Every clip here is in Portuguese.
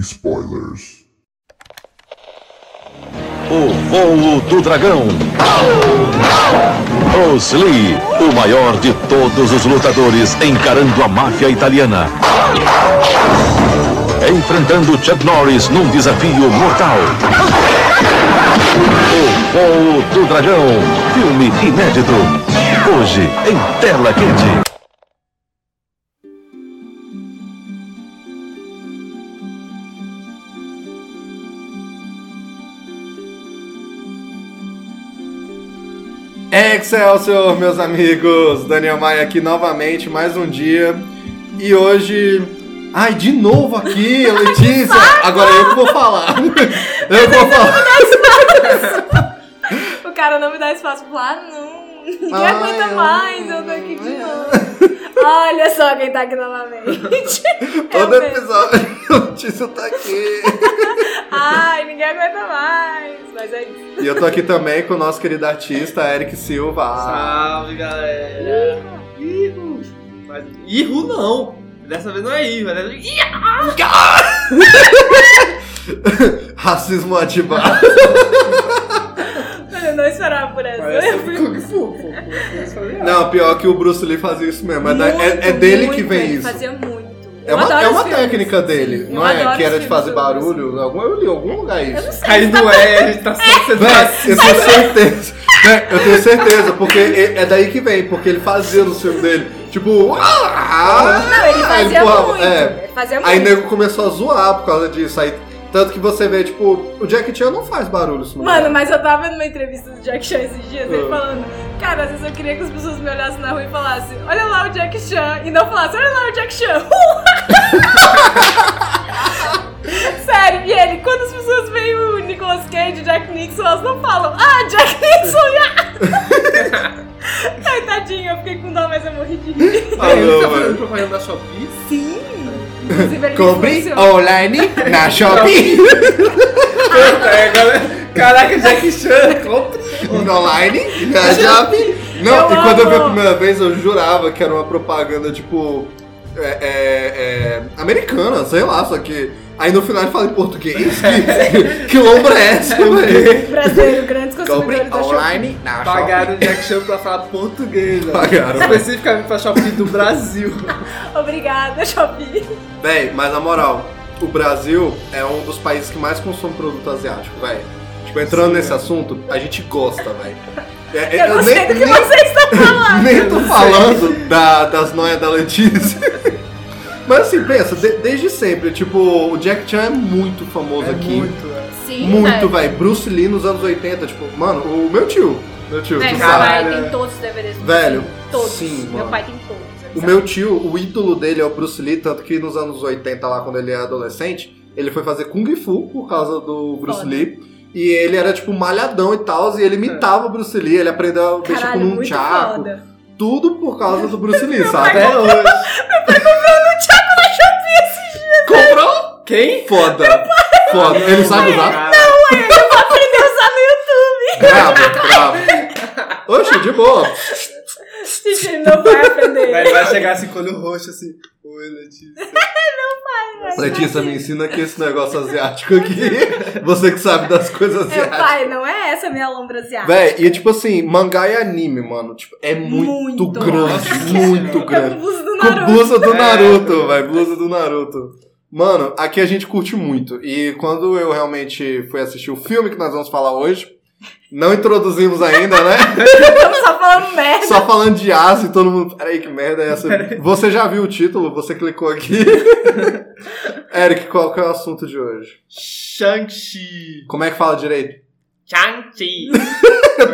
spoilers. O Voo do Dragão. Bruce Lee, o maior de todos os lutadores, encarando a máfia italiana. Enfrentando Chuck Norris num desafio mortal. O Voo do Dragão. Filme inédito. Hoje, em tela quente. Excelsior, meus amigos! Daniel Maia aqui novamente, mais um dia. E hoje. Ai, de novo aqui, Letícia! Agora eu que vou falar! Eu é que vou falar! O cara não me dá espaço pra falar, não. Ninguém Ai, aguenta ai, mais, eu tô aqui de ai. novo. Olha só quem tá aqui novamente. Eu Todo mesmo. episódio, Letícia tá aqui! Ai, ninguém aguenta mais. Mas é isso. E eu tô aqui também com o nosso querido artista, Eric Silva. Salve galera! Ihu! Mas Ihu não! Dessa vez não é Ihu, é Ih! Racismo ativado. Eu não esperava por é essa. Parece Eu fui- Kung Fu! Kung Não, pior que o Bruce Lee fazia isso mesmo. É, da- é- é muito, dele muito, que vem ele isso. Fazia muito. É Eu uma, adoro é os uma filmes. técnica dele, Sim, não eu é? adoro Que era os de filmes fazer do Bruce Lee. barulho. Algum, eu li em algum lugar isso. Aí do é, a gente tá só sendo Véi, eu tenho certeza. Véi, eu tenho certeza, porque e- é daí que vem, porque ele fazia no filme dele. Tipo, ah, Não, ele Ah, ele fazia empurrava, muito. é. Ele fazia aí o muito. nego começou a zoar por causa disso. Aí, tanto que você vê, tipo, o Jack Chan não faz barulho. se não Tipo, Mano, é. mas eu tava numa entrevista do Jack Chan esses dias, Ah. ele falando, cara, às vezes eu queria que as pessoas me olhassem na rua e falassem, olha lá o Jack Chan, e não falassem, olha lá o Jack Chan. Sério, e ele, quando as pessoas veem o Nicolas Cage, o Jack Nixon, elas não falam, ah, Jack Nixon, e ah. Ai, tadinho, eu fiquei com dó, mas eu morri de rir. Ah, ele tá Alô, fazendo velho. propaganda da Shopee? Sim! Inclusive, ele um- assim, Compre influenciou. online na Shopee. É, galera. Caraca, Jack Chan, é compre! online na Shopee. Não, Eu e quando eu vi a amo. primeira vez, eu jurava que era uma propaganda, tipo, é, é, é, americana, sei lá, só que. Aí no final ele fala em português. Que, que lombra é essa, velho? Brasileiro, grandes consumidores Compre da Shopee. online na Pagaram o Jack Chan pra falar português, velho. Pagaram. Especificamente pra Shopee do Brasil. Obrigada, Shopee. Shopee. Véi, mas na moral, o Brasil é um dos países que mais consome produto asiático, véi. Tipo, entrando nesse assunto, a gente gosta, véi. É, é, Eu não sei do que você está falando. nem tô falando da- das noias da Letícia. Mas assim, pensa, de- desde sempre, tipo, o Jack Chan é muito famoso É aqui. muito, velho. Sim, né? Muito, véi. Bruce Lee nos anos 80, tipo, mano, o meu tio. Meu tio, Velho, tu meu sabe. caralho. pai tem todos os DVDs. do Velho, filme, Todos. sim, mano. Meu pai tem todos. ele O sabe. meu tio, o ídolo dele é o Bruce Lee, tanto que nos anos 80, lá quando ele era adolescente, ele foi fazer Kung Fu por causa do Bruce Foda. Lee. E ele era, tipo, malhadão e tal, e ele imitava o Bruce Lee, ele aprendeu a mexer Caralho, com um muito tchaco. foda. Tudo por causa do Bruce Lee, sabe? Até hoje. Comprou? Quem? Foda. Foda. Ele sabe usar? Não! Aprendeu a usar Bravo, bravo. Oxe, de boa. no YouTube. Ele não vai aprender. Vai chegar assim, com o olho roxo, assim. Oi, Letícia. Letícia, me ensina aqui esse negócio asiático aqui. Você que sabe das coisas Meu asiáticas. pai, não é essa a minha lombra asiática. Véi, e é tipo assim, mangá e anime, mano. Tipo, é muito, Muito. grande, muito É o grande. blusa do Com Naruto. blusa do É. Naruto, velho, blusa do Naruto. Mano, aqui a gente curte muito. E quando eu realmente fui assistir o filme que nós vamos falar hoje, não introduzimos ainda, né? Estamos só falando merda. Só falando de aço e todo mundo. Peraí, que merda é essa? Você já viu o título, você clicou aqui. Eric, qual que é o assunto de hoje? Shang-Chi. Como é que fala direito? Shang-Chi.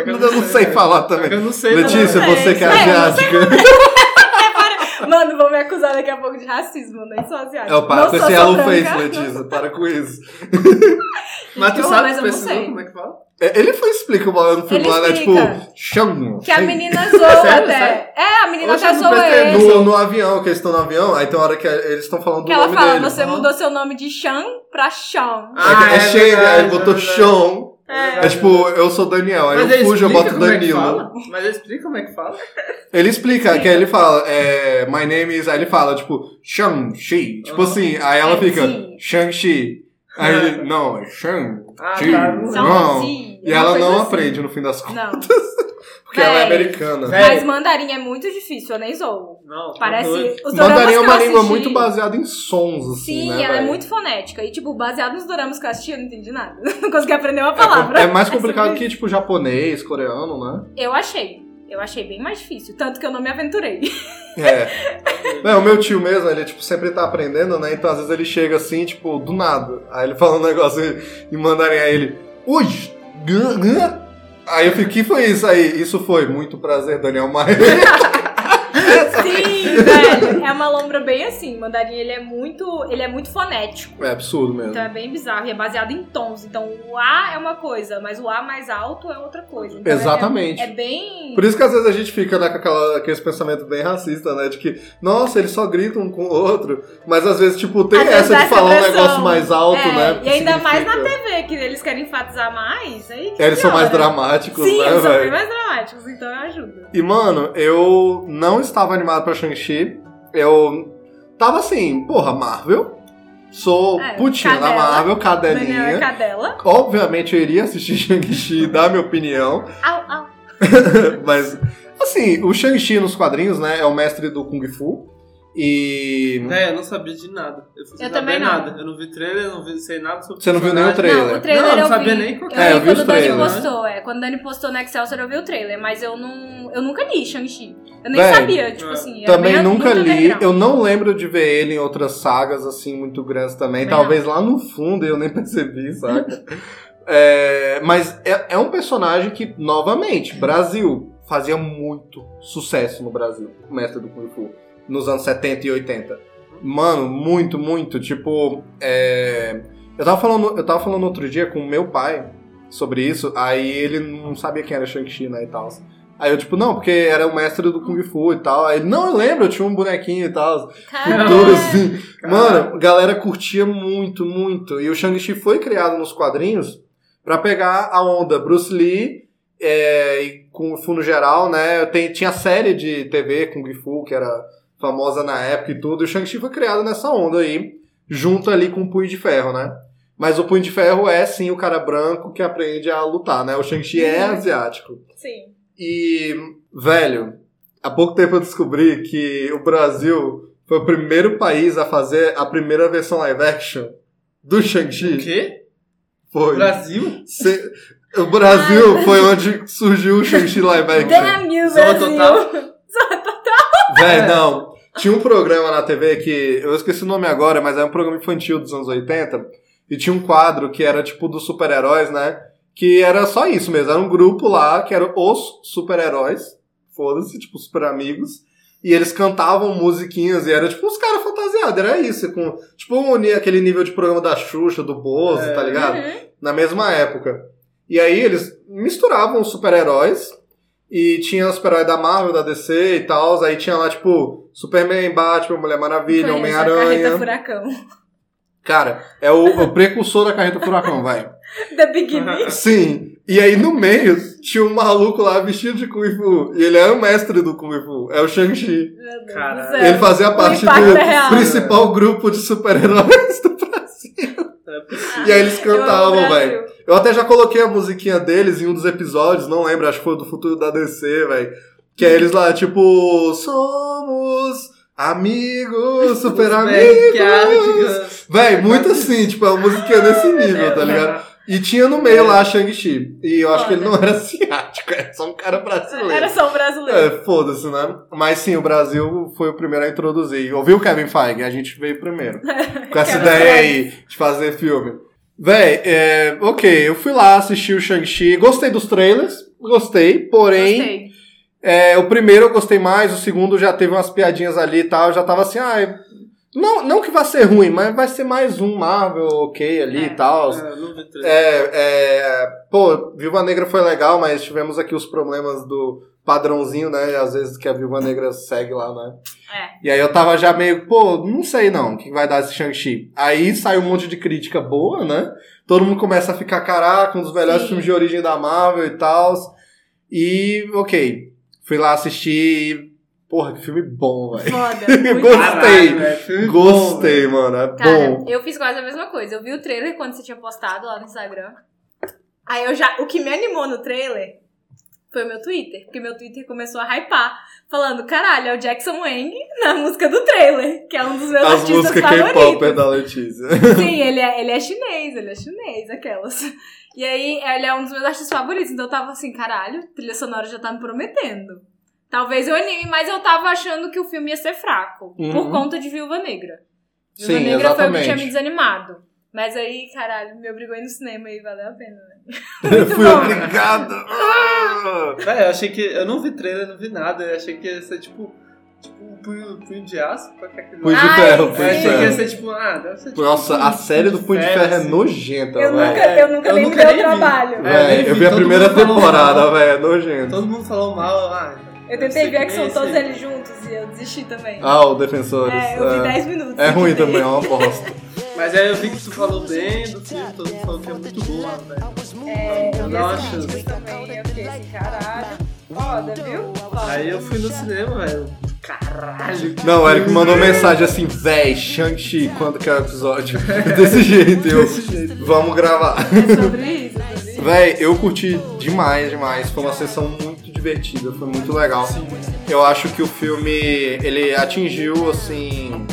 Eu não sei falar também. Eu não sei. Letícia, não sei. você que é É, eu tá não sei asiática. É, para- Mano, vão me acusar daqui a pouco de racismo, nem sou asiática. Eu Não paro com sou É esse é só yellow face, branca. Letícia. Para com isso. Mas tu Não, sabe mas que eu não precisou, sei. como é que fala? É, Ele foi explica uma no filme Ele lá, né? Tipo, explica. chama. Que a menina zoa Sério, até. sério? É, a menina Hoje até no zoa PT, ele. No, no avião, que eles estão no avião, aí tem uma hora que eles estão falando Que do ela nome fala, dele. você Aham. mudou seu nome de Sean pra Sean. É, que- Ah, é, é cheio, verdade, aí ele botou é verdade. chão. É, É tipo, eu sou Daniel, aí mas eu ele fujo, eu explica boto como é que Danilo. fala? Mas ele explica como é que fala? Ele explica, que aí ele fala, é, my name is. Aí ele fala, tipo, Shang-Chi. Tipo Aham. Uhum. assim, aí ela fica, Shang-Chi. Shang-Chi. Aí ele, não, é Ah, Shang-Chi. tá. São não. Zi, E uma ela coisa não assim. aprende no fim das contas, Não. porque ela é Véi. americana. Véi. Mas mandarim é muito difícil, eu nem zoo. Não, tá Parece. doido. Os doramas Mandarim é que eu uma língua assisti- muito baseada em sons, assim. Sim, né, ela é véi? muito fonética. E, tipo, baseado nos doramas que eu assisti, eu não entendi nada. Não consegui aprender uma É com- palavra. É, mais sobre complicado isso. que, tipo, japonês, coreano, né? Eu achei. Eu achei bem mais difícil. Tanto que eu não me aventurei. É. Não, o meu tio mesmo, ele, tipo, sempre tá aprendendo, né? Então, às vezes, ele chega assim, tipo, do nada. Aí ele fala um negócio e- e mandarem a ele... Hoje! gã, gã." Aí eu fico, que foi isso aí? Isso foi muito prazer, Daniel Maia. Sim, velho. É uma lombra bem assim. Mandarim, ele é muito. Ele é muito fonético. É absurdo mesmo. Então é bem bizarro. E é baseado em tons. Então o A é uma coisa, mas o A mais alto é outra coisa. Então, é- Exatamente. É, bem. Por isso que às vezes a gente fica né, com aquela, aqueles pensamentos bem racistas, né? De que, nossa, eles só gritam um com o outro. Mas às vezes, tipo, tem Às vezes essa dá de essa falar um pressão. negócio mais alto, É, né? e ainda mais na Significa- É, TV, que eles querem enfatizar mais. Aí que Eles são mais piora. dramáticos, Sim, né, eles são bem velho? mais dramáticos, então ajuda. E, mano, eu não estava animado pra Shang-Chi. Eu tava assim, porra, Marvel. Sou É, putinha da cadela. Marvel, Daniel é cadelinha. cadela. Obviamente eu iria assistir Shang-Chi e dar minha opinião. Au, au. Mas, assim, o Shang-Chi nos quadrinhos, né, é o mestre do Kung Fu. E. Véi, eu não sabia de nada. Eu, fui sem Eu saber também não. nada. Eu não vi trailer, eu não vi, sei nada sobre Você não viu nenhum personagem. trailer. Não, o trailer Não, eu eu não sabia vi. nem qual que eu era. É, eu vi vi quando os o Dani trailers, né? postou, é. Quando o Dani postou no Excelsior eu vi o trailer, mas eu não. Eu nunca li Shang-Chi. Eu nem Véi, sabia, tipo é. assim. era Também bem- nunca muito li, underground. eu não lembro de ver ele em outras sagas assim muito grandes também. Também Talvez lá no fundo eu nem percebi, saca? É, mas é, é um personagem que, novamente, Brasil fazia muito sucesso no Brasil, o mestre do Kung Fu, nos anos 70 e 80. Mano, muito, muito. Tipo, é, eu, tava falando, eu tava falando outro dia com meu pai sobre isso, aí ele não sabia quem era Shang-Chi né, e tal. Aí eu, tipo, não, porque era o mestre do Kung Fu e tal. Aí, ele, não, eu lembro, eu tinha um bonequinho e tal. Caralho. Tudo assim. Caralho. Mano, galera curtia muito, muito. E o Shang-Chi foi criado nos quadrinhos pra pegar a onda Bruce Lee é, e Kung Fu no geral, né? Tem, tinha série de TV Kung Fu, que era famosa na época e tudo. E o Shang-Chi foi criado nessa onda aí, junto ali com o Punho de Ferro, né? Mas o Punho de Ferro é, sim, o cara branco que aprende a lutar, né? O Shang-Chi é asiático. Sim. E, velho, há pouco tempo eu descobri que o Brasil foi o primeiro país a fazer a primeira versão live action do O Shang-Chi. quê? Foi. Brasil? Se- O Brasil foi onde surgiu o Shang-Chi live action. Damn you, Zona Brasil. total? Velho, não. Tinha um programa na TV que. Eu esqueci o nome agora, mas é um programa infantil dos anos 80. E tinha um quadro que era tipo dos super-heróis, né? Que era só isso mesmo. Era um grupo lá que era os super-heróis. Foda-se, tipo, super amigos. E eles cantavam musiquinhas e era tipo uns caras fantasiados. Era isso. Com, tipo, unir aquele nível de programa da Xuxa, do Bozo, É. tá ligado? Uhum. na mesma época. E aí eles misturavam os super-heróis e tinha os super-heróis da Marvel, da DC e tal. Aí tinha lá, tipo, Superman, Batman, Mulher Maravilha, Conheço a Carreta Homem-Aranha. Furacão. Cara, é o, o precursor da carreta furacão, vai. The Beginning. Sim. E aí no meio tinha um maluco lá vestido de Kung Fu. E ele era o mestre do Kung Fu, é o Shang-Chi. Meu Deus do Caralho. céu. Ele fazia parte impacto é do real. principal grupo de super-heróis do Brasil. É E aí eles Eu amo o cantavam, velho. Brasil. Eu até já coloquei a musiquinha deles em um dos episódios, não lembro, acho que foi do futuro da DC, velho. Que é eles lá, tipo, somos amigos, super amigos. Que arte, Véi, muito assim, tipo, é uma musiquinha desse nível, tá ligado? Ah, E tinha no meio lá Shang-Chi. E eu acho que ele não era asiático, era só um cara brasileiro. Era só um brasileiro. É, foda-se, né? Mas sim, o Brasil foi o primeiro a introduzir. Ouviu o Kevin Feige? A gente veio primeiro. Com essa Kevin ideia aí de fazer filme. Véi, é, ok, eu fui lá assistir o Shang-Chi, gostei dos trailers, gostei, porém Gostei. É, o primeiro eu gostei mais, o segundo já teve umas piadinhas ali e tal. Eu já tava assim, ah, eu- não, não que vai ser ruim, mas vai ser mais um Marvel, ok, ali É. e tal. Ah, não vi três. É, é, pô, Viúva Negra foi legal, mas tivemos aqui os problemas do padrãozinho, né? Às vezes que a Viúva Negra segue lá, né? É. E aí eu tava já meio, pô, não sei não, o que vai dar esse Shang-Chi. Aí sai um monte de crítica boa, né? Todo mundo começa a ficar, caraca, um dos melhores Sim. filmes de origem da Marvel e tal. E, ok, fui lá assistir e, porra, que filme bom, velho. Foda. Eu gostei. muito bom. Caralho, velho, filme bom, Gostei, mano, é né? Cara, bom. eu fiz quase a mesma coisa. Eu vi o trailer quando você tinha postado lá no Instagram. Aí eu já. O que me animou no trailer foi o meu Twitter. Porque meu Twitter começou a hypar. Falando, caralho, é o Jackson Wang na música do trailer, que é um dos meus As artistas músicas K-pop é favoritos. da Letícia. Sim, ele é, ele é chinês, ele é chinês, aquelas. E aí, ele é um dos meus artistas favoritos. Então eu tava assim, caralho, trilha sonora já tá me prometendo. Talvez eu anime, mas eu tava achando que o filme ia ser fraco. Por Uhum. conta de Viúva Negra. Viúva Sim, Negra foi o que tinha exatamente. me desanimado. Mas aí, caralho, me obrigou a ir no cinema e valeu a pena, né? Fui bom. obrigado. Ah! Velho, eu achei que. Eu não vi trailer, não vi nada. Eu achei que ia ser tipo. Tipo, um punho, punho de aço. Pra que aquele- Punho de Ai, ferro, sim. punho Eu de achei que ia ferro. ser tipo. Ah, deve ser tipo. Nossa, a série do Punho de Ferro é nojenta, Eu velho. nunca- assim. eu nem me nunca dei o nem vi. trabalho. É, nem Véi, Eu vi a todo primeira mundo falou temporada, mal. velho, é nojento. Todo mundo falou mal. Ah, Eu deve ser tentei ver que nem são esse todos aí. eles juntos e eu desisti também. Ah, o Defensores. é, eu vi é. 10 minutos. É eu ruim quitei. também, é uma bosta. Mas aí eu vi que tu falou bem do filme, todo mundo falou que é muito boa, velho. É, eu vi Não as acho. críticas também, eu fiquei assim, caralho. Foda, viu? Foda. Aí eu fui no cinema, velho. Caralho. que Não, o Eric filme. mandou mensagem assim, véi, Shang-Chi, quando que é o episódio? Desse jeito, eu. Vamos gravar. É sobre isso, é sobre isso. Véi, eu curti demais, demais. Foi uma sessão muito divertida, foi muito legal. Eu acho que o filme, ele atingiu, assim,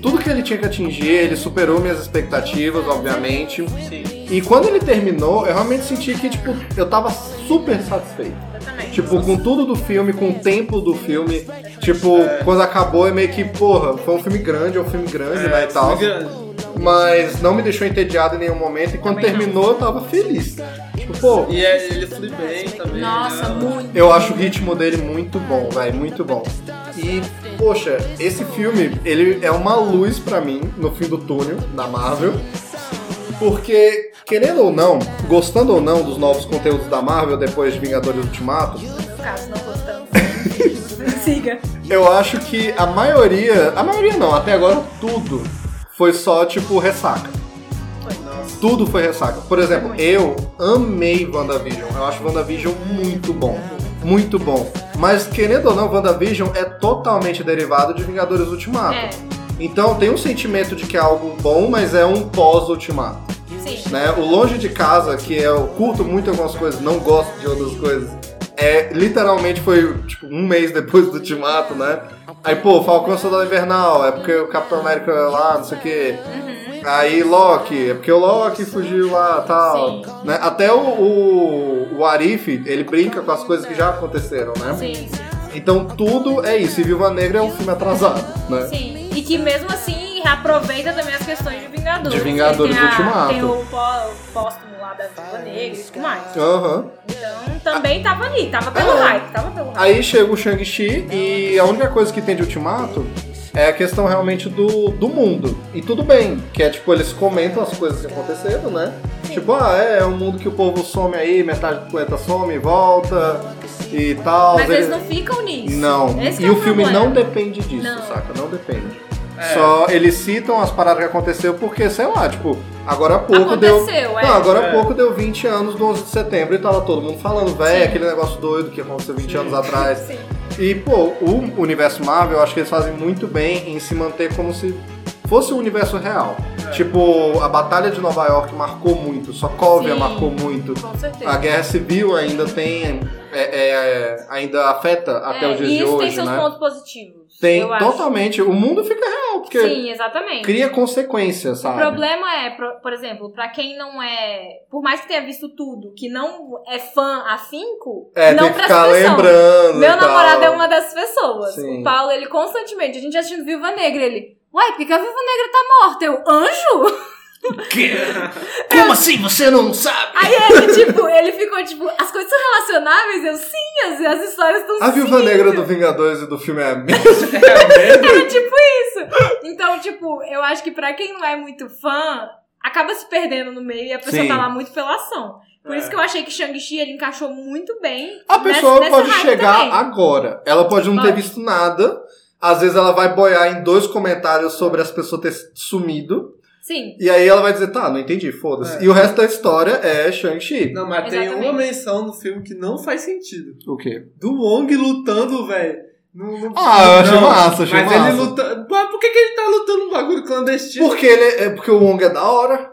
tudo que ele tinha que atingir. Ele superou minhas expectativas, obviamente. Sim. E quando ele terminou, eu realmente senti que, tipo, eu tava super satisfeito. Exatamente. Tipo, com tudo do filme, com o tempo do filme. Tipo, quando acabou é meio que, porra, foi um filme grande, é um filme grande, né, e tal. filme grande. Mas não me deixou entediado em nenhum momento. E quando Também não. terminou, eu tava feliz. Tipo, pô, E é, ele flui bem também. Nossa, né? muito. eu acho o ritmo dele muito bom, velho, muito bom. E, poxa, esse filme, ele é uma luz pra mim no fim do túnel da Marvel. Porque, querendo ou não, gostando ou não dos novos conteúdos da Marvel depois de Vingadores Ultimato, No caso, não gostamos. Siga. eu acho que a maioria, a maioria não, até agora tudo foi só tipo ressaca. Tudo foi ressaca. Por exemplo, eu amei WandaVision. Eu acho WandaVision muito bom. Muito bom. Mas querendo ou não, WandaVision é totalmente derivado de Vingadores Ultimato. É, Então tem um sentimento de que é algo bom, mas é um pós-ultimato sim. né? O Longe de Casa, que é, eu curto muito algumas coisas, não gosto de outras coisas, é literalmente foi tipo um mês depois do Ultimato, né? Aí, pô, Falcão Soldado Invernal, é porque o Capitão América é lá, não sei o quê. Uhum. Aí Loki, é porque o Loki fugiu lá tal. Sim. Né? Até o, o, o Arif, ele brinca com as coisas que já aconteceram, né? Sim, sim. Então tudo é isso. E Viúva Negra é um filme atrasado, né? Sim, e que mesmo assim reaproveita também as questões de Vingadores. né? De Vingadores tem a- Ultimato. Tem o pó- o póstumo lá da Viúva Negra e tudo mais. Aham. Então também tava ali, tava pelo É. hype, tava pelo hype. Aí chega o Shang-Chi e a única coisa que tem de ultimato é a questão realmente do, do mundo. E tudo bem, que é tipo, eles comentam as coisas que aconteceram, né? Tipo, ah, é, é um mundo que o povo some aí, metade do planeta some e volta e tal. Mas eles Eles- não ficam nisso. Ah, Não. Esse que E é o filme problema. não depende disso, Não. saca? Não depende. É. Só eles citam as paradas que aconteceu porque, sei lá, tipo, agora há pouco deu. Aconteceu, é. Não, agora há É. pouco deu 20 anos do 11 de setembro e tava todo mundo falando, véi, aquele negócio doido que aconteceu 20 anos tá atrás. Sim. E, pô, o universo Marvel, eu acho que eles fazem muito bem em se manter como se fosse um universo real. Tipo, a Batalha de Nova York marcou muito, Sokovia Sim. marcou muito. Com certeza. A Guerra Civil ainda tem. é, é, ainda afeta tá até É, os dias e de isso tem hoje, seus né? pontos positivos. Tem eu acho. totalmente. O mundo fica real, porque Sim, exatamente. cria consequências, O sabe? problema é, pro- por exemplo, pra quem não é. Por mais que tenha visto tudo, que não é fã afinco, É, não tem que presta ficar atenção. lembrando. e Meu tal. namorado é uma dessas pessoas. Sim. O Paulo, ele constantemente, a gente assistindo Viúva Negra, ele. Uai, por que que a Viúva Negra tá morta? Eu, anjo? Que? Como assim você não sabe? Aí ele, tipo, ele ficou, tipo, as coisas são relacionáveis? Eu, sim, as, as histórias estão A Viúva Negra do Vingadores e do filme é a mesma. Era tipo isso. Então, tipo, eu acho que pra quem não é muito fã, acaba se perdendo no meio e a pessoa Sim. tá lá muito pela ação. Por É. isso que eu achei que Shang-Chi ele encaixou muito bem. A nessa- pessoa nessa pode hype chegar também. agora. Ela pode não ter Pode. visto nada. Às vezes ela vai boiar em dois comentários sobre as pessoas ter sumido. Sim. E aí ela vai dizer, tá, não entendi, foda-se. É. E o resto da história é Shang-Chi. Não, mas tem Exatamente. uma menção no filme que não faz sentido. O quê? Do Wong lutando, velho. Não- não- Ah, eu achei não. massa, achei Mas massa. ele luta. Pô, por que, que ele tá lutando um bagulho clandestino? Porque ele é, é porque o Wong é da hora.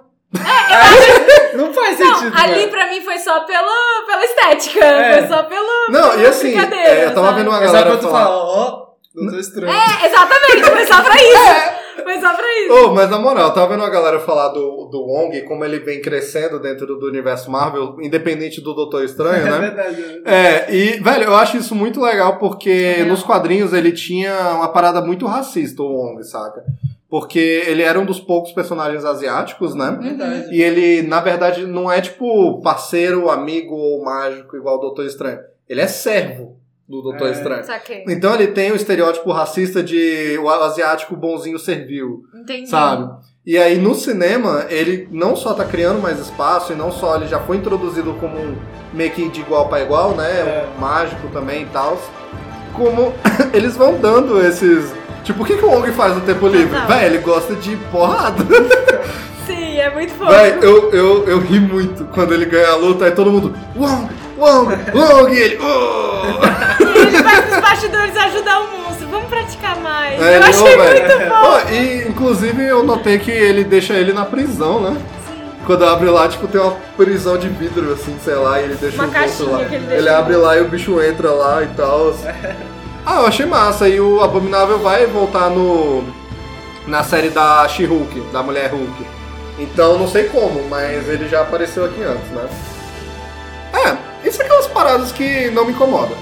Não faz Não, sentido. ali é. velho. pra mim foi só pela, pela estética. É. Foi só pelo. Não, e assim, Brincadeira, é, eu tava sabe? vendo uma É só galera quando tu falar. fala, ó, doutor estranho. É, exatamente, foi só pra É. isso. Foi só pra isso. Ô, mas na moral, eu tava vendo a galera falar do, do Wong, como ele vem crescendo dentro do universo Marvel, independente do Doutor Estranho, É né? verdade. é. É, e, velho, eu acho isso muito legal porque É. nos quadrinhos ele tinha uma parada muito racista, o Wong, saca? Porque ele era um dos poucos personagens asiáticos, né? é Verdade. E ele, na verdade, não é tipo parceiro, amigo ou mágico igual o Doutor Estranho. Ele é servo do Doutor É. Estranho. Saquei. Então ele tem o estereótipo racista de o asiático bonzinho servil Entendi. sabe? E aí no cinema, ele não só tá criando mais espaço, e não só ele já foi introduzido como um meio que de igual pra igual, né? Um mágico também e tal. Como eles vão dando esses. Tipo, o que, que o Wong faz no tempo livre? Total. Véi, ele gosta de porrada. Sim, é muito fofo. Véi, eu, eu, eu ri muito quando ele ganha a luta, aí todo mundo. Wong, Wong, Wong! E ele. "Oh!" E ele vai pros bastidores ajudar o monstro. Vamos praticar mais. É, eu ele, achei "Oh, véi." muito fofo. Oh, e inclusive eu notei que ele deixa ele na prisão, né? Sim. Quando abre lá, tipo, tem uma prisão de vidro, assim, sei lá, e ele deixa Uma o monstro caixinha lá. que ele deixa ele no abre lá e o bicho entra lá e tal. ah, eu achei massa. E o Abominável vai voltar no. na série da She-Hulk, da Mulher Hulk. Então, não sei como, mas ele já apareceu aqui antes, né? É, isso é aquelas paradas que não me incomodam.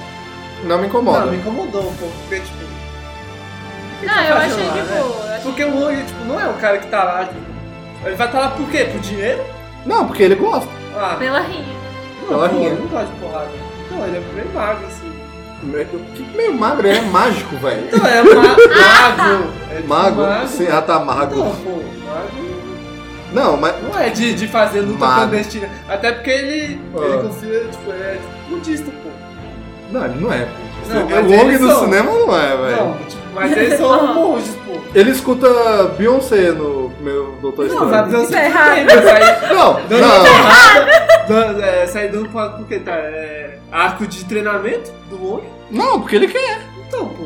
Não me Não, incomodam. me incomodou um pouco, porque, tipo. o que Não, que eu tá fazendo achei lá, de né? boa. eu achei- Porque o Wong, tipo, não é o cara que tá lá, tipo. Ele vai estar lá por quê? Por dinheiro? Não, porque ele gosta. Ah, Pela rinha. não, ela pô, ria. eu não gosto de porrada. Não, ele é meio magro, assim. Meio- que Meio magro, ele é mágico, velho. Não, é Ah, tá. ma mago. É tipo Mago? Sim, ah, tá mago. Não, pô, mago Não, mas. não é de, de fazer luta Mago. clandestina. Até porque ele, Ah. ele confia, tipo, ele é tipo, budista, pô. Não, ele não é. Não, o mas Wong eles do são. cinema não é, velho. Não, tipo, mas eles são monges, pô. Ele escuta Beyoncé no meu Doutor Não, Estranho. vai fazer Tá errado. Sai Não, dando não. porrada. dando- é, Sai dando porrada porque tá. É, arco de treinamento do Wong? Não, porque ele quer. Então, pô.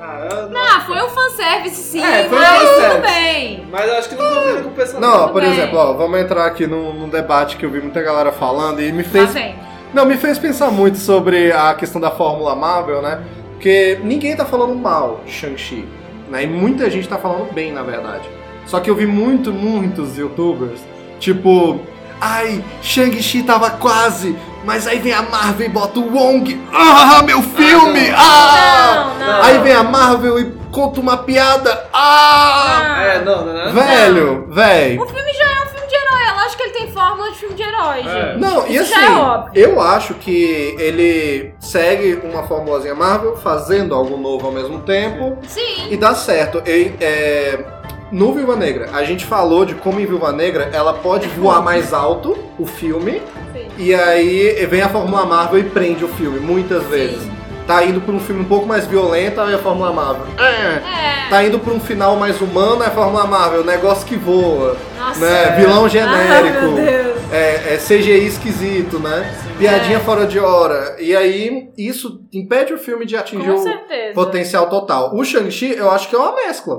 Ah, eu- Ah, foi um fanservice, sim. É, foi um mas tudo fanservice. bem. Mas eu acho que não combina com o personagem. Não, Tudo por bem. exemplo, ó, vamos entrar aqui num, num debate que eu vi muita galera falando e me Tá fez. bem. Não, me fez pensar muito sobre a questão da Fórmula Marvel, né? Porque ninguém tá falando mal de Shang-Chi. Né? E muita gente tá falando bem, na verdade. Só que eu vi muito, muitos youtubers, tipo. Ai, Shang-Chi tava quase, mas aí vem a Marvel e bota o Wong. Ah, meu filme! Ah! Não, não. Aí vem a Marvel e conta uma piada. Ah! Não. É, não, não, não. Velho, véi. O filme já é um filme de herói. É lógico que ele tem fórmula de filme de herói, É. gente. Não, e Isso assim, já é óbvio. eu acho que ele segue uma formulazinha Marvel, fazendo algo novo ao mesmo tempo, Sim. e dá certo. E, é, no Viúva Negra, a gente falou de como em Viúva Negra ela pode voar mais alto o filme, Sim. e aí vem a Fórmula Marvel e prende o filme, muitas vezes. Tá indo pra um filme um pouco mais violento, aí a Fórmula Marvel. É. É. Tá indo pra um final mais humano, aí a Fórmula Marvel, negócio que voa, Nossa. né? Vilão genérico. Tá Ah, meu Deus. É, é CGI esquisito, né? Piadinha É. fora de hora. E aí, isso impede o filme de atingir Com o certeza. potencial total. O Shang-Chi, eu acho que é uma mescla.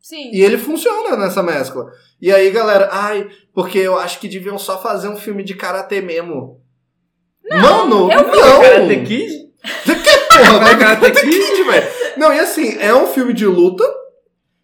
Sim. E ele funciona nessa mescla. E aí, galera, ai, porque eu acho que deviam só fazer um filme de karatê mesmo. Mano, eu vi. não! Karate Kid? Porra, vai Karate Karate Kid, velho. Não, e assim, é um filme de luta.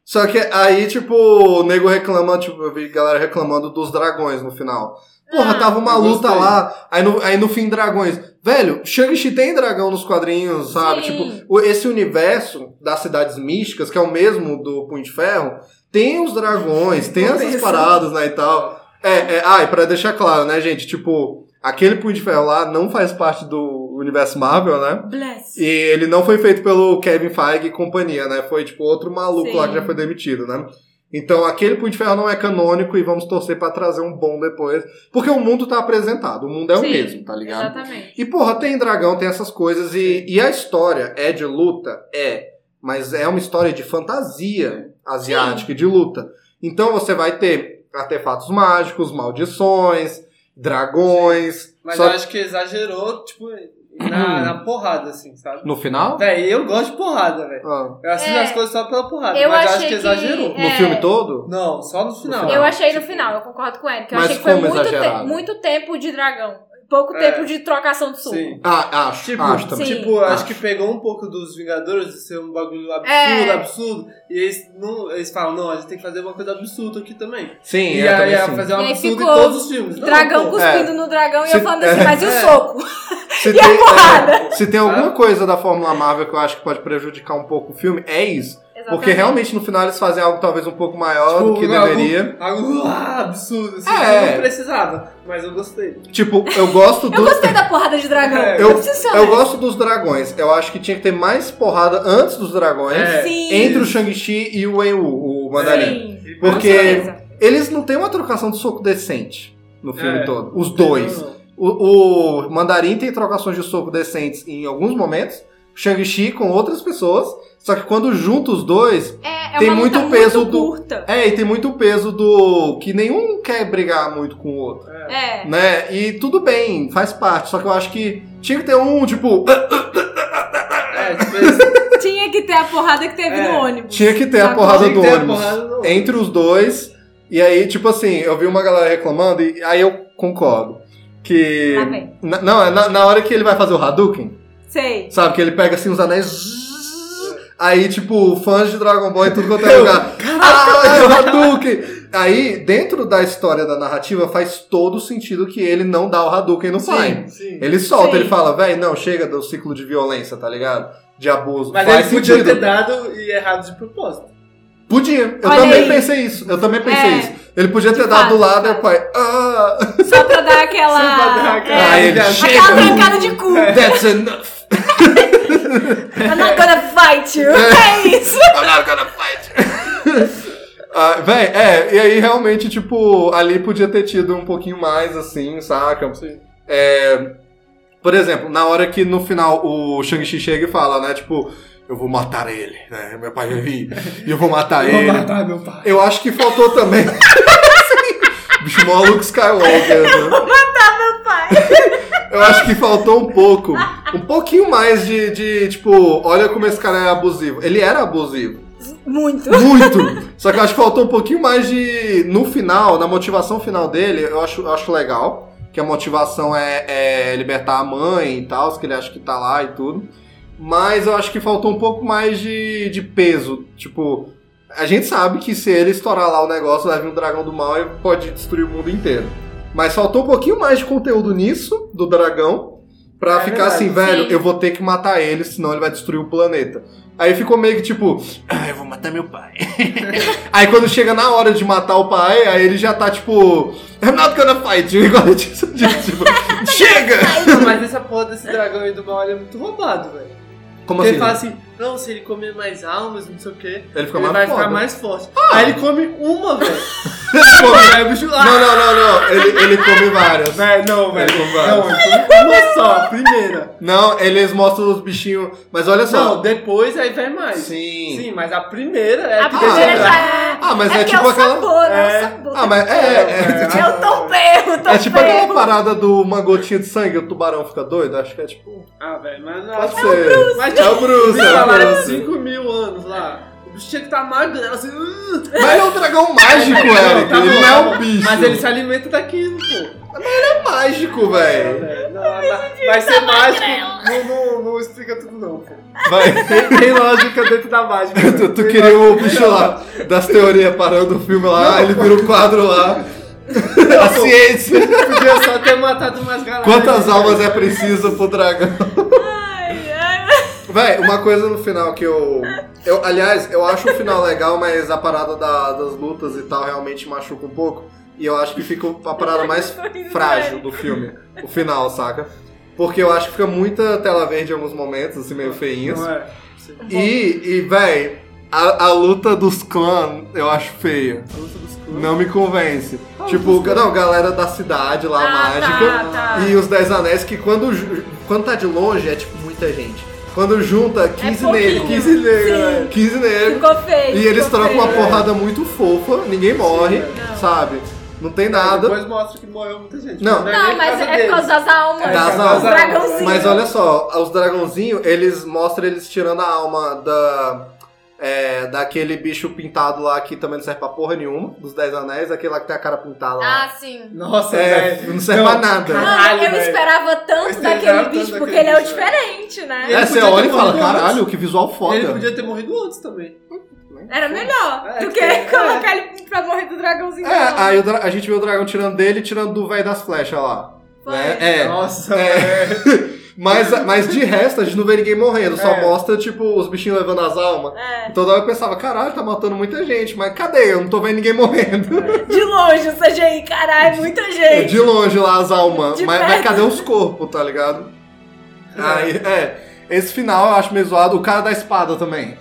Só que aí, tipo, o nego reclama, tipo, eu vi galera reclamando dos dragões no final. Porra, Ah. tava uma Eu luta gostei. lá, aí no, aí no fim dragões. Velho, Shang-Chi tem dragão nos quadrinhos, sabe? Sim. Tipo, o- esse universo das cidades místicas, que é o mesmo do Punho de Ferro, Tem os dragões, tem Não essas tem paradas, né, e tal. É, é, ah, e pra deixar claro, né, gente, tipo, aquele Punho de Ferro lá não faz parte do universo Marvel, né? Bless. E ele não foi feito pelo Kevin Feige e companhia, né? Foi, tipo, outro maluco Sim. lá que já foi demitido, né? Então, aquele Punho de Ferro não é canônico e vamos torcer pra trazer um bom depois. Porque o mundo tá apresentado, o mundo é o Sim, mesmo, tá ligado? Exatamente. E, porra, tem dragão, tem essas coisas. E, e a história é de luta? É. Mas é uma história de fantasia asiática e de luta. Então você vai ter artefatos mágicos, maldições, dragões. Mas Só eu acho que exagerou, tipo, na, na porrada, assim, sabe? no final? Véi, eu gosto de porrada, velho. Ah, Eu assisto É. as coisas só pela porrada, Eu mas eu acho achei que que- exagerou. no É. filme todo? Não, só no final. Eu achei no final, eu concordo com o Eric. Eu Mas achei que foi como muito, te- exagerado. muito tempo de dragão. Pouco É. tempo de trocação de soco. Sim. Ah, acho, Tipo, acho também. Sim. tipo acho Acho. que pegou um pouco dos Vingadores de ser um bagulho absurdo, É. absurdo. E eles, não, eles falam, não, a gente tem que fazer uma coisa absurda aqui também. Sim, E, é, aí também ia sim. fazer um E aí absurdo em ficou todos os filmes. Não, Dragão pô. cuspindo no dragão e é. Se- eu falando assim, mas e o É. soco? Se a tem, porrada? é, se tem alguma coisa da Fórmula Marvel que eu acho que pode prejudicar um pouco o filme, é isso. Porque realmente no final eles fazem algo talvez um pouco maior Tipo, do que algo- deveria. Algo ah, absurdo, assim, É. que não precisava. Mas eu gostei. Tipo, eu gosto Eu dos. gostei da porrada de dragão. É. Eu, Eu- preciso ser Eu honesta. gosto dos dragões. Eu acho que tinha que ter mais porrada antes dos dragões. É. Sim. Entre o Shang-Chi e o Wen-Wu, o Mandarim. Sim. Porque- Com certeza. Eles não têm uma trocação de soco decente no filme É. todo. Os dois. O, o Mandarim tem trocações de soco decentes em alguns momentos. Shang-Chi com outras pessoas. Só que quando junta os dois. É, é Tem uma muito luta peso muito do- curta. É, e tem muito peso do. que nenhum quer brigar muito com o outro. É. né? E tudo bem, faz parte. Só que eu acho que tinha que ter um, tipo, É, tipo, eles- Tinha que ter a porrada que teve É. no ônibus. tinha que ter a Tá porrada tinha que do ter a ônibus. porrada do ônibus. Entre os dois. E aí, tipo assim, eu vi uma galera reclamando, e aí eu concordo. Que. Lá vem. Na- não, é na, na hora que ele vai fazer o Hadouken, Sei. sabe? Que ele pega assim os anéis. Aí, tipo, fãs de Dragon Ball e tudo quanto é lugar. Caralho, o Hadouken! Aí, dentro da história da narrativa, faz todo sentido que ele não dá o Hadouken no pai. sim, sim. Ele solta, Sim. ele fala, véi, não, chega do ciclo de violência, tá ligado? De abuso. Mas Faz ele podia sentido. né? ter dado e errado de propósito. Podia. Eu Olha também aí. pensei isso. Eu também pensei É. isso. Ele podia ter De dado do fato, lado de e o pai. Ah, Só pra dar aquela. Só pra dar aquela- é, Aí ele Aquela aquela chega. É. trancada de cu. That's enough. I'm not gonna fight you. É isso. I'm not gonna fight. Ah, véi, é, e aí realmente, tipo, ali podia ter tido um pouquinho mais, assim, saca? É, por exemplo, na hora que no final o Shang-Chi chega e fala, né, tipo, eu vou matar ele, né, meu pai vai vir, e eu vou matar Eu ele. tá. vou matar meu pai. Eu acho que faltou também. Bicho, mó Luke Skywalker. Né? Vou matar meu pai. Eu acho que faltou um pouco. Um pouquinho mais de, de, tipo, olha como esse cara é abusivo. Ele era abusivo. Muito. Muito! Só que eu acho que faltou um pouquinho mais de. No final, na motivação final dele, eu acho, eu acho legal. Que a motivação é, é libertar a mãe e tal, que ele acha que tá lá e tudo. Mas eu acho que faltou um pouco mais de, de peso. Tipo, a gente sabe que se ele estourar lá o negócio, vai vir um dragão do mal e pode destruir o mundo inteiro. Mas faltou um pouquinho mais de conteúdo nisso, do dragão, pra É ficar verdade. assim, velho, Sim. eu vou ter que matar ele, senão ele vai destruir o planeta. Aí ficou meio que tipo, ah, eu vou matar meu pai. aí quando chega na hora de matar o pai, aí ele já tá tipo, I'm not gonna fight you, igual a gente disse, tipo, chega! Não, mas essa porra desse dragão aí do mal ele é muito roubado, velho. Como assim? Porque ele fala assim, não, se ele comer mais almas, não sei o quê, Ele fica ele mais vai foda. ficar mais forte. Aí ele come uma, velho. Ele come- Aí o bicho lá. Não, não, não, não, ele, ele come várias. Velho, não, Ele velho. come Não, várias. ele come uma só, a primeira. Não, eles mostram os bichinhos, mas olha só. Não, depois aí vai mais. Sim. Sim, mas a primeira é A que primeira deixa- já é. Ah, mas é porque tipo o aquela- sabor, é É. o sabor. Ah, mas é, é, é, É, Eu tô perro, tô É tipo perro. aquela parada do uma gotinha de sangue, o tubarão fica doido? Acho que é tipo. Ah, velho, mas não. Pode ser. Mas É o Bruce, Bruce, é o falaram Bruce. 5 mil anos lá. O bicho tinha que estar magro, né? assim. "Uh". Mas ele é um dragão mágico, Eric. tá ele bom, não tá é bom. um bicho. Mas ele se alimenta daquilo, pô. é mágico, É, velho. velho, não, tá vai- vai ser mágico. né? Não, não, não explica tudo, não, pô. Vai. Tem, tem lógica dentro da mágica. né? Tu, tu Tem queria o bicho lá das teorias parando o filme lá, ele vira o quadro lá. A ciência. lógica. Podia só ter matado umas né? galas. Quantas almas é preciso pro dragão? Ai, ai. Véi, uma coisa no final que eu. Eu, aliás, eu acho o final legal, mas a parada da- das lutas e tal realmente machuca um pouco. E eu acho que fica a parada mais é frágil do filme. O final, saca? Porque eu acho que fica muita tela verde em alguns momentos, assim, meio feinhos. Não é? Sim. E, e véi, a, a luta dos clãs eu acho feia. A luta dos clãs. Não me convence. Qual tipo, dos clãs? não, galera da cidade lá, Ah, mágica. tá, tá. E os Dez Anéis, que quando, ju- quando tá de longe é tipo muita gente. Quando junta 15 É pouquinho. negros, 15 negros, Sim. é, 15 negros. Ficou feio. E eles ficou trocam uma feio. porrada muito fofa, ninguém morre, Não. sabe? Não tem Mas é nada. Depois mostra que morreu muita gente. Não. é nem Não, por mas causa é por causa deles. das almas. É, das Os almas. Dragãozinho. Tá, Mas olha só, os dragãozinhos, eles mostram eles tirando a alma da. é, daquele bicho pintado lá que também não serve pra porra nenhuma, dos Dez Anéis, aquele lá que tem a cara pintada lá. Ah, sim. Nossa, É, velho. não serve pra nada. Mano, Caralho, eu velho. esperava Eu tanto esperava daquele tanto bicho, porque daquele ele é o bicho, diferente, né? ele é, você podia ter olha e fala, morrido antes. caralho, que visual foda. Ele podia ter morrido antes também. Era melhor É, do que é. colocar ele pra morrer do dragãozinho. É, aí o dra- a gente viu o dragão tirando dele e tirando do velho das flechas lá. Foi. Né? É. Nossa, É. velho. Mas, mas de resto, a gente não vê ninguém morrendo, só É. mostra, tipo, os bichinhos levando as almas. É. Toda hora eu pensava, caralho, tá matando muita gente, mas cadê? Eu não tô vendo ninguém morrendo. De longe, o CGI, caralho, muita gente. De longe lá as almas, De mas, mas perto. cadê os corpos, tá ligado? Aí, é. Esse final eu acho meio zoado. O cara da espada também.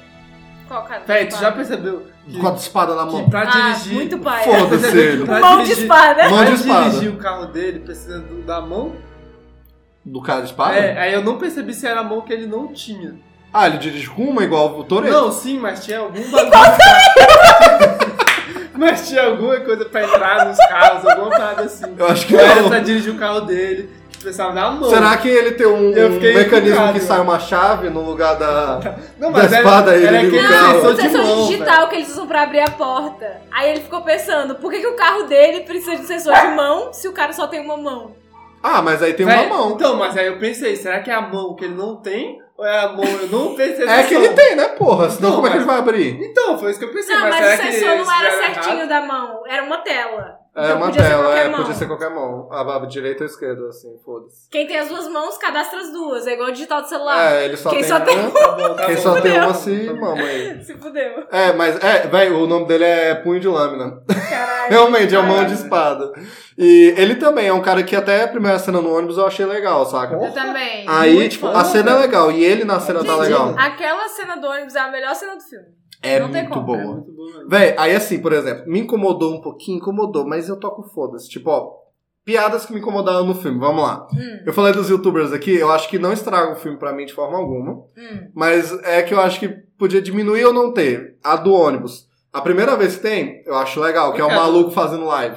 Qual cara? Véi, tu já percebeu que, Com a espada na mão. que pra Ah, dirigir... muito pai. Foda. Você percebeu Tá Foda-se. que pra Mão de dirigir- espada. Mão de pra espada. dirigir o carro dele, precisa do- da mão. Do cara da espada? É, aí eu não percebi se era a mão que ele não tinha. Ah, ele dirige com uma igual o Toreto? Não, sim, mas tinha algum bagulho. mas tinha alguma coisa pra entrar nos carros, alguma parada assim. Eu acho que Ou era não. pra dirigir o carro dele, que precisava da mão. Será que ele tem um, Eu um fiquei mecanismo encucado, que né? sai uma chave no lugar da. Não, da espada ele liga o aquele carro? Não, sensor o de sensor mão, digital que eles usam pra abrir a porta. Aí ele ficou pensando, por que, que o carro dele precisa de sensor de mão se o cara só tem uma mão? Ah, mas aí tem uma Véi, mão. Então, mas aí eu pensei, será que é a mão que ele não tem? Ou é a mão? Eu não pensei É nessa que ele mão. tem, né, porra? Senão Não, como é que mas- ele vai abrir? Então, foi isso que eu pensei. Não, mas, mas, o será que sensor não eles era fizeram certinho errado? da mão, era uma tela. É Então uma podia ser tela, qualquer é, mão. podia ser qualquer mão. A barba direita ou esquerda, assim, foda-se. Quem tem as duas mãos, cadastra as duas. É igual o digital do celular. É, ele só Quem tem só tem uma. Tá bom, tá Quem bom. só tem Fudeu. uma se mama aí. Se fudeu. É, mas é, velho, o nome dele é Punho de Lâmina. Caralho. Realmente, é mão de espada. E ele também é um cara que até a primeira cena no ônibus eu achei legal, saca? Eu também. Aí, Muito tipo, bom, a cena é cara. legal e ele na cena tá Gente, legal. Aquela cena do ônibus é a melhor cena do filme. É Ah, não tem muito como. né? É boa. muito bom, velho. Véi, aí assim, por exemplo, me incomodou um pouquinho, incomodou, mas eu toco foda-se. Tipo, ó, piadas que me incomodaram no filme, vamos lá. Hum. Eu falei dos youtubers aqui, eu acho que não estraga o filme pra mim de forma alguma, Hum. mas é que eu acho que podia diminuir ou não ter. A do ônibus. A primeira vez que tem, eu acho legal, que é o Obrigado. maluco fazendo live.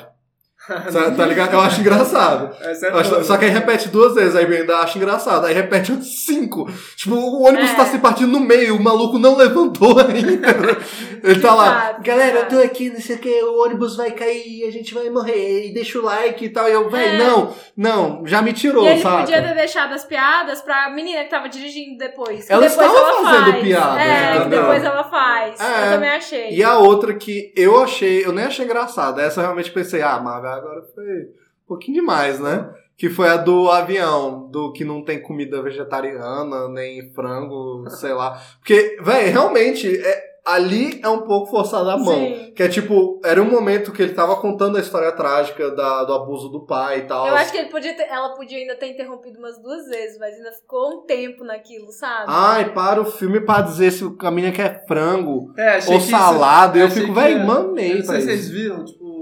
Sa- tá ligado? Eu acho engraçado. Essa é Eu acho- boa. só que aí repete duas vezes, aí eu ainda acho engraçado. Aí repete uns cinco. Tipo, o ônibus É. tá se partindo no meio, o maluco não levantou ainda. Ele tá lá, Exato, galera, eu exato. tô aqui, não sei o que, o ônibus vai cair, a gente vai morrer, e deixa o like e tal. E eu, véi, É. não, não, já me tirou, E ele saca? podia ter deixado as piadas pra menina que tava dirigindo depois. que Ela depois estava ela fazendo faz. piadas, É, que entendeu? depois ela faz. É. Eu também achei. E a outra que eu achei, eu nem achei engraçada, essa eu realmente pensei, ah, Marvel, agora foi um pouquinho demais, né? Que foi a do avião, do que não tem comida vegetariana, nem frango, sei lá. Porque, véi, realmente, é- ali é um pouco forçada a mão. Sim. Que é tipo, era um momento que ele tava contando a história trágica da- do abuso do pai e tal. Eu acho que ele podia ter- ela podia ainda ter interrompido umas duas vezes, mas ainda ficou um tempo naquilo, sabe? Assim, Ai, para o filme pra dizer se a menina quer frango É, achei ou que isso- é, salada. eu achei fico, que véi, ia- Eu mamei não sei pra se isso. vocês viram, tipo,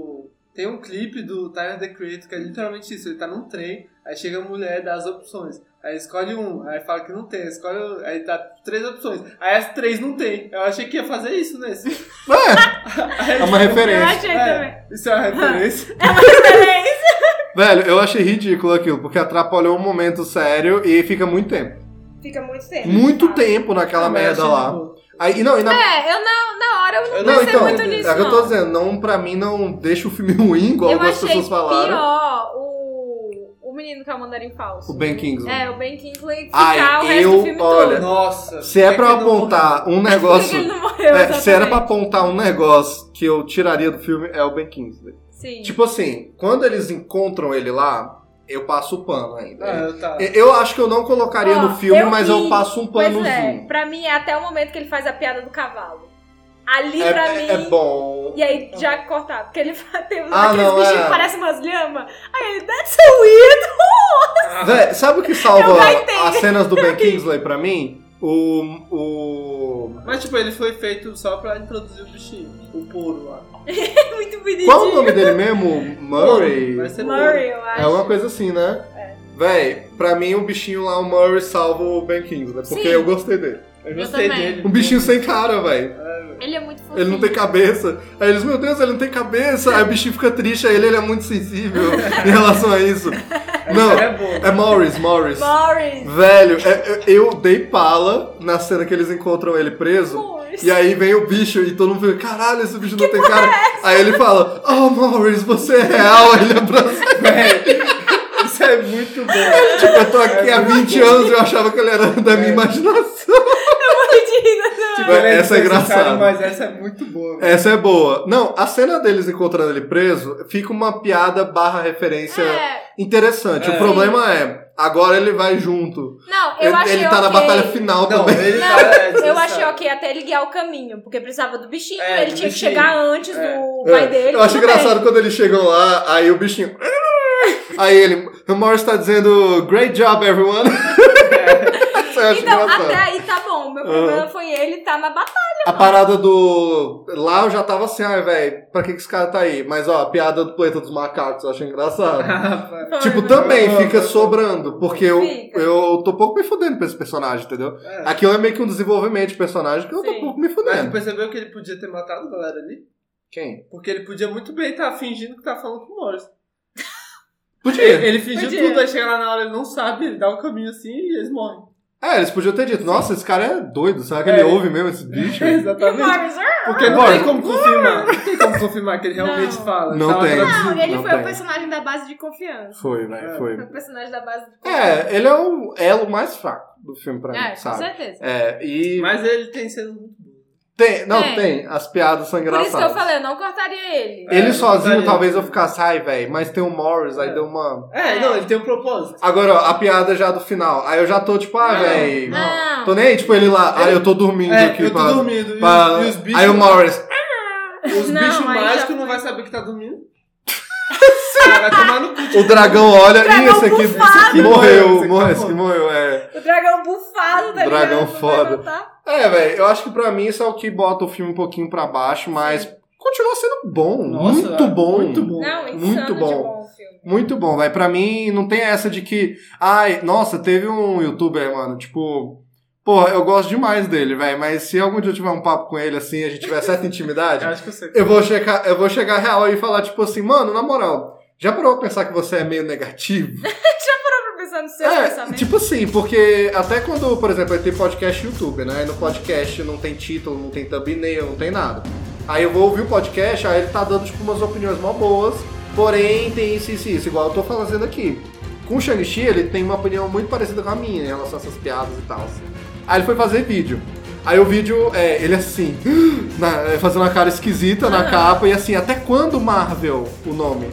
tem um clipe do Tyler The Creator que é literalmente isso, ele tá num trem, aí chega a mulher dá as opções. Aí escolhe um, aí fala que não tem, escolhe. o- Aí tá três opções. Aí as três não tem. Eu achei que ia fazer isso nesse. É, Aí, é uma Eu referência. achei também. é, isso é uma referência. Parabéns. Velho, eu achei ridículo aquilo, porque atrapalhou um momento sério e fica muito tempo. Fica muito tempo. Muito sabe? tempo naquela Mas eu merda achei lá. bom. Aí, e não, e na... É, eu na, na hora eu não, Eu não não, pensei então, muito é nisso. o que eu tô não. dizendo, não, pra mim não deixa o filme ruim, igual eu algumas achei pessoas falaram. pior o, o menino que é o mandarim falso. O Ben Kingsley. É, o Ben Kingsley ficar Ai, o resto eu- do filme olha, todo. Nossa. Se é por que pra que não- apontar um Por que que negócio. É ele não morreu? é, se era pra exatamente? apontar um negócio que eu tiraria do filme, é o Ben Kingsley. Sim. Tipo assim, quando eles encontram ele lá, eu passo o pano ainda. Ah, eu tá. Eu- Eu acho que eu não colocaria Ó, no filme, Ah, eu mas ri. eu passo um panozinho. Pois é, pra mim é até o momento que ele faz a piada do cavalo. Ali É- pra é- mim. é bom. E aí já cortar, porque ele faz- tem uns Ah, aqueles não, bichinhos é. que parecem umas lhamas. Aí ele, that's so weird! Véi, sabe o que Eu salva gaitei. as cenas do Ben Kingsley pra mim? O. o... Mas tipo, ele foi feito só pra introduzir o bichinho, o puro lá. É muito bonitinho. Qual o nome dele mesmo? Murray? Vai ser Murray, eu É acho. É. alguma coisa assim, né? Véi, pra mim o bichinho lá, o Murray, salva o Ben Kingsley, porque Sim. eu gostei dele. puro. Eu gostei também. dele. Um bichinho sem cara, véi. Ele é muito fofinho. Ele não tem cabeça. Aí eles, meu Deus, ele não tem cabeça. Aí o bichinho fica triste, aí ele, ele é muito sensível em relação a isso. Não, É bom. é Morris, Morris. Morris. Velho, é- é- eu dei pala na cena que eles encontram ele preso. Morris. E aí vem o bicho e todo mundo fica, caralho, esse bicho não tem cara. é Aí ele fala, oh Morris, você é real, ele é brasileiro. Isso é muito bom. tipo, eu tô aqui há 20 anos e eu achava que ele era da É. minha imaginação. Tadinho, não. Tipo, Essa é desnecessário, engraçada. Mas essa é muito boa. velho. Essa é boa. Não, a cena deles encontrando ele preso fica uma piada barra referência É. interessante. O problema é, agora ele vai junto. Não, eu Ele, achei ele tá na ok. batalha final Não, também. ele Não, tá- é eu desnecessário. achei ok até ele guiar o caminho, porque precisava do bichinho, É, ele do tinha que bichinho. chegar antes É. do pai É, dele. Eu acho tudo bem. engraçado quando eles chegam lá, aí o bichinho. Aí ele. O Morris tá dizendo Great job, everyone. Isso eu acho Então, engraçado. até aí tá bom. Meu problema foi ele tá na batalha. A parada do. Lá eu já tava assim, ai, velho, pra que, que esse cara tá aí? Mas ó, a piada do planeta dos macacos, eu acho Ah, engraçado. tipo, também fica sobrando, porque eu, Fica. eu tô pouco me fudendo pra esse personagem, entendeu? É. Aqui é meio que um desenvolvimento de personagem que eu tô Sim. pouco me Mas tu fudendo. percebeu que ele podia ter matado a galera ali? Quem? Porque ele podia muito bem estar fingindo que tá falando com o Morris. Podia. Ele, ele fingiu Podia. tudo, aí chega lá na hora, ele não sabe, ele dá o caminho assim e eles morrem. É, eles podiam ter dito, nossa, esse cara é doido, será que ele É. ouve mesmo esse bicho? E Exatamente. Morris, ah! Porque não Morris. tem como confirmar. Não tem como confirmar que ele realmente Não. fala. Não Tava tem. traduzindo. Não, ele Não foi tem. o personagem da base de confiança. Foi, velho, É. Foi foi. o personagem da base de confiança. É, ele é o elo mais fraco do filme pra mim, É, com sabe? certeza. É, e. Mas ele tem sido muito bom. Tem, não, Tem. tem. As piadas são Por engraçadas. isso que eu falei, eu não cortaria ele. Ele É, sozinho, verdade. talvez eu ficasse, ai, velho, mas tem o Morris, aí deu uma. É, É. não, ele tem um propósito. Agora, ó, a piada já do final. Aí eu já tô tipo, ah, Não, velho. não. Tô nem aí, tipo, ele lá, ah, eu tô dormindo É, aqui eu pra. tô dormindo. E, pra- os, e os bichos, Aí o Morris. os Não, bichos aí já mágicos não foi. vai saber que tá dormindo. Ela vai tomar no cu. O dragão olha, Dragão e esse aqui, esse aqui bufado. morreu, Esse aqui morreu, tá esse aqui morreu, é. O dragão bufado, tá Dragão ligado? Não vai foda. voltar. É, velho, eu acho que pra mim isso é o que bota o filme um pouquinho pra baixo, mas continua sendo bom. Nossa, é muito bom. muito bom. Não, insano Muito de bom. bom o filme. Muito bom, velho. Pra mim, não tem essa de que. Ai, nossa, teve um youtuber, mano, tipo. Porra, eu gosto demais dele, velho. Mas se algum dia eu tiver um papo com ele assim, a gente tiver certa Eu intimidade, acho que eu sei. eu vou checar, eu vou chegar real e falar, tipo assim, mano, na moral, já parou pra pensar que você é meio negativo? Pra pensar nos seus É, pensamentos. tipo assim, porque até quando, por exemplo, aí tem podcast YouTube, né? E no podcast não tem título, não tem thumbnail, não tem nada. Aí eu vou ouvir o podcast, aí ele tá dando, tipo, umas opiniões mó boas, porém tem isso, isso, isso, igual eu tô fazendo aqui. Com o Shang-Chi, ele tem uma opinião muito parecida com a minha em relação a essas piadas e tal. Aí ele foi fazer vídeo. Aí o vídeo, é, ele assim, na- fazendo uma cara esquisita na capa, e assim, até quando Marvel o nome?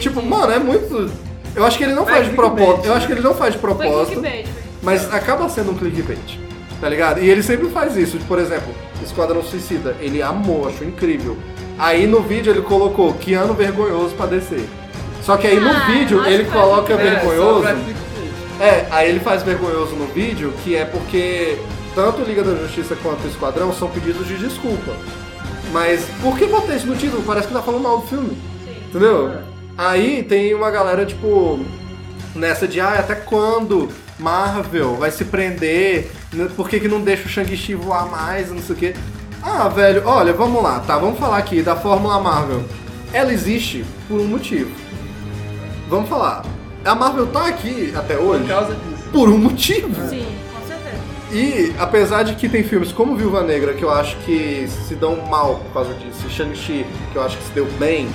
Tipo, mano, é muito. Eu acho que ele não É faz de clickbait, propósito. Eu né? acho que ele não faz de Foi propósito, clickbait. foi. mas acaba sendo um clickbait. Tá ligado? E ele sempre faz isso. Por exemplo, Esquadrão Suicida. Ele amou, acho incrível. Aí no vídeo ele colocou que ano vergonhoso pra descer. Só que aí no Ah, vídeo nossa, ele foi assim. coloca É, vergonhoso. só pra clickbait. É, aí ele faz vergonhoso no vídeo, que é porque tanto Liga da Justiça quanto o Esquadrão são pedidos de desculpa. Mas por que botar isso no título? Parece que tá falando mal do filme. Sim. Entendeu? É. Aí tem uma galera, tipo, nessa de, ah, até quando Marvel vai se prender? Né, Por que, que não deixa o Shang-Chi voar mais? Não sei o quê. Ah, velho, olha, vamos lá, tá? Vamos falar aqui da Fórmula Marvel. Ela existe por um motivo. Vamos falar. A Marvel tá aqui até Por hoje causa disso. por um motivo. Sim, com certeza. E apesar de que tem filmes como Viúva Negra que eu acho que se dão mal por causa disso, e Shang-Chi que eu acho que se deu bem,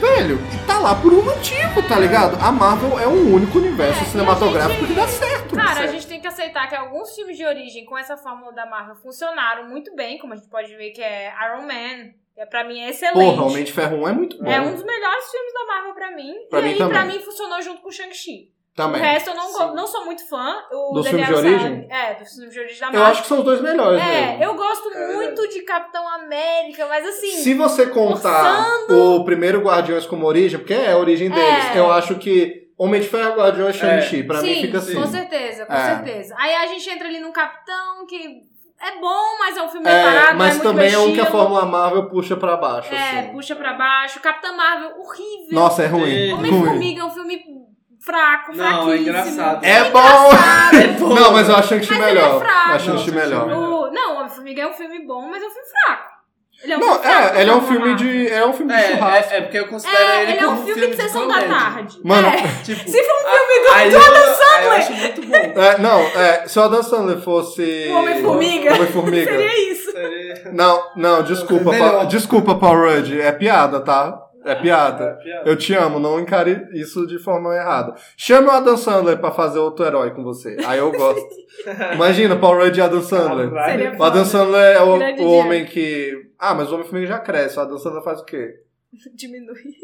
velho, e tá lá por um motivo, tá ligado? A Marvel é o único universo É, cinematográfico e a gente- que dá certo. Cara, a gente tem que aceitar que alguns filmes de origem com essa fórmula da Marvel funcionaram muito bem, como a gente pode ver que é Iron Man, É, pra mim é excelente. Porra, Homem de Ferro 1 é muito bom. É um dos melhores filmes da Marvel pra mim. Pra e mim aí, também. pra mim, funcionou junto com o Shang-Chi. O Também. resto eu não, Sim. go- não sou muito fã. O Dos Daniel filmes de San- origem? É, dos filmes de origem da Eu Marvel. acho que são os dois melhores mesmo. é, eu gosto É muito de Capitão América, mas assim. Se você contar o primeiro Guardiões como origem, porque é a origem deles, É. eu acho que Homem de Ferro, Guardiões e Shang-Chi, pra sim, mim fica assim. com certeza, com É. certeza. Aí a gente entra ali num Capitão que é bom, mas é um filme É, parado, mas é muito também é um que mexido. a Fórmula Marvel puxa pra baixo, É, assim. puxa pra baixo. Capitão Marvel, horrível. Nossa, é ruim. Sim. ruim. Homem-Formiga é um filme fraco, Não, é fraquíssimo. engraçado. É bom! É bom. Não, mas eu acho Shang-Chi Mas ele é melhor. fraco. Eu acho Shang-Chi Não, melhor. Shang-Chi O- não, Homem-Formiga é um filme bom, mas é um filme fraco. Ele é um Não, filme fraco, é, ele é um Capitão filme Marvel. de. É um filme de É, churrasco. é, é porque eu considero É, ele, ele é como um filme de sessão da comédia. tarde. Mano, É. Tipo, Se for um filme do aí eu- aí eu Sandler. acho muito bom. É, não, é, se o Adam Sandler fosse. O Homem-Formiga. Homem-Formiga. Seria isso. Seria- Não, não, desculpa, Melhor. Paul- desculpa, Paul Rudd. É piada, tá? É piada. É piada. Eu te amo, não encare isso de forma errada. Chama o Adam Sandler pra fazer outro herói com você. Aí eu gosto. Imagina, Paul Rudd e Adam Sandler. Caralho. Seria O Adam Sandler é Grande o, o dia. homem que. Ah, mas o Homem-Formiga já cresce. O Adam Sandler faz o quê? Diminui.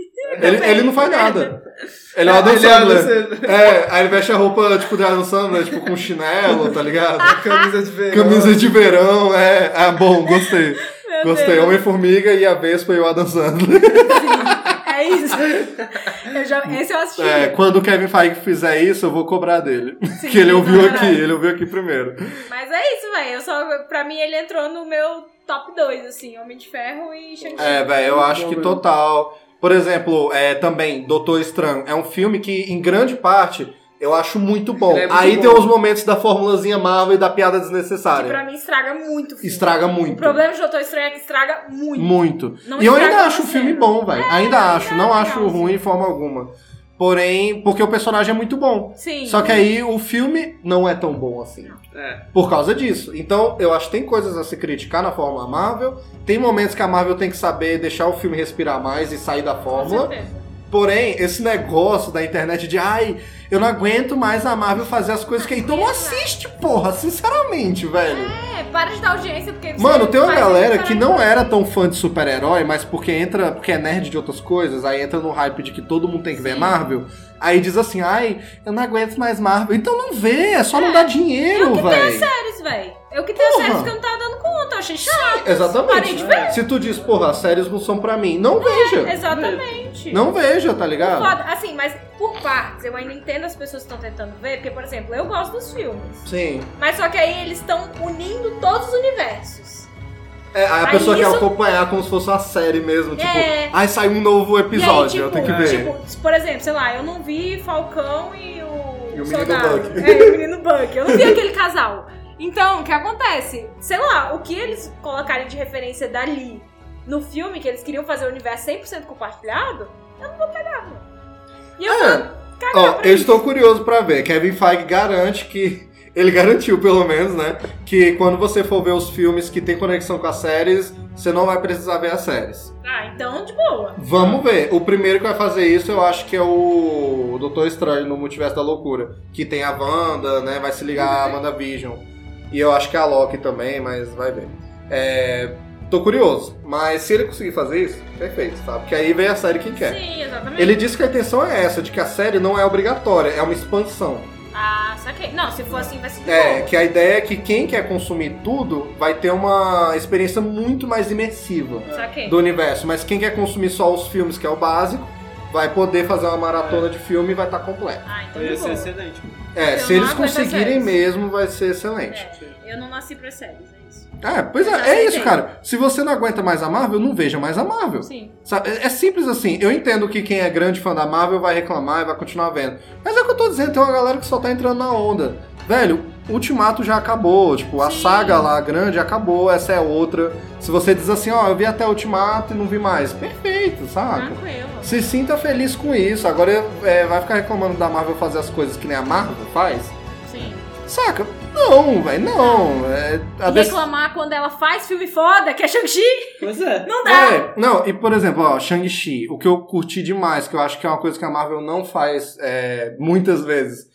Ele, ele não faz nada. Ele é o Adam Ele é o Adam Sandler. É, aí ele veste a roupa, tipo, do Adam Sandler, tipo, com chinelo, tá ligado? Camisa de verão. Camisa de verão, é. Ah, bom, gostei. gostei. Deus. Homem-Formiga e a Vespa e o Adam Sandler. É isso. Eu já, esse eu assisti. É, quando o Kevin Feige fizer isso, eu vou cobrar dele. Sim, que ele ouviu caralho. aqui, ele ouviu aqui primeiro. Mas é isso, velho. Eu só- Pra mim, ele entrou no meu top 2, assim. Homem de Ferro e Shang-Chi. É, velho, eu acho que total. Por exemplo, é, também, Doutor Estranho. É um filme que, em grande parte, eu acho muito bom. Ele é muito Aí bom. tem os momentos da formulazinha Marvel e da piada que desnecessária. pra mim estraga muito o filme. Estraga muito. O problema de Doutor Estranho é que estraga muito. Muito. Não E eu estraga É, ainda acho o você. filme bom, velho. ainda acho. Não legal, acho sim. ruim de forma alguma. Porém, porque o personagem é muito bom. Sim. Só que aí o filme não é tão bom assim. É. Por causa disso. Então, eu acho que tem coisas a se criticar na fórmula Marvel. Tem momentos que a Marvel tem que saber deixar o filme respirar mais e sair da Com fórmula. certeza. Porém, esse negócio da internet de ai, eu não aguento mais a Marvel fazer as coisas que. Então não assiste, porra, sinceramente, velho. É, para de dar audiência, porque... você Mano, tem uma faz isso, galera caralho. que não é era tão fã de super-herói, mas porque entra, porque é nerd de outras coisas, aí entra no hype de que todo mundo tem que ver Sim. Marvel, aí diz assim, ai, eu não aguento mais Marvel. Então não vê, é só não É. dar Eu dinheiro, que tenho velho. séries, velho. Eu que tenho Porra. séries que eu não tava dando conta. Eu achei chato. Parei de Exatamente. É. ver. Se tu diz, porra, as séries não são pra mim, não é, veja. Exatamente. Não veja, tá ligado? assim. Foda. Assim, mas por partes, eu ainda entendo as pessoas que estão tentando ver, porque, por exemplo, eu gosto dos filmes. Sim. Mas só que aí eles estão unindo todos os universos. É, aí a Aí pessoa quer isso- acompanhar como se fosse uma série mesmo, tipo, É. ai, sai um novo E aí, episódio, tipo, eu tenho que ver. tipo, por exemplo, sei lá, eu não vi Falcão e o. E o menino Soldado. Buck. É, e o menino Buck. Eu não vi aquele casal. Então, o que acontece? Sei lá, o que eles colocarem de referência dali no filme, que eles queriam fazer o universo 100% compartilhado, eu não vou pegar, mano. E eu É. vou cagar Ó, pra eu isso. estou curioso pra ver. Kevin Feige garante que. Ele garantiu, pelo menos, né? Que quando você for ver os filmes que tem conexão com as séries, você não vai precisar ver as séries. Ah, então, de boa. Vamos ver. O primeiro que vai fazer isso, eu acho que é o Doutor Estranho no Multiverso da Loucura. Que tem a Wanda, né? Vai se ligar a WandaVision. E eu acho que a Loki também, mas vai ver. É. Tô curioso. Mas se ele conseguir fazer isso, perfeito, sabe? Porque aí vem a série que é? quer. Sim, exatamente. Ele disse que a intenção é essa, de que a série não é obrigatória, é uma expansão. Ah, saquei. Não, se for assim, vai ser de É, boa. que a ideia é que quem quer consumir tudo vai ter uma experiência muito mais imersiva Saquei. do universo, mas quem quer consumir só os filmes, que é o básico, vai poder fazer uma maratona de filme e vai estar completo. Ah, então de Ia ser boa. excelente. É, Eu se Então, não eles aguento as conseguirem séries. mesmo, vai ser excelente. É, eu não nasci pra séries, é isso. É, pois Eu já é, é isso, aceitei. cara. Se você não aguenta mais a Marvel, não veja mais a Marvel. Sim. Sabe, É é simples assim. Eu entendo que quem é grande fã da Marvel vai reclamar e vai continuar vendo. Mas é o que eu tô dizendo, tem uma galera que só tá entrando na onda. Velho, Ultimato já acabou. Tipo, a Sim. saga lá grande acabou, essa é outra. Se você diz assim, ó, eu vi até Ultimato e não vi mais. Perfeito, saca? Tranquilo. Se sinta feliz com isso. Agora é, vai ficar reclamando da Marvel fazer as coisas que nem a Marvel faz? Sim. Saca? Não, velho, não. É, a Tá. E dec- reclamar quando ela faz filme foda, que é Shang-Chi, Pois é. não dá. É, não, e por exemplo, ó, Shang-Chi, o que eu curti demais, que eu acho que é uma coisa que a Marvel não faz é, muitas vezes,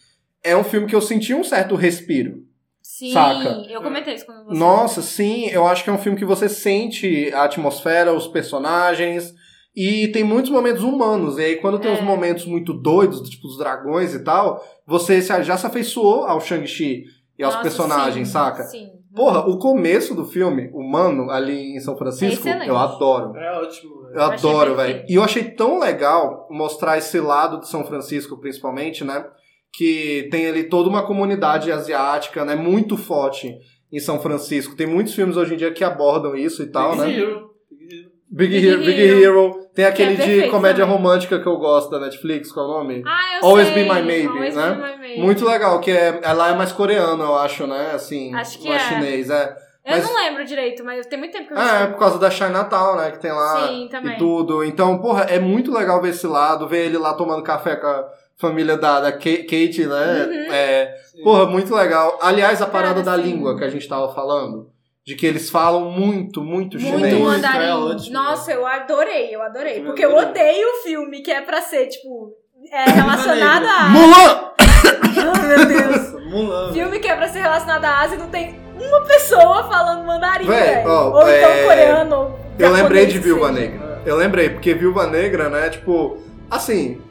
é um filme que eu senti um certo respiro. Sim, Saca. eu comentei isso com você. Nossa, sim, eu acho que é um filme que você sente a atmosfera, os personagens. E tem muitos momentos humanos. E aí, quando tem É. uns momentos muito doidos, tipo os dragões e tal, você se- já se afeiçoou ao Shang-Chi e aos Nossa, personagens, sim, saca? Sim. Porra, o começo do filme, humano, ali em São Francisco, excelente. eu adoro. É ótimo, velho. Eu Eu achei adoro, perfeito. velho. E eu achei tão legal mostrar esse lado de São Francisco, principalmente, né? Que tem ali toda uma comunidade asiática, né? Muito forte em São Francisco. Tem muitos filmes hoje em dia que abordam isso e tal, né? Big Hero. Big Hero. Big, Big Hero, Big Hero. é Hero. Tem aquele de perfeito comédia também. romântica que eu gosto da Netflix, qual é o nome? Ah, eu Always sei. Be My Maybe, Always né? Be My Maybe. Muito legal, que é, ela é mais coreana, eu acho, né? Assim, Acho que não é, é. chinês, é. Eu mas- não lembro direito, mas tem muito tempo que eu não É, é assisti. por causa da Chinatown, né? Que tem lá. Sim, também. e tudo. Então, porra, é muito legal ver esse lado, ver ele lá tomando café com a família da, da Ka- Kate, né? É, Sim. porra, muito legal. Aliás, a parada Cara, da sim. língua que a gente tava falando, de que eles falam muito, muito, Muito chinês. manda- mandarim. é né? ótimo, Nossa, eu adorei, eu adorei. Eu Porque eu adorei. odeio o filme que é pra ser, tipo, é relacionado a. Mulan! Ai, meu Deus. Nossa, Mulan. Filme que é pra ser relacionado à Ásia e não tem uma pessoa falando mandarim, Véi, velho. ó, Ou então é, coreano. ou Eu lembrei japonês, de Viúva sei. Negra. Eu lembrei, porque Viúva Negra, né, tipo, assim.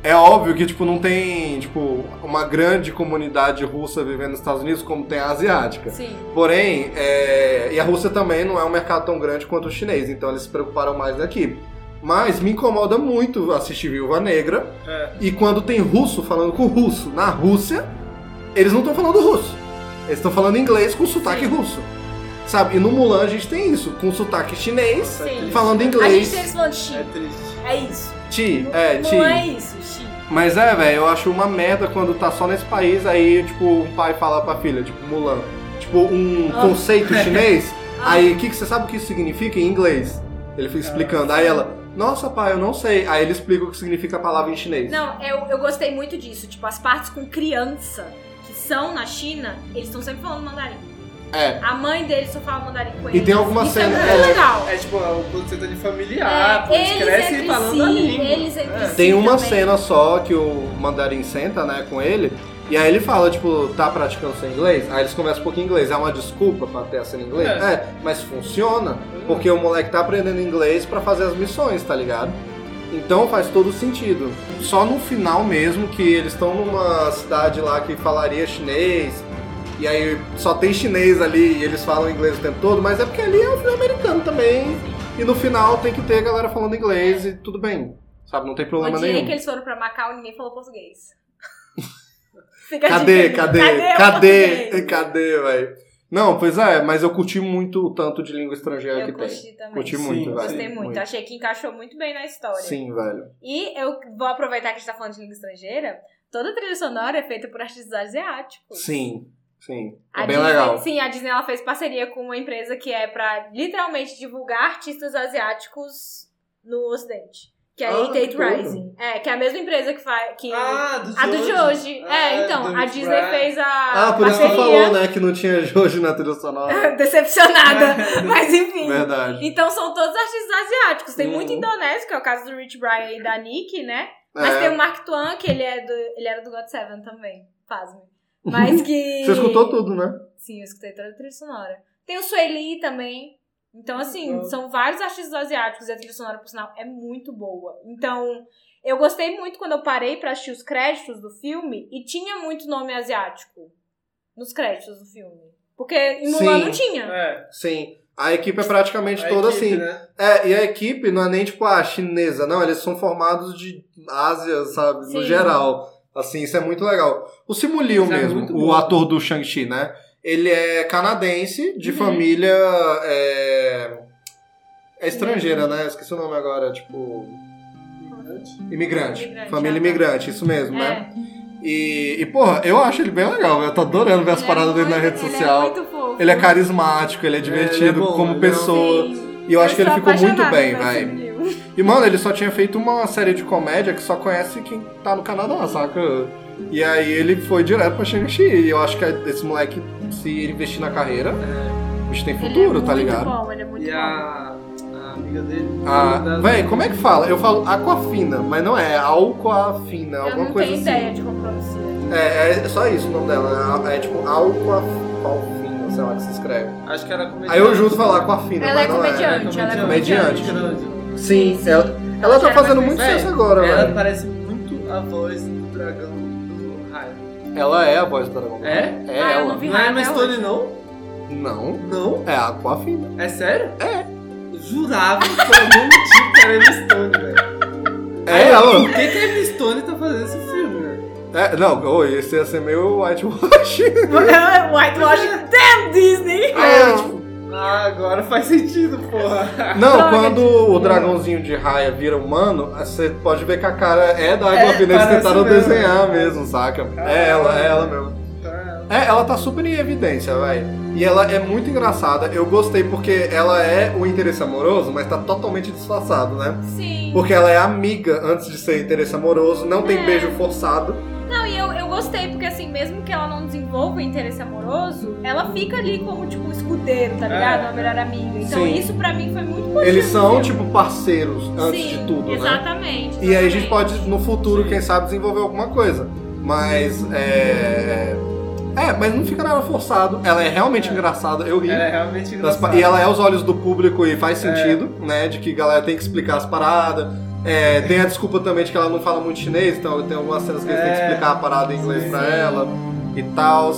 É óbvio que, tipo, não tem, tipo, uma grande comunidade russa vivendo nos Estados Unidos como tem a asiática. Sim. Porém, é, e a Rússia também não é um mercado tão grande quanto o chinês, então eles se preocuparam mais daqui. Mas me incomoda muito assistir Viúva Negra É. e quando tem russo falando com russo na Rússia, eles não estão falando russo. Eles estão falando inglês com sotaque russo. Sabe? E no Mulan a gente tem isso, com sotaque chinês, Sim. falando A gente inglês. tem eles falando chi. É triste. É isso. Ti, é, não ti. é isso, chi. Mas é, velho, eu acho uma merda quando tá só nesse país, aí, tipo, um pai fala pra filha, tipo, Mulan, tipo, um Ah. conceito chinês, Ah. aí, o que, que você sabe o que isso significa em inglês? Ele fica explicando, aí ela, nossa, pai, eu não sei. Aí ele explica o que significa a palavra em chinês. Não, é eu, eu gostei muito disso. Tipo, as partes com criança que são na China, eles estão sempre falando mandarim. É. A mãe deles só fala mandarim com E eles. tem algumas Isso é cenas- muito é. ah, legal. É tipo, é o conceito de É, familiar, pô, eles eles é crescem entre falando si, a língua. eles entre si. É. Tem uma também. cena só que o mandarim senta, né, com ele, e aí ele fala, tipo, tá praticando sem inglês? Aí eles conversam um pouquinho em inglês. É uma desculpa pra ter a cena em inglês? É. É, mas funciona, É. porque o moleque tá aprendendo inglês pra fazer as missões, tá ligado? Então faz todo sentido. Só no final mesmo que eles estão numa cidade lá que falaria chinês, e aí só tem chinês ali e eles falam inglês o tempo todo, mas é porque ali é um filme americano também. E no final tem que ter a galera falando inglês e tudo bem. Sabe, não tem O problema dia nenhum. que eles foram pra Macau, ninguém falou português. Fica a Cadê, dica aí. cadê, cadê, o cadê, português? velho? Não, pois é, mas eu curti muito o tanto de língua estrangeira que Eu tem. curti também. Curti Sim, muito, velho. Gostei muito. Achei que encaixou muito bem na história. Sim, velho. E eu vou aproveitar que a gente tá falando de língua estrangeira. Toda a trilha sonora é feita por artistas asiáticos. Sim, sim. É A bem Disney- legal. Sim, a Disney ela fez parceria com uma empresa que é pra literalmente divulgar artistas asiáticos no Ocidente. Que é Ah, a que 88 doido. Rising. É, que é a mesma empresa que faz. Que... Ah, do Ah, a do Joji. é, então, a Disney fez a Ah, por isso que parceria. tu falou, né, que não tinha Jojo na trilha sonora. Decepcionada. Mas enfim. Verdade. Então são todos artistas asiáticos. Tem muito Uhum. indonésio, que é o caso do Rich Brian e da Nick, né? Mas É. tem o Mark Twain, que ele, é do, ele era do God Seven também. Pasme. um- Mas que. Você escutou tudo, né? Sim, eu escutei toda a trilha sonora. Tem o Sueli também. Então, assim, Legal. são vários artistas asiáticos e a trilha sonora, por sinal, é muito boa. Então, eu gostei muito quando eu parei pra assistir os créditos do filme e tinha muito nome asiático nos créditos do filme. Porque em Mulan Sim. não tinha. É, Sim. A equipe é praticamente a toda equipe, assim. Né? É, e a equipe não é nem tipo a chinesa, não, eles são formados de Ásia, sabe, no Sim. geral. Assim, isso é muito legal. O Simu Liu Isso é mesmo, muito o bom. ator do Shang-Chi, né? Ele é canadense, de Uhum. família. É, é estrangeira, né? Esqueci o nome agora, tipo. Imigrante. Imigrante, família ah, tá. imigrante, isso mesmo, né? É, E, e, porra, eu acho ele bem legal, eu tô adorando ver as ele é paradas dele na muito- rede social. Ele é, muito fofo. Ele é carismático, ele é divertido bom, como ele é um- pessoa. Sim. E eu acho que ele sou ficou muito apaixonada bem, por esse vai. menino. E, mano, ele só tinha feito uma série de comédia que só conhece quem tá no Canadá, saca? E aí ele foi direto pra Shang-Chi. E eu acho que é esse moleque, se ele investir na carreira, o bicho tem Ele é futuro, tá muito ligado? Bom, ele é muito E a, a amiga dele. Ah, véi, como é que fala? Eu falo aquafina, mas não é alcoafina, bom. Eu alguma não coisa tenho assim. ideia de como pronuncia. É, é só isso o nome dela. É, é né? tipo alcoafina. Palfino, sei lá que se escreve. Acho que era comediante. Aí eu junto falar com a Fina, é. Ela mas é não comediante. ela é comediante. comediante. Sim, ela, ela tá Ela fazendo é muito Véi, sucesso agora, Ela velho. parece muito a voz do dragão do raio. Ela é a voz do Dragon Ball. É? É Ah, eu ela. não vi. Não é raio Emma até Stone, não? Não, Não? é a Aquafina. É sério? É. Jurava que eu não menti tipo que era Emma Stone, velho. Ah, É ela. Por que, que a Emma Stone tá fazendo esse filme, velho? É, não, ô, esse ia ser meio whitewash. Whitewash. Damn Disney. É, tipo, Ah, agora faz sentido, porra. não, Droga, tipo, é. quando gente. o dragãozinho de raia vira humano, você pode ver que a cara é da É, Aquafina. Eles parece tentaram mesmo. desenhar mesmo, saca? É ela, é ela mesmo. Então é- É, ela tá super em evidência, vai. E ela é muito engraçada. Eu gostei porque ela é o interesse amoroso, mas tá totalmente disfarçado, né? Sim. Porque ela é amiga antes de ser interesse amoroso, não tem É. beijo forçado. Não, e eu, eu gostei, porque assim, mesmo que ela não desenvolva interesse amoroso, ela fica ali como, tipo, escudeiro, tá É. ligado? Uma melhor amiga. Então Sim. isso pra mim foi muito positivo. Eles são, viu? tipo, parceiros antes Sim, de tudo, né? exatamente, E aí a gente pode, no futuro, Sim. quem sabe, desenvolver alguma coisa. Mas é. É, mas não fica nada forçado. Ela é realmente É. engraçada, eu ri. Ela é realmente Das pa- engraçada. É. E ela é aos olhos do público e faz sentido, né? De que galera tem que explicar as paradas. É, tem a desculpa também de que ela não fala muito chinês, então tem algumas cenas que eles têm que É. explicar a parada em inglês Sim. pra ela e tal.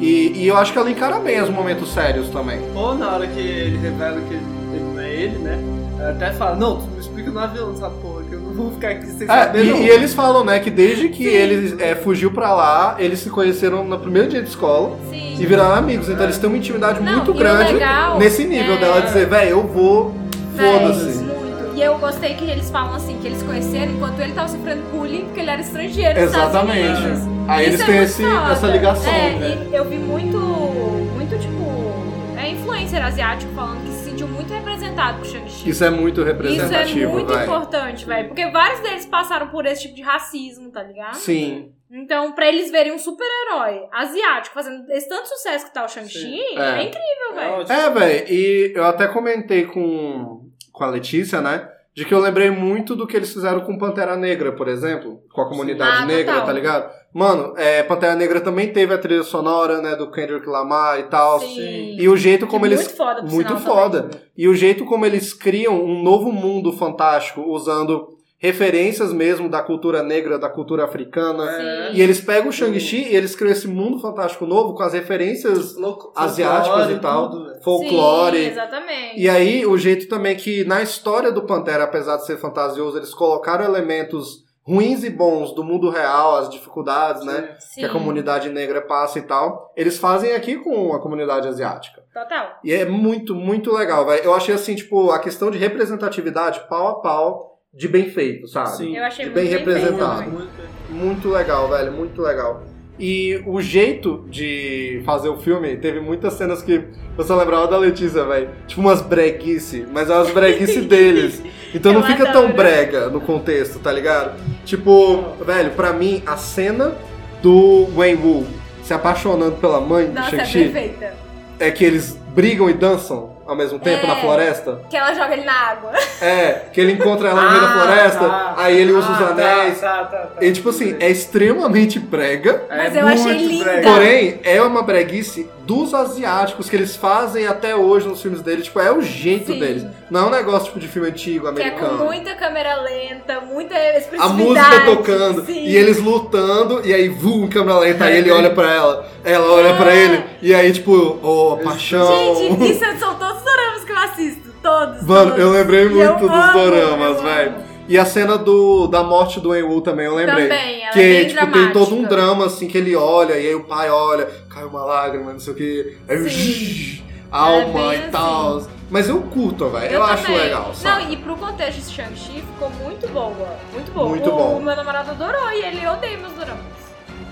E, e eu acho que ela encara bem os momentos sérios também. Ou na hora que ele revela que ele ele não é ele, né? Ela até fala, não, tu me explica no avião essa porra, que eu não vou ficar aqui sem É, saber, e, não. e eles falam, né, que desde que Sim. ele é, fugiu pra lá, eles se conheceram no primeiro dia de escola Sim. e viraram amigos. Então eles têm uma intimidade Não, muito e o grande legal nesse nível é- dela dizer, véi, eu vou, Véi, foda-se. muito. E eu gostei que eles falam assim, que eles conheceram enquanto ele tava sofrendo bullying, porque ele era estrangeiro nos Estados Exatamente. Unidos. Aí Isso eles é têm muito esse- foda. essa ligação. É, né? e eu vi muito, muito tipo, é influencer asiático falando que se sentiu muito representado com o Shang-Chi. Isso é muito Isso é representativo, muito vai. importante, velho. Porque vários deles passaram por esse tipo de racismo, tá ligado? Sim, Então, pra eles verem um super-herói asiático fazendo esse tanto sucesso que tá o Shang-Chi, Sim. É. é. incrível, É velho. ótimo. É, velho, e eu até comentei com, com a Letícia, né? De que eu lembrei muito do que eles fizeram com Pantera Negra, por exemplo. Com a comunidade Ah, negra, total. tá ligado? Mano, é, Pantera Negra também teve a trilha sonora, né? Do Kendrick Lamar e tal. Sim. É E o jeito como muito eles. foda, por Muito sinal, foda. também. E o jeito como eles criam um novo mundo fantástico, usando referências mesmo da cultura negra, da cultura africana. É. E eles pegam o Shang-Chi e eles criam esse mundo fantástico novo com as referências Louco- asiáticas e folclore, tal, tudo, velho. folclore. Sim, exatamente. E é aí, o jeito também é que na história do Pantera, apesar de ser fantasioso, eles colocaram elementos ruins e bons do mundo real, as dificuldades, né? Sim, Que a comunidade negra passa e tal. Eles fazem aqui com a comunidade asiática. Total. E é muito, muito legal, velho. Eu achei assim, tipo, a questão de representatividade pau a pau de bem feito, sabe? Sim. Eu achei Bem muito bem feito né? representado. também. Muito, muito. Muito legal, velho, muito legal. E o jeito de fazer o filme, teve muitas cenas que eu só lembrava da Letícia, velho. Tipo umas breguice, mas é umas breguice deles. Então não Eu fica tão adoro. brega no contexto, tá ligado? Tipo, velho, pra mim, a cena do Wen Wu se apaixonando pela mãe do Nossa, é Shang-Chi perfeita. é que eles brigam e dançam ao mesmo tempo É. na floresta. Que ela joga ele na água. É, que ele encontra ela no meio da Ah, floresta, tá. aí ele usa Ah, os tá, anéis. tá, tá, tá. E tipo assim, é extremamente brega. É Mas eu achei muito linda. brega. Porém, é uma breguice dos asiáticos que eles fazem até hoje nos filmes deles. Tipo, é o jeito Sim. deles. Não é um negócio tipo de filme antigo, Que é com americano. muita câmera lenta, muita A expressividade. música tocando sim. e eles lutando, e aí, vum, câmera lenta, aí ele É. olha pra ela, ela olha pra É. ele, e aí, tipo, ô, a paixão. Gente, isso é- são todos os doramas que eu assisto. Todos. Mano, todos. eu lembrei E eu muito dos amo, doramas, eu velho. amo. E a cena do, da morte do Enwu também, eu lembrei. Também, ela que, é bem tipo, tem dramática. todo um drama, assim, que ele olha, e aí o pai olha, cai uma lágrima, não sei o que. Aí Sim. eu, alma É e bem tal. Mas eu curto, velho. Eu, acho também. legal, sabe? Não, e pro contexto de Shang-Chi ficou muito boa. Muito boa. Muito o, bom. O meu namorado adorou e ele odeia meus doramas.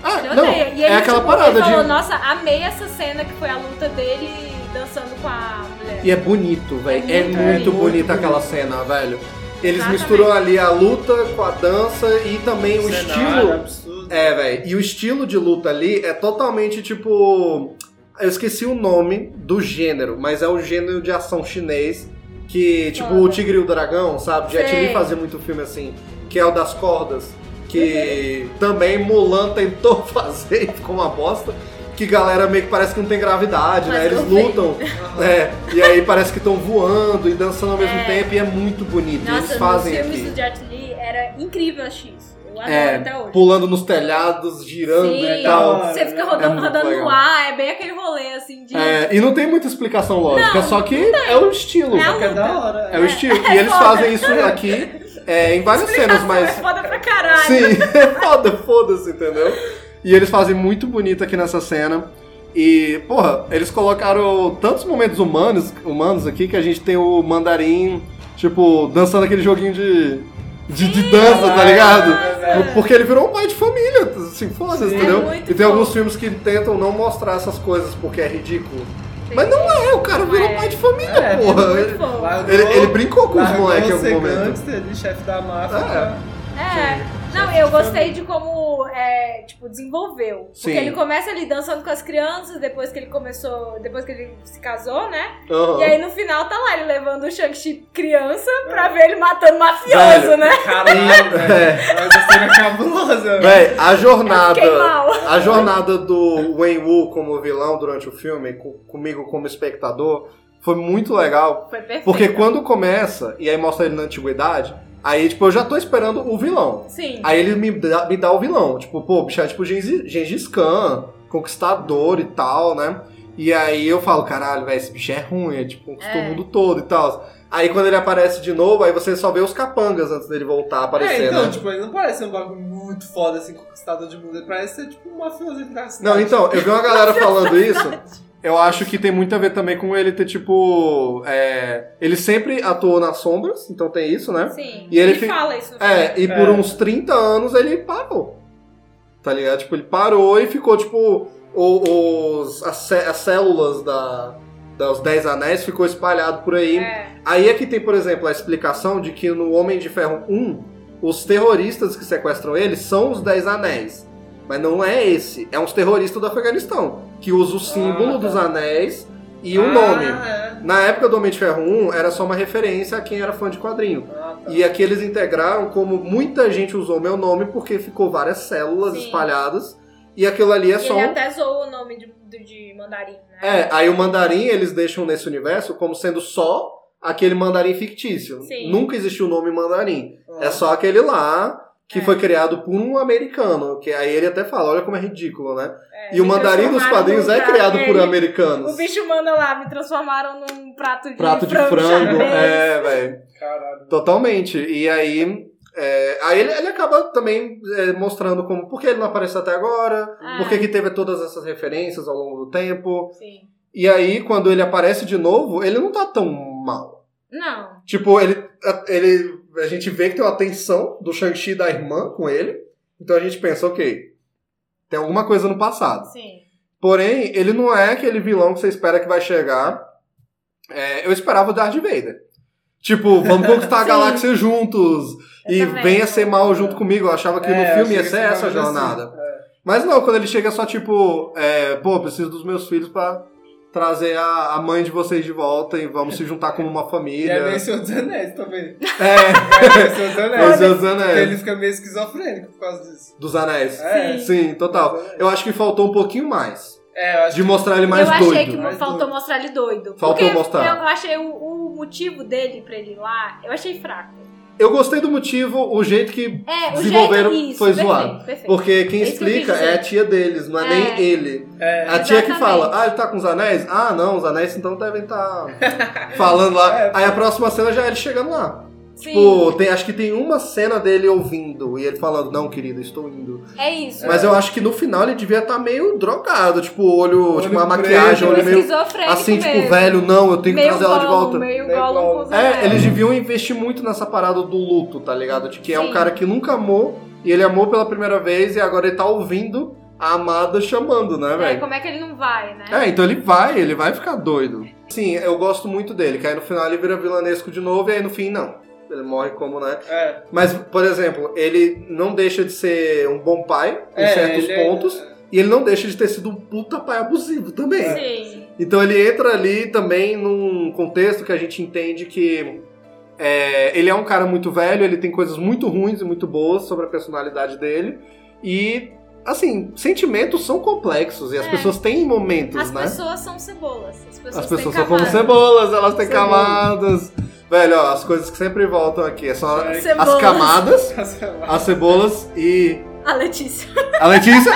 ah, Ele não, odeia. E ele, é aquela tipo, parada ele falou, de... nossa, amei essa cena que foi a luta dele dançando com a mulher. E é bonito, velho. É, É muito muito bonito. bonita aquela cena, velho. Eles Exatamente. misturam ali a luta com a dança e um é também o Cenário estilo... absurdo. É, velho. E o estilo de luta ali é totalmente tipo. Eu esqueci o nome do gênero, mas é o gênero de ação chinês. Que, tipo, Foda. o Tigre e o Dragão, sabe? Já Sei. tive fazer muito filme assim, que é o das Uhum. cordas. Que também Mulan tentou fazer e ficou uma bosta. que galera meio que parece que não tem gravidade, Mas né? Eles eu sei. lutam, né? E aí parece que estão voando e dançando ao mesmo É. tempo e é muito bonito. e Nossa, eles nos fazem filmes aqui. do Jet Li era incrível assistir isso. Eu adoro É, até hoje. pulando nos telhados, girando Sim, e tal. você fica rodando, É rodando muito no legal. ar, é bem aquele rolê assim de. É, e não tem muita explicação lógica, só que é o estilo. É a Que é da luta. hora. É o estilo. E eles foda. fazem isso aqui é, em várias cenas, Explicação mas. É foda pra caralho. Sim, é foda, foda-se, entendeu? E eles fazem muito bonito aqui nessa cena. E, porra, eles colocaram tantos momentos humanos, humanos aqui que a gente tem o mandarim, tipo, dançando aquele joguinho de. de, de dança, Ah. tá ligado? É, Porque ele virou um pai de família, assim, foda-se, Sim. entendeu? É muito e tem bom. alguns filmes que tentam não mostrar essas coisas porque é ridículo. Assim. Mas não é, o cara virou É. pai de família, É, porra. Muito Ele, bom. Largou- ele brincou com os largou moleques em algum ser momento. gangster de chefe da máfia. É. É. Não, eu gostei de como, é, tipo, desenvolveu. Porque Sim. ele começa ali dançando com as crianças, depois que ele começou, depois que ele se casou, né? Aham. E aí no final tá lá ele levando o Shang-Chi criança pra ver ele matando mafioso, Velho. né? Caralho, um velho. Mas a cena é cabulosa, velho. Véi, a jornada. Eu fiquei mal. A jornada do Wen Wu como vilão durante o filme, co- comigo como espectador, foi muito legal. Foi perfeito. Porque quando começa, e aí mostra ele na antiguidade, aí tipo, eu já tô esperando o vilão. Sim. Aí ele me dá, me dá o vilão. Tipo, pô, o bicho é tipo Genghis, Gengis Khan, conquistador e tal, né? E aí eu falo, caralho, velho, esse bicho é ruim, é tipo, conquistou o É. mundo todo e tal. Aí quando ele aparece de novo, aí você só vê os capangas antes dele voltar a aparecer, É, então, né? tipo, ele não parece ser um bagulho muito foda, assim, conquistador de mundo. Ele parece ser, tipo, um mafioso entre as Não, então, eu vi uma galera é falando isso. Eu acho que tem muito a ver também com ele ter, tipo. é, ele sempre atuou nas sombras, então tem isso, né? Sim. E ele fica- fala isso. no filme. É, e por É. uns 30 anos ele parou. Tá ligado? Tipo, ele parou e ficou, tipo, o- os, as, cé- as células da, dos Dez Anéis ficou espalhado por aí. É. Aí é que tem, por exemplo, a explicação de que no Homem de Ferro 1, os terroristas que sequestram ele são os Dez Anéis. Mas não é esse. É uns terroristas do Afeganistão, que usa o símbolo tá. dos anéis e o nome. Ah, é. Na época do Homem de Ferro 1, era só uma referência a quem era fã de quadrinho. Ah, tá. E aqui eles integraram como muita gente usou meu nome porque ficou várias células Sim. espalhadas. E aquilo ali é E só ele um até zoou o nome de, do- de mandarim, né? é, aí o mandarim eles deixam nesse universo como sendo só aquele mandarim fictício. Sim. Nunca existiu o nome mandarim. Ah. É só aquele lá que É. foi criado por um americano. Que aí ele até fala, olha como é ridículo, né? É, e o me mandarim dos transformaram quadrinhos num é prato- criado por ele- americanos. O bicho manda lá, me transformaram num prato de Prato de frango. frango. xadrez. É, velho. Caralho. Totalmente. E aí. é, aí ele, ele acaba também é, mostrando como por que ele não apareceu até agora, Ah, por que, que teve todas essas referências ao longo do tempo. Sim. E aí, quando ele aparece de novo, ele não tá tão mal. Não. Tipo, ele. a- ele a gente vê que tem uma tensão do Shang-Chi e da irmã com ele. Então a gente pensa, ok, tem alguma coisa no passado. Sim. Porém, ele não é aquele vilão que você espera que vai chegar. É, eu esperava o Darth Vader. Tipo, vamos conquistar a Sim. galáxia juntos. Eu e também. venha ser mal junto comigo. Eu achava que É, no filme ia achei ser esse essa a bagulho assim. jornada. É. Mas não, quando ele chega é só tipo, é, pô, preciso dos meus filhos pra trazer a, a mãe de vocês de volta e vamos se juntar como uma E é meio família. Senhor dos Anéis também. É, É meio Senhor dos mas Anéis. os Porque anéis. ele fica meio esquizofrênico por causa disso. Dos anéis. É. Sim, total. Eu acho que faltou um pouquinho mais. É, eu acho De mostrar ele mais eu achei doido. que mais faltou doido. mostrar ele doido. Faltou Porque mostrar. Eu achei o, o motivo dele pra ele ir lá, eu achei fraco. Eu gostei do motivo, o jeito que. É, o Desenvolveram, jeito isso, foi perfeito, zoado. Perfeito. Porque quem É isso que eu explica quis é a dizer. tia deles, não é, É. nem ele. É. A tia que Exatamente. fala, ah, ele tá com os anéis? Ah, não, os anéis então devem estar falando lá. É. Aí a próxima cena já é ele chegando lá. Sim, Tipo, tem, acho que tem uma cena dele ouvindo e ele falando, não, querido, estou indo. é isso. Mas eu acho que no final ele devia estar meio drogado, tipo, olho, Olho tipo, uma preto, né? maquiagem, olho meio. Esquizofrênico Assim, tipo, é mesmo. velho, não, eu tenho que meio trazer ela de Gollum, volta. Meio Meio Gollum com Gollum. os anéis. É, eles deviam investir muito nessa parada do luto, tá ligado? De que é um Sim. cara que nunca amou, e ele amou pela primeira vez, e agora ele tá ouvindo a amada chamando, né, É, velho? como é que ele não vai, né? É, então ele vai, ele vai ficar doido. Sim, eu gosto muito dele, que aí no final ele vira vilanesco de novo, e aí no fim não. Ele morre como, né? É, Mas, por exemplo, ele não deixa de ser um bom pai em é, certos ele é- pontos. E ele não deixa de ter sido um puta pai abusivo também. Sim. Então ele entra ali também num contexto que a gente entende que é, ele é um cara muito velho, ele tem coisas muito ruins e muito boas sobre a personalidade dele. E assim, sentimentos são complexos e as É. pessoas têm momentos, As né? pessoas são cebolas. As pessoas, As pessoas são têm como camadas. cebolas, elas têm Cebola. camadas. Velho, ó, as coisas que sempre voltam aqui é só Cebolas. as camadas, Tá Cancelar. as cebolas e A Letícia. a Letícia.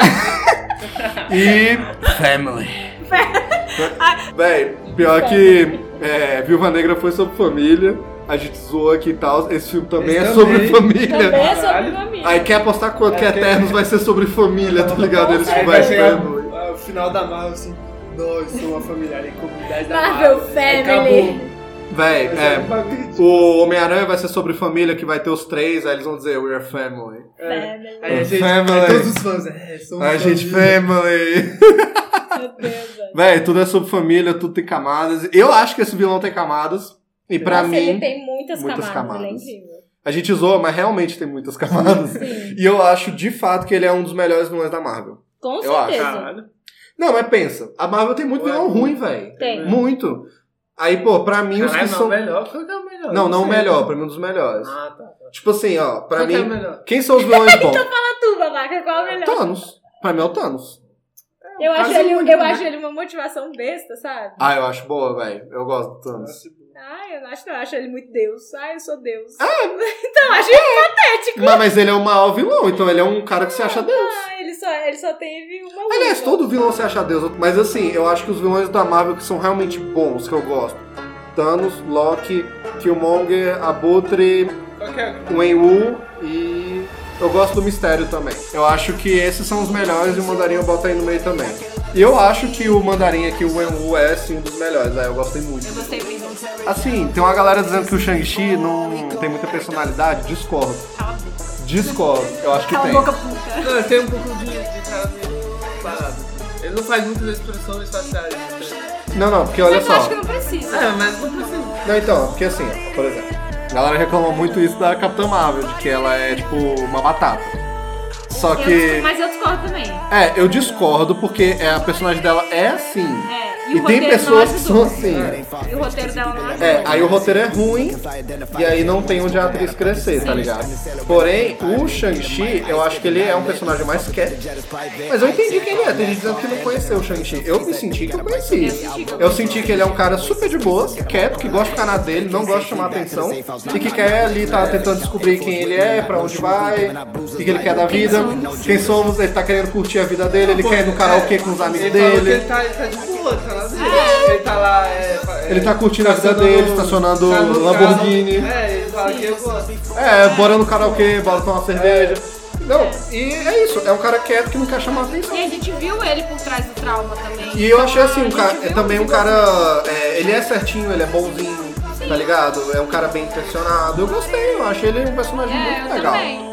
e, Family. velho, pior que é, Viúva Negra foi sobre família, a gente zoou aqui e tal. Esse filme também Esse é sobre também. família. Também é sobre Caralho. família. Aí quer apostar quanto É, que que- Eternos vai ser sobre família, tá ligado? Eles Aí tipo, É, vai vai chegar family. o final da Marvel assim, nós somos uma familiar em comunidade da Marvel Marvel. Family. Véi, Acabou. é. O Homem-Aranha vai ser sobre família, que vai ter os três, aí eles vão dizer We are family. É. Family. Aí a gente, Family. aí todos os fãs, é, somos A gente família. family. Meu Deus, velho. Véi, tudo é sobre família, tudo tem camadas. Eu acho que esse vilão tem camadas. E pra Nossa, mim, ele tem muitas, muitas camadas. Ele é camadas. incrível. a gente zoa, mas realmente tem muitas camadas. Sim. E eu acho, de fato, que ele é um dos melhores vilões da Marvel. Com Eu acho. certeza. Caralho. Não, mas pensa, a Marvel tem muito Ué, vilão muito. ruim, véi. Tem. Muito. Aí, pô, pra mim, os que Caralho, Ah, não, são... melhor. Qual que é o melhor? Não, não o sei. melhor, pra mim um dos melhores. Ah, tá. Tipo assim, ó, pra Qual que é o mim, melhor? quem são os vilões bons? Fala tu, babaca, qual é o melhor? Thanos. Pra mim é o Thanos. Eu, acho Quase ele, um, eu né? acho ele uma motivação besta, sabe? Ah, eu acho boa, velho. Eu gosto do Thanos. Ai, eu não acho, não. Eu acho ele muito Deus. Ai, eu sou Deus. Ah, então, eu acho ele é. patético. Mas, mas ele é o maior vilão, então ele é um cara que se acha Deus. Ah, ele só, ele só teve uma luta. Aliás, todo vilão se acha Deus. Mas assim, eu acho que os vilões da Marvel que são realmente bons, que eu gosto. Thanos, Loki, Killmonger, Abutre, Qual que é? Wen-Wu e... Eu gosto do Mistério também. Eu acho que esses são os melhores e o Mandarim eu boto aí no meio também. E eu acho que o Mandarim aqui, o Wen-Wu, é sim um dos melhores. Aí eu gostei muito. Eu gostei muito. Assim, tem uma galera dizendo que o Shang-Chi não tem muita personalidade. Discordo. Discordo. Eu acho que Cala a tem. boca puta. Não, ele tem um pouco de, de cara meio parado. Ele não faz muitas expressões faciais. né? Não, não, porque olha Mas eu só. É, acho que não precisa. Ah, mas não precisa. Não, então, porque assim, ó, por exemplo, a galera reclama muito isso da Capitã Marvel, de que ela é tipo uma batata. Só Eu que. discordo- mas eu discordo também. É, eu discordo porque é, a personagem dela é assim. É, e, E o tem roteiro pessoas não que são ajudou. assim. E o roteiro dela não ajudou. É, aí o roteiro é ruim e aí não tem onde a atriz crescer, tá ligado? Porém, o Shang-Chi, eu acho que ele é um personagem mais quieto. Mas eu entendi quem ele é, tem gente dizendo que não conheceu o Shang-Chi. Eu me senti que eu conheci. Eu senti que ele é um cara super de boa, quieto, que gosta de ficar na dele, não gosta de chamar atenção. E que quer ali, tá tentando descobrir quem ele é, pra onde vai, o que que ele quer da vida, quem somos, ele tá querendo curtir a vida dele, ele quer ir no karaokê com os amigos é, Ele falou que dele. ele tá, ele tá de boa, tá lá dele. Ele tá lá. é, fa- é, Ele tá curtindo a vida estacionando- dele, estacionando tá no Lamborghini. carro. É, ele fala que eu gosto. É, bora no karaokê, bora tomar uma cerveja. Não, e é isso, é um cara quieto que não quer chamar atenção. E a gente viu ele por trás do trauma também. E eu achei assim, um Então, a gente cara, é viu também um que- cara. é, ele é certinho, ele é bonzinho, tá ligado? É um cara bem intencionado. Eu gostei, eu achei ele um personagem É, muito eu legal. também.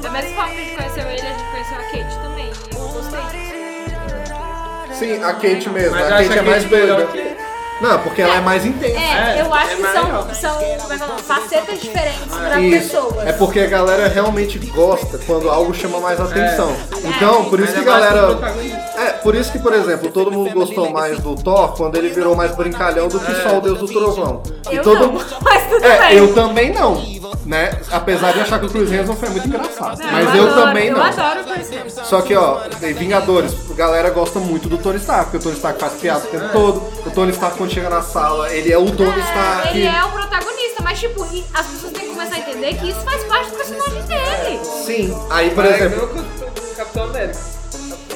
Da mesma forma que a gente conheceu ele, a gente conheceu a Kate também. E eu gostei disso. Sim, a Kate mesmo, Mas a eu acho Kate que é mais melhor doida. que ele. Não, porque ela é mais intensa. É, É, eu acho é que são, maior. são como é que fala, facetas diferentes pra Isso. pessoas. É porque a galera realmente gosta quando algo chama mais atenção. Então, por isso que a É. Mas é mais que o galera. protagonista. É, por isso que, por exemplo, todo mundo gostou mais do Thor quando ele virou mais brincalhão do que só o Deus do Trovão. E Eu todo não, mas tudo É, bem. eu também não, né? Apesar de achar que o Chris Hansen foi muito engraçado. Não, mas eu, adoro, também não. Eu adoro o Chris Hemsworth. Só que, ó, tem Vingadores, a galera gosta muito do Tony Stark, porque o Tony Stark faz piada o tempo todo. O Tony Stark, quando chega na sala, ele é o Tony Stark. Ele é o protagonista, mas tipo, e as pessoas têm que começar a entender que isso faz parte do personagem dele. Sim. Aí, por Mas é exemplo, igual com o Capitão América.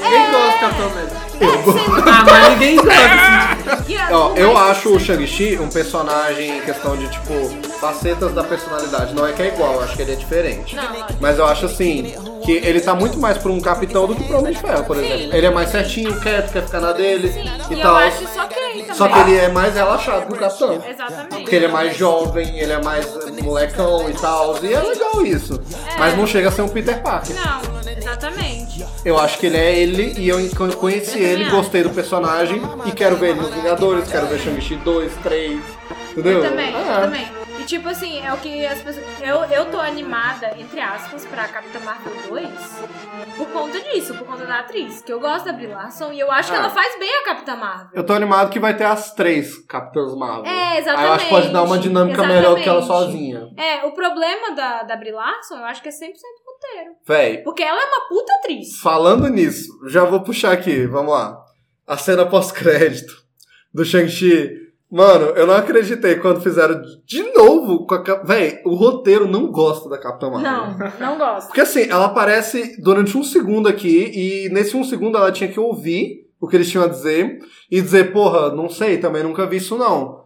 Ninguém gosta do Capitão América. É, sendo- Ah, mas ninguém gosta. assim, tipo, e é- Ó, eu mas- acho o Shang-Chi um personagem em questão de, tipo, facetas da personalidade. Não é que é igual, eu acho que ele é diferente. Não, é lógico. Mas eu acho assim, que ele tá muito mais pra um capitão do que pra um homem de ferro, por exemplo. Ele é mais certinho, quieto, quer ficar na dele Sim, e e eu tal. acho só que ele também. Só que ele é mais relaxado que o capitão. Exatamente. Porque ele é mais jovem, ele é mais molecão e tal. E é legal isso. Mas não chega a ser um Peter Parker. É. Não, exatamente. Eu acho que ele é ele e eu con- conheci ele, gostei do personagem e quero ver ele nos Vingadores, quero ver Shang-Chi 2, 3. Entendeu? Eu também, É. eu também. E Tipo assim, é o que as pessoas. Eu, eu tô animada, entre aspas, pra Capitã Marvel 2 por conta disso, por conta da atriz. Que eu gosto da Brie Larson e eu acho que Ah. ela faz bem a Capitã Marvel. Eu tô animado que vai ter as três Capitãs Marvel. É, Aí eu acho que pode dar uma dinâmica melhor do que ela exatamente. sozinha. É, o problema da, da Brie Larson eu acho que é 100% roteiro. Véi, Porque ela é uma puta atriz. falando nisso, já vou puxar aqui, vamos lá. A cena pós-crédito do Shang-Chi. Mano, eu não acreditei quando fizeram de novo com a Cap- Véi, o roteiro não gosta da Capitã Marvel. Não, não gosto. Porque assim, ela aparece durante um segundo aqui, e nesse um segundo ela tinha que ouvir o que eles tinham a dizer e dizer, porra, não sei, também nunca vi isso não.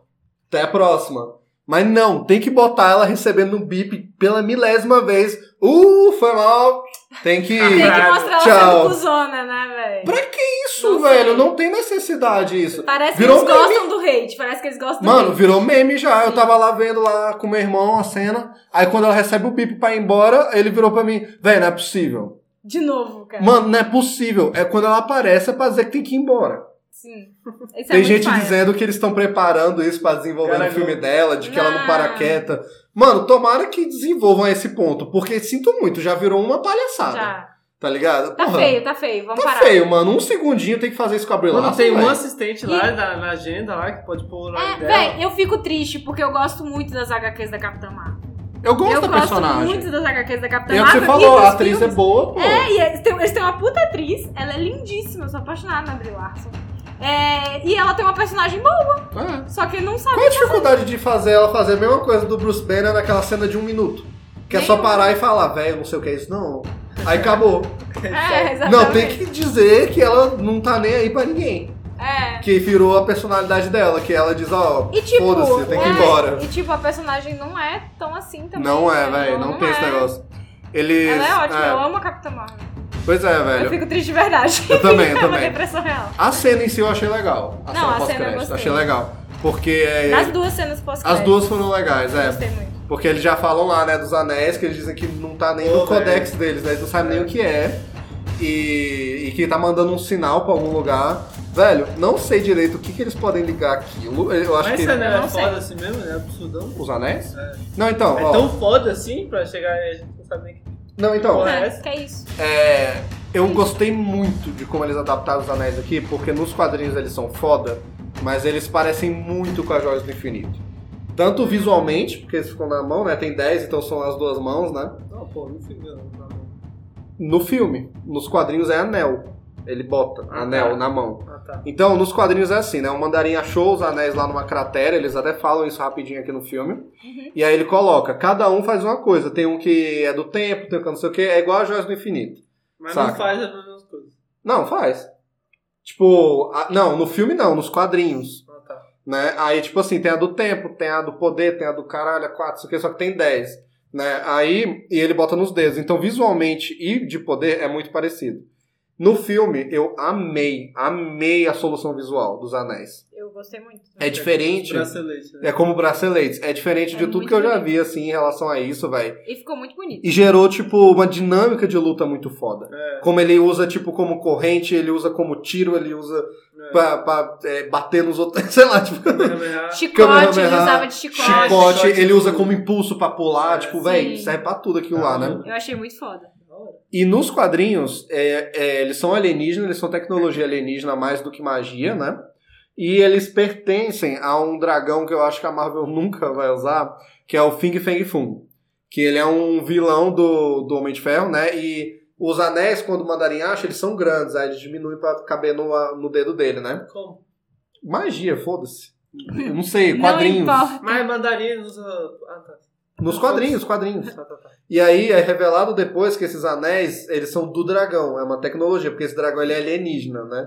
Até a próxima. Mas não, tem que botar ela recebendo um bip pela milésima vez. Uh, foi mal. Tem que. Tem que mostrar ela Tchau. sendo cuzona, né, velho? Pra que isso, Não sei. Tá velho? Não tem necessidade isso. Parece Virou um que eles gostam do hate, parece que eles gostam Mano, do hate. virou meme já. Eu Sim. tava lá vendo lá com meu irmão a cena. Aí quando ela recebe o bip pra ir embora, ele virou pra mim, velho, não é possível. De novo, cara. Mano, não é possível. É quando ela aparece é pra dizer que tem que ir embora. Sim. Isso é tem muito gente paia. dizendo que eles estão preparando isso pra desenvolver Cara, o filme não. dela, de que ela não Não. para quieta. Mano, tomara que desenvolvam esse ponto, porque sinto muito, já virou uma palhaçada. Já. Tá ligado? Tá Porra, feio, tá feio. Vamos Tá parar. feio, mano. Um segundinho tem que fazer isso com a Brie Mano, Larson, tem um velho. assistente lá da- na agenda lá que pode pôr o nome né? É, dela. véi, eu fico triste porque eu gosto muito das HQs da Capitã Marvel. Eu gosto eu da gosto personagem. muito das HQs da Capitã É o que Marvel. você e falou, dos a atriz filmes. é boa, pô. É, e eles têm, eles têm uma puta atriz, ela é lindíssima, eu sou apaixonada na Brie Larson. É, e ela tem uma personagem boa, É. só que não sabe. é. Qual a dificuldade de fazer ela fazer a mesma coisa do Bruce Banner naquela cena de um minuto? Que é só Nenhuma. parar e falar, velho, não sei o que é isso, não. Aí acabou. É, exatamente. Não, tem que dizer que ela não tá nem aí pra ninguém. É. Que virou a personalidade dela, que ela diz, ó, E tipo, foda-se, tem que é, ir embora. E tipo, a personagem não é tão assim também. Não é, né? velho, não, tem esse é. negócio. Eles. Ela é ótima, é. eu amo a Capitã Marvel. Pois é, Eu velho. fico triste de verdade. Eu também, eu é uma também. depressão real. A cena em si eu achei legal. A cena Não, a cena eu pós-crédito. gostei. Achei legal. Porque é, Nas duas cenas pós as duas foram legais, é. Gostei muito. Porque eles já falam lá, né, dos anéis, que eles dizem que não tá nem Pô, no codex deles, né? Eles não sabem nem o que é. E, e que tá mandando um sinal pra algum lugar. Velho, não sei direito o que, que eles podem ligar aquilo. Eu acho Mas que. essa não Eu é não sei. foda assim mesmo, né? Absurdão. Os anéis? É. Não, então, É ó. tão foda assim pra chegar e a gente não sabe nem o que. Não, então. Porra. É, que é isso. É, eu gostei muito de como eles adaptaram os anéis aqui, porque nos quadrinhos eles são foda, mas eles parecem muito com as joias do infinito. Tanto visualmente, porque eles ficam na mão, né? Tem 10, então são as duas mãos, né? Não, pô, não fica. não, não, não. No filme. Nos quadrinhos é anel. Ele bota anel na mão. Ah, tá. Então, nos quadrinhos é assim, né? O mandarim achou os anéis lá numa cratera, eles até falam isso rapidinho aqui no filme. E aí ele coloca, cada um faz uma coisa. Tem um que é do tempo, tem um que não sei o que, é igual a Joias do Infinito. Mas Saca. não faz as mesmas coisas. Não, faz. Tipo, a- não, no filme não, nos quadrinhos. Ah, tá. Né? Aí, tipo assim, tem a do tempo, tem a do poder, tem a do caralho, a 4, isso aqui, só que tem 10. Né? Aí, e ele bota nos dedos. Então, visualmente e de poder é muito parecido. No filme, eu amei, amei a solução visual dos anéis. Eu gostei muito. É diferente. Bracelete, né? É como braceletes. É diferente É de tudo muito que eu já bonito. vi, assim, em relação a isso, velho. E ficou muito bonito. E gerou, tipo, uma dinâmica de luta muito foda. É, Como ele usa, tipo, como corrente, ele usa como tiro, ele usa é. pra, pra, é, bater nos outros, sei lá, tipo. Kamehameha. Chicote, ele Kamehameha, usava de chicote. ah, Chicote, chicote, ele tipo- usa como impulso pra pular, tipo, Sim. velho, serve pra tudo aquilo lá, né? Eu achei muito foda. E nos quadrinhos, é, é, eles são alienígenas, eles são tecnologia alienígena mais do que magia, né? E eles pertencem a um dragão que eu acho que a Marvel nunca vai usar, que é o Fing Fang Fung. Que ele é um vilão do, do Homem de Ferro, né? E os anéis, quando o Mandarim acha, eles são grandes, aí eles diminuem pra caber no, no dedo dele, né? Como? Magia, foda-se. Eu Não sei, Não quadrinhos. importa. Mas é mandarim usa. Ah, tá. Nos quadrinhos, quadrinhos. Tá, tá, tá. E aí é revelado depois que esses anéis, eles são do dragão. É uma tecnologia, porque esse dragão ele é alienígena, né?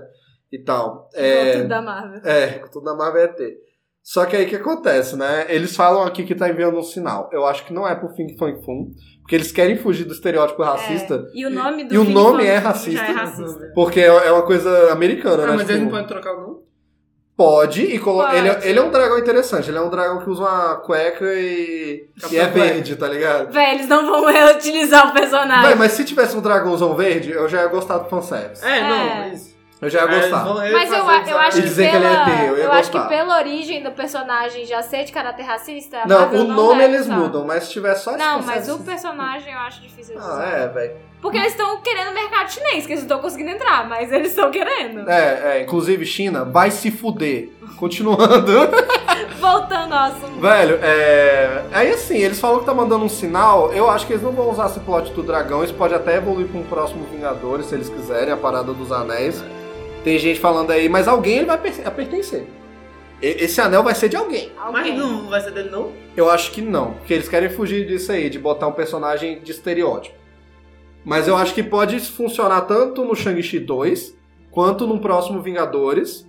E tal. Igual É, tudo da Marvel. é tudo na Marvel é ET. Só que aí o que acontece, né? Eles falam aqui que tá enviando um sinal. Eu acho que não é pro Fing Fang Fum, porque eles querem fugir do estereótipo racista, É. E o nome do E o filme nome foi- é já racista. é racista. porque é é uma coisa americana, né? Ah, mas Tipo, ele não pode trocar o nome? pode e colo... Pode. Ele, é- ele é um dragão interessante, ele é um dragão que usa uma cueca e, e é Capitão Cueca. Ah, verde, tá ligado? Véi, eles não vão reutilizar o personagem. Véi, mas se tivesse um dragãozão verde, eu já ia gostar do fanservice. É, não, É. mas. Eu já ia gostar. Mas eu, a- eu acho E que dizer que pela, ele é ateu, eu ia eu acho que gostar. pela origem do personagem já ser de caráter racista, a Não, Marvel o nome deve eles usar. mudam, mas se tiver só então. Não, esse mas o processo- assim, personagem eu acho difícil de Ah, usar. é, velho. Porque eles estão querendo mercado chinês, que eles não estão conseguindo entrar, mas eles estão querendo. É, é, inclusive China, vai se fuder. Continuando. Voltando ao assunto. Velho, é. Aí assim, eles falam que tá mandando um sinal. Eu acho que eles não vão usar esse plot do dragão. Isso pode até evoluir pra um próximo Vingadores, se eles quiserem, a parada dos anéis. Tem gente falando aí, mas alguém ele vai perce- pertencer. E- Esse anel vai ser de alguém. Alguém. É, Mas não vai ser dele, não? Eu acho que não, porque eles querem fugir disso aí, de botar um personagem de estereótipo. Mas eu acho que pode funcionar tanto no Shang-Chi 2, quanto no próximo Vingadores,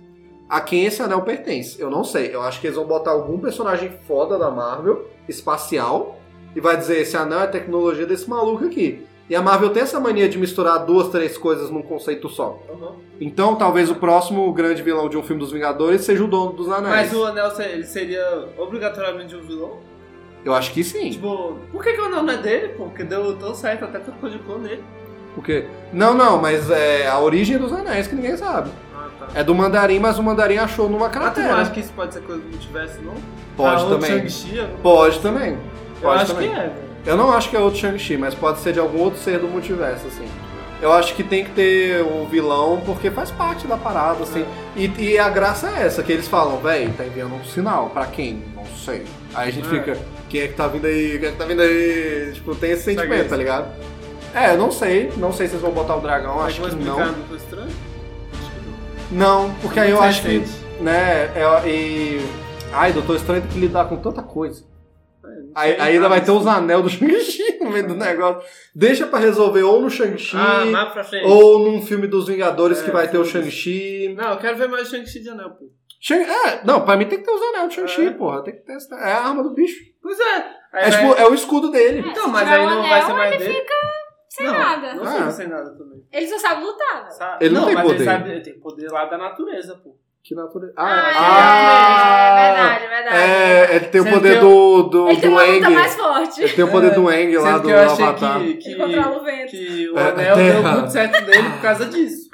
a quem esse anel pertence. Eu não sei, eu acho que eles vão botar algum personagem foda da Marvel, espacial, e vai dizer, esse anel é a tecnologia desse maluco aqui. E a Marvel tem essa mania de misturar duas, três coisas num conceito só. Então, talvez o próximo grande vilão de um filme dos Vingadores seja o dono dos anéis. Mas o anel se- ele seria obrigatoriamente um vilão? Eu acho que sim. Tipo, por que, que o anel não é dele, pô? Porque deu tão certo, até trocou de cor nele. Porque. Não, não, mas é a origem dos anéis que ninguém sabe. Ah, tá. É do mandarim, mas o mandarim achou numa Mas Ah, tu não acha cratera. que isso pode ser coisa do multiverso, não? é. Pode Ah, outro também. Shang-Chi, eu não- Pode também. Eu Pode acho que também. é, velho. Eu não acho que é outro Shang-Chi, mas pode ser de algum outro ser do multiverso, assim. Eu acho que tem que ter o vilão, porque faz parte da parada, É. assim. E, e a graça é essa, que eles falam, véi, tá enviando um sinal. Pra quem? Não sei. Aí a gente É. fica, quem é que tá vindo aí? Quem é que tá vindo aí? Tipo, tem esse Sabe sentimento, isso? tá ligado? É, eu não sei. Não sei se eles vão botar o dragão, Mas acho vão que explicar não. não foi estranho? Acho que não. Não, porque aí eu Muito acho que recente. né? É, e. Ai, doutor estranho tem que lidar com tanta coisa. Aí, sei, aí ainda cara, vai ter os isso. anel do Shang-Chi no meio do negócio. Deixa pra resolver ou no Shang-Chi, Ah, mais pra frente. ou num filme dos Vingadores É, que vai ter o foda-se. Shang-Chi. Não, eu quero ver mais Shang-Chi de anel, pô. Shang- é, não, pra mim tem que ter os anel do Shang-Chi, É. porra. Tem que ter essa- É a arma do bicho. Pois é. Aí É, vai- tipo, é o escudo dele. Então, Se mas tiver aí o não anel, vai ser mais ele dele. sem não, nada. Não Ah. fica sem nada também. Ele só sabe lutar, velho. Sabe? Ele não tem mas poder. Ele, sabe, ele tem poder lá da natureza, pô. Que natureza. é Ah, verdade, é verdade. é, é, ele tem o Sendo que poder eu- do, do, Ele tem do uma luta mais Aang. forte. Ele tem o poder É. do Aang lá Sendo do que eu achei Avatar. que, Ele que, controla o vento. que o É, anel deu terra. muito certo nele por causa disso.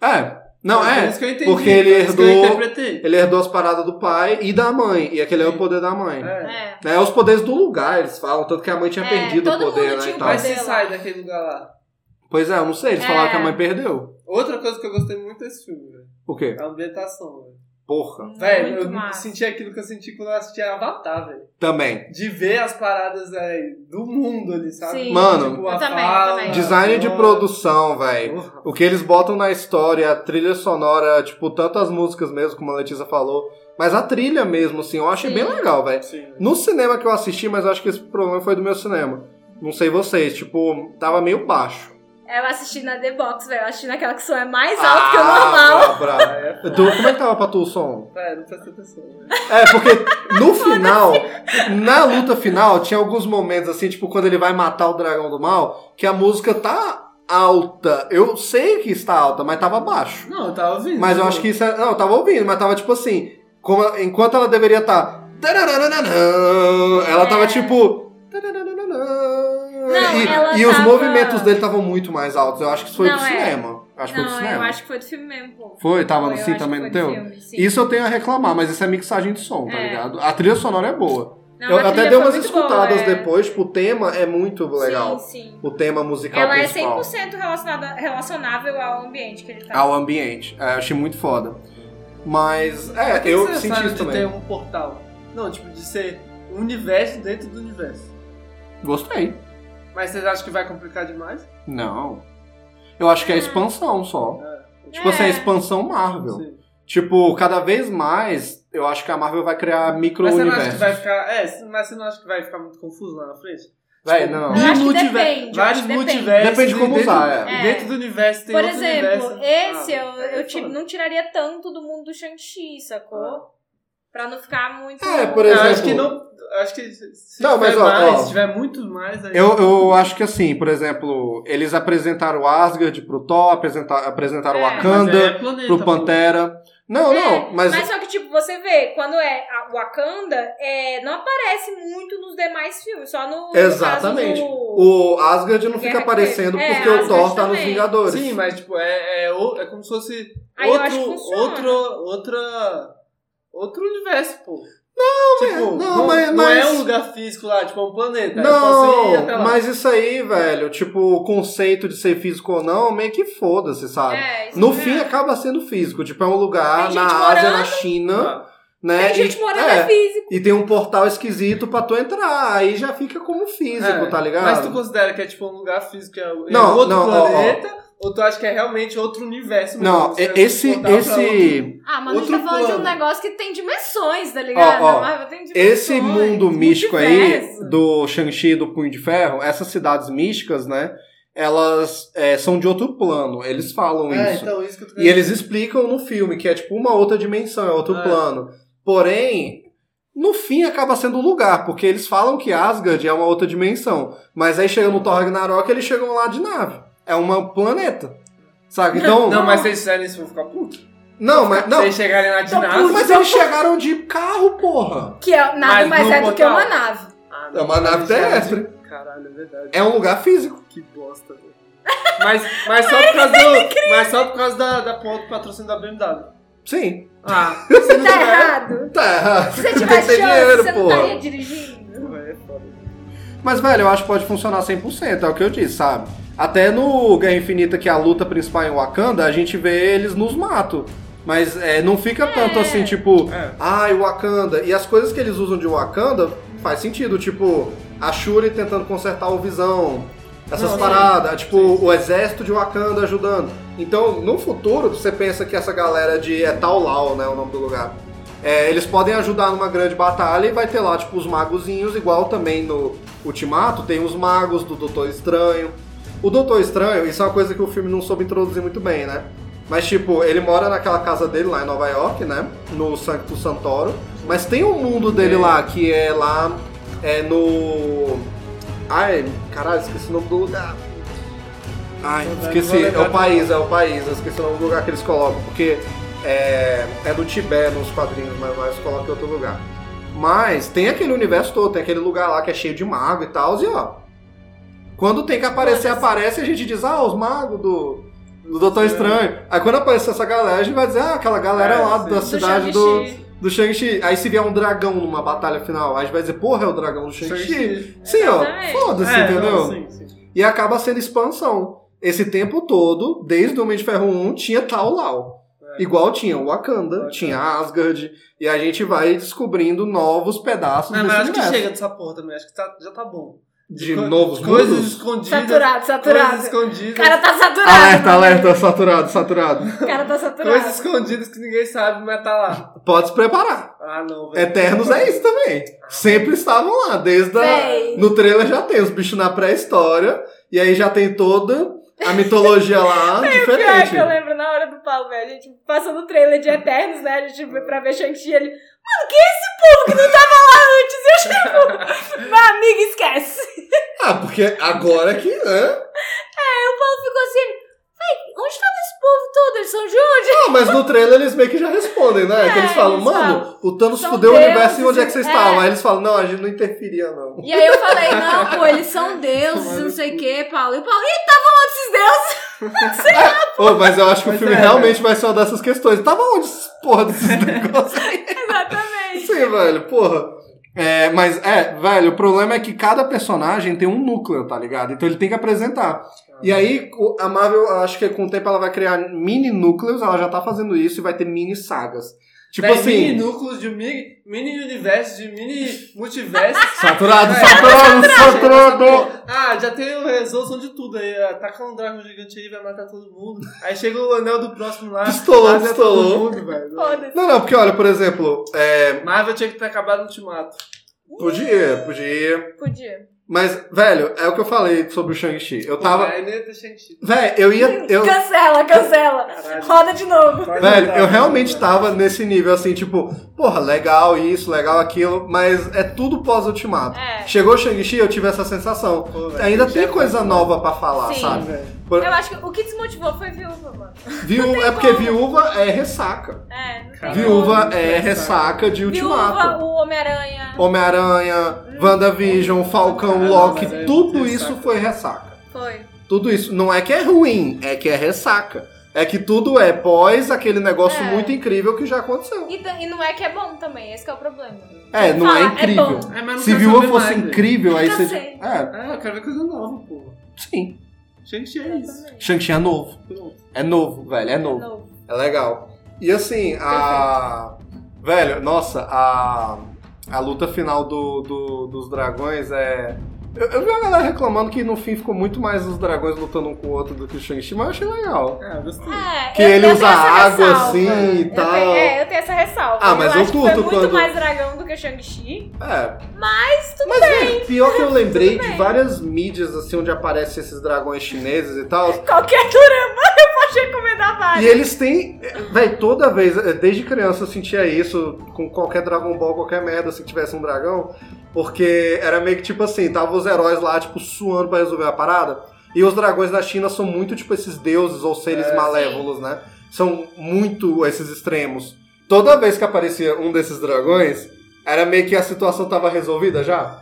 É, não, Foi é. isso que eu entendi, porque ele foi isso que eu herdou- interpretei. Ele herdou as paradas do pai e da mãe. E aquele é o poder da mãe. É. É. É. os poderes do lugar, eles falam. Tanto que a mãe tinha É, perdido o todo poder, mundo né? tinha E um tal. Mas se Sei lá. sai daquele lugar lá. Pois é, eu não sei. Eles É. falaram que a mãe perdeu. Outra coisa que eu gostei muito desse filme, velho. O quê? É a ambientação, velho. Hum. Porra. Velho, eu Muito massa. senti aquilo que eu senti quando eu assisti Avatar, velho. Também. De ver as paradas velho, do mundo ali, sabe? Tipo, Sim. Mano, Eu também, eu também. Design de a- produção, velho. Porra. O que eles botam na história, a trilha sonora, tipo, tanto as músicas mesmo, como a Letícia falou, mas a trilha mesmo, assim, eu achei Sim. bem legal, velho. Sim. No cinema que eu assisti, mas eu acho que esse problema foi do meu cinema. Não sei vocês, tipo, tava meio baixo. É, Eu assisti na The Box, velho. Eu assisti naquela que som é mais alto que o normal. Ah, brabo, brabo. Tu- como é que tava pra tu o som? Velho, não presta atenção, né? velho. É, porque no final, na luta final, tinha alguns momentos assim, tipo, quando ele vai matar o dragão do mal, que a música tá alta. Eu sei que está alta, mas tava baixo. Não, eu tava ouvindo. tipo, Mas eu acho que isso é. Não, eu tava ouvindo, mas tava tipo assim. como- enquanto ela deveria estar. Ela tava É. tipo. e ela e os tava- movimentos dele estavam muito mais altos. Eu acho que isso foi Não, do é. cinema. Acho que foi do Não, cinema. eu acho que foi do filme mesmo, pô. Foi, tava Foi, eu assim acho também, que no foi do teu? filme, sim. Isso eu tenho a reclamar, mas isso é mixagem de som, tá É. ligado? A trilha sonora é boa. Não, eu a até trilha dei foi umas muito boa, escutadas é. depois, tipo, o tema é muito legal. Sim, sim. O tema musical Ela é principal 100% relacionada, relacionável ao ambiente que ele tá. ao ambiente. É, eu achei muito foda. Mas, é, Por que eu você senti sabe isso de ter também. um portal. Não, tipo, de ser um universo dentro do universo. um- Gostei. Mas vocês acham que vai complicar demais? Não. Eu acho que é expansão só. Tipo assim, é Ah. É. expansão Marvel. Sim. Tipo, cada vez mais, eu acho que a Marvel vai criar Mas você não acha que micro-universos. vai ficar. É, mas você não acha que vai ficar muito confuso lá na frente? Véi, Tipo, não. Eu acho que multiver- depende, Vários depende. multiversos. Depende de como e dentro- usar, é. e Dentro do universo tem Por outro exemplo, universo. esse Ah, eu, eu é ti- tipo, foda. não tiraria tanto do mundo do Shang-Chi, sacou? Pra não ficar muito. Ah. É, por Eu exemplo- acho que não. eu Acho que se- se Não, tiver mas, ó, mais, ó. se tiver muito mais, aí. Eu, eu acho que assim, por exemplo, eles apresentaram o Asgard pro Thor, apresenta- apresentaram o É, Wakanda Mas é planeta, pro pô. Pantera. Não, né? É, não, mas, mas só que, tipo, você vê, quando é a Wakanda, é, não aparece muito nos demais filmes, só no. no Exatamente. caso do- o Asgard não fica Guerra aparecendo Civil. É, porque o Thor Asgard tá nos também. Vingadores. Sim, mas tipo, é, é, o- é como se fosse Aí eu acho que outro, funciona. outro, outra, outro universo, pô. Tipo, mas- não, mas- não mas- é um lugar físico lá, tipo, é um planeta. eu posso ir Não, até lá. mas isso aí, velho, tipo, o conceito de ser físico ou não, meio que foda-se, sabe? É, isso No é. fim acaba sendo físico, tipo, é um lugar Tem na gente Ásia, na morando. China, Tá. né? Tem gente e, morando é, é. físico. e tem um portal esquisito pra tu entrar, aí já fica como físico, É, tá ligado? Mas tu considera que é tipo um lugar físico, que é, é Não, outro não, ó, ó. planeta, ou tu acha que é realmente outro universo? mesmo, Não, você e- esse, transportar pra outro- esse, Ah, mano, a gente Outro tá falando de um plano. negócio que tem dimensões, tá ligado? Ó, ó, Marvel tem dimensões, esse mundo místico aí multiverso. do Shang-Chi e do Punho de Ferro, essas cidades místicas, né? Elas é, são de outro plano, eles falam É, isso. então, isso que eu tô E eles explicam no filme que é tipo uma outra dimensão, é outro É. plano. Porém, no fim acaba sendo um lugar, porque eles falam que Asgard é uma outra dimensão. Mas aí chega no Thor Ragnarok, eles chegam lá de nave. É um planeta. Sabe? Então. Não, mas se eles fizerem isso, eu vou ficar puto. Não, mas. Se Não, eles chegarem lá de Então, nada. mas eles chegaram de carro, porra. Que é nada Mas mais no é do que uma portal. nave. Ah, É uma nave eles chegaram terrestre. de- Caralho, é verdade. É um lugar físico. Que bosta, velho. Mas, mas, só por causa do, mas só por causa da, da ponto patrocínio da BMW. Sim. Ah, Você tá errado. Tá. Se você é? Tem tivesse que ter chance, dinheiro, você porra. não tá estaria dirigindo. é foda. Mas, velho, eu acho que pode funcionar 100%, é o que eu disse, sabe? Até no Guerra Infinita, que é a luta principal em Wakanda, a gente vê eles nos matos. Mas é, não fica tanto assim, tipo, É. ai, Wakanda. E as coisas que eles usam de Wakanda faz sentido, tipo, a Shuri tentando consertar o Visão, essas Não, sim. paradas, tipo, o exército de Wakanda ajudando. Então, no futuro, você pensa que essa galera de. É Taulau, né? O nome do lugar. É, eles podem ajudar numa grande batalha e vai ter lá, tipo, os magozinhos, igual também no Ultimato, tem os magos do Doutor Estranho. O Doutor Estranho, isso é uma coisa que o filme não soube introduzir muito bem, né? Mas, tipo, ele mora naquela casa dele lá em Nova York, né? No Sancto Santoro. Mas tem um mundo dele lá, que é lá é no. Ai, caralho, esqueci o nome do lugar. Ai, Não, não vou esqueci. É lembrar o país, é o país. Eu esqueci o nome do lugar que eles colocam, porque é, é do Tibete nos quadrinhos, mas, mas coloca em outro lugar. Mas tem aquele universo todo, tem aquele lugar lá que é cheio de mago e tal, e ó. Quando tem que aparecer, aparece e a gente diz, ah, os magos do, do Doutor Estranho. Aí quando aparecer essa galera, a gente vai dizer, ah, aquela galera É, lá sim. da Do cidade do, Shang-Chi. do Shang-Chi. Aí se vier um dragão numa batalha final, a gente vai dizer, porra, é o dragão do Shang-Chi. Sim, ó, Exatamente. foda-se, É, entendeu? não, sim, sim. E acaba sendo expansão. Esse tempo todo, desde o Homem de Ferro 1, tinha Tao Lao. É. Igual tinha o Wakanda, Wakanda. tinha Asgard. E a gente vai descobrindo novos pedaços Não, desse Ah, mas acho que universo. chega dessa porra também. Acho que tá- já tá bom. De Co- novos Coisas mundos. escondidas. Saturado, Coisas saturado. O escondidas. cara tá saturado. Alerta, mano. alerta, saturado, saturado. O cara tá saturado. Coisas escondidas que ninguém sabe, mas tá lá. Pode se preparar. Ah, não, velho. Eternos é isso também. Sempre estavam lá, desde a... Véi. No trailer já tem os bichos na pré-história, e aí já tem toda a mitologia lá Pior é que eu diferente. lembro na hora do Paulo, velho. A gente passando o trailer de Eternos, né? A gente foi pra ver Shang-Chi ele. Mano, que é esse povo que não tava lá antes? E eu chego. Meu amigo, esquece. Ah, porque agora que, né? Aí o Paulo ficou assim. Véi, onde tava esse povo todo? Eles são de onde? Ah, mas no trailer eles meio que já respondem, né? que eles É, falam, eles mano, falam, o Thanos são fudeu o deuses, universo e onde é que vocês é. estavam? Aí eles falam, não, a gente não interferia, não. E aí eu falei, não, pô, eles são deuses, não é sei o que, Paulo. E o Paulo, ih, tava onde esses deuses? Ô, mas eu acho que o Pois filme é, realmente vai só dessas questões. Tava onde esses porra desses negócios? Exatamente. Sim, velho, porra. É, mas é, velho, o problema é que cada personagem tem um núcleo, tá ligado? Então ele tem que apresentar. E aí, o- a Marvel, eu acho que com o tempo ela vai criar mini núcleos, ela já tá fazendo isso e vai ter mini sagas. Tipo Daí, assim. Mini núcleos de mini, mini universos, de mini multiversos. Saturado, É. saturado, saturado! Ah, já tem a resolução de tudo aí. Ataca um dragão gigante aí, vai matar todo mundo. Aí chega o anel do próximo lá. Pistolou, mata pistolou. todo mundo, velho. Foda-se. Não, não, porque olha, por exemplo, é, Marvel tinha que ter acabado no ultimato. podia, podia. Podia. Mas, velho, é o que eu falei sobre o Shang-Chi. Eu Uhum. tava. Aí nem deixa a gente. Velho, eu ia. Eu, Cancela, cancela. Caralho. Roda de novo. velho, Pode voltar, eu pode realmente voltar. tava nesse nível assim, tipo, porra, legal isso, legal aquilo, mas é tudo pós-ultimato. É. Chegou o Shang-Chi, eu tive essa sensação. Pô, velho, Ainda que tem já- coisa nova pra falar, Sim. sabe? Velho. Por- Eu acho que o que desmotivou foi viúva, mano. Viúva, é porque viúva é ressaca. É, não tem Caralho. Viúva Viúva é é ressaca de como. Viúva, ultimato. o Homem-Aranha. Homem-Aranha, WandaVision, Falcão, Caramba, Loki, Uhum. mas é tudo ressaca. isso foi ressaca. Foi. Tudo isso. Não é que é ruim, é que é ressaca. É que tudo é pós aquele negócio É. muito incrível que já aconteceu. E, ta- e não é que é bom também, esse que é o problema. É, não é Fala, é incrível. bom. É, mas eu não Se quero viúva saber fosse mais, velho. incrível, aí você. Cansei. É, Ah, eu quero ver coisa nova, pô. sim. Gente, é isso. Shang-Chi é novo. Pronto. É novo, velho, é novo. Novo. É legal. E assim, a. Velho, nossa, a. A luta final do, do- dos dragões é. Eu, eu vi a galera reclamando que no fim ficou muito mais os dragões lutando um com o outro do que o Shang-Chi, mas eu achei legal. Ah, gostei. É, Que eu- ele eu usa tenho essa água ressalva. assim e Eu tal. tenho- é, eu tenho essa ressalva. Ah, mas eu acho que curto foi muito quando- mais dragão do que o Shang-Chi. É. Mas tudo Mas, velho, pior que eu lembrei Tudo de bem. várias mídias assim onde aparecem esses dragões chineses e tal. Qualquer drama eu posso recomendar E vários. eles têm. Véi, toda vez, eh, desde criança eu sentia isso com qualquer Dragon Ball, qualquer merda, se tivesse um dragão. Porque era meio que tipo assim, tava os heróis lá, tipo, suando pra resolver a parada. E os dragões da China são muito, tipo, esses deuses ou seres É, malévolos, né? São muito esses extremos. Toda vez que aparecia um desses dragões, era meio que a situação tava resolvida já.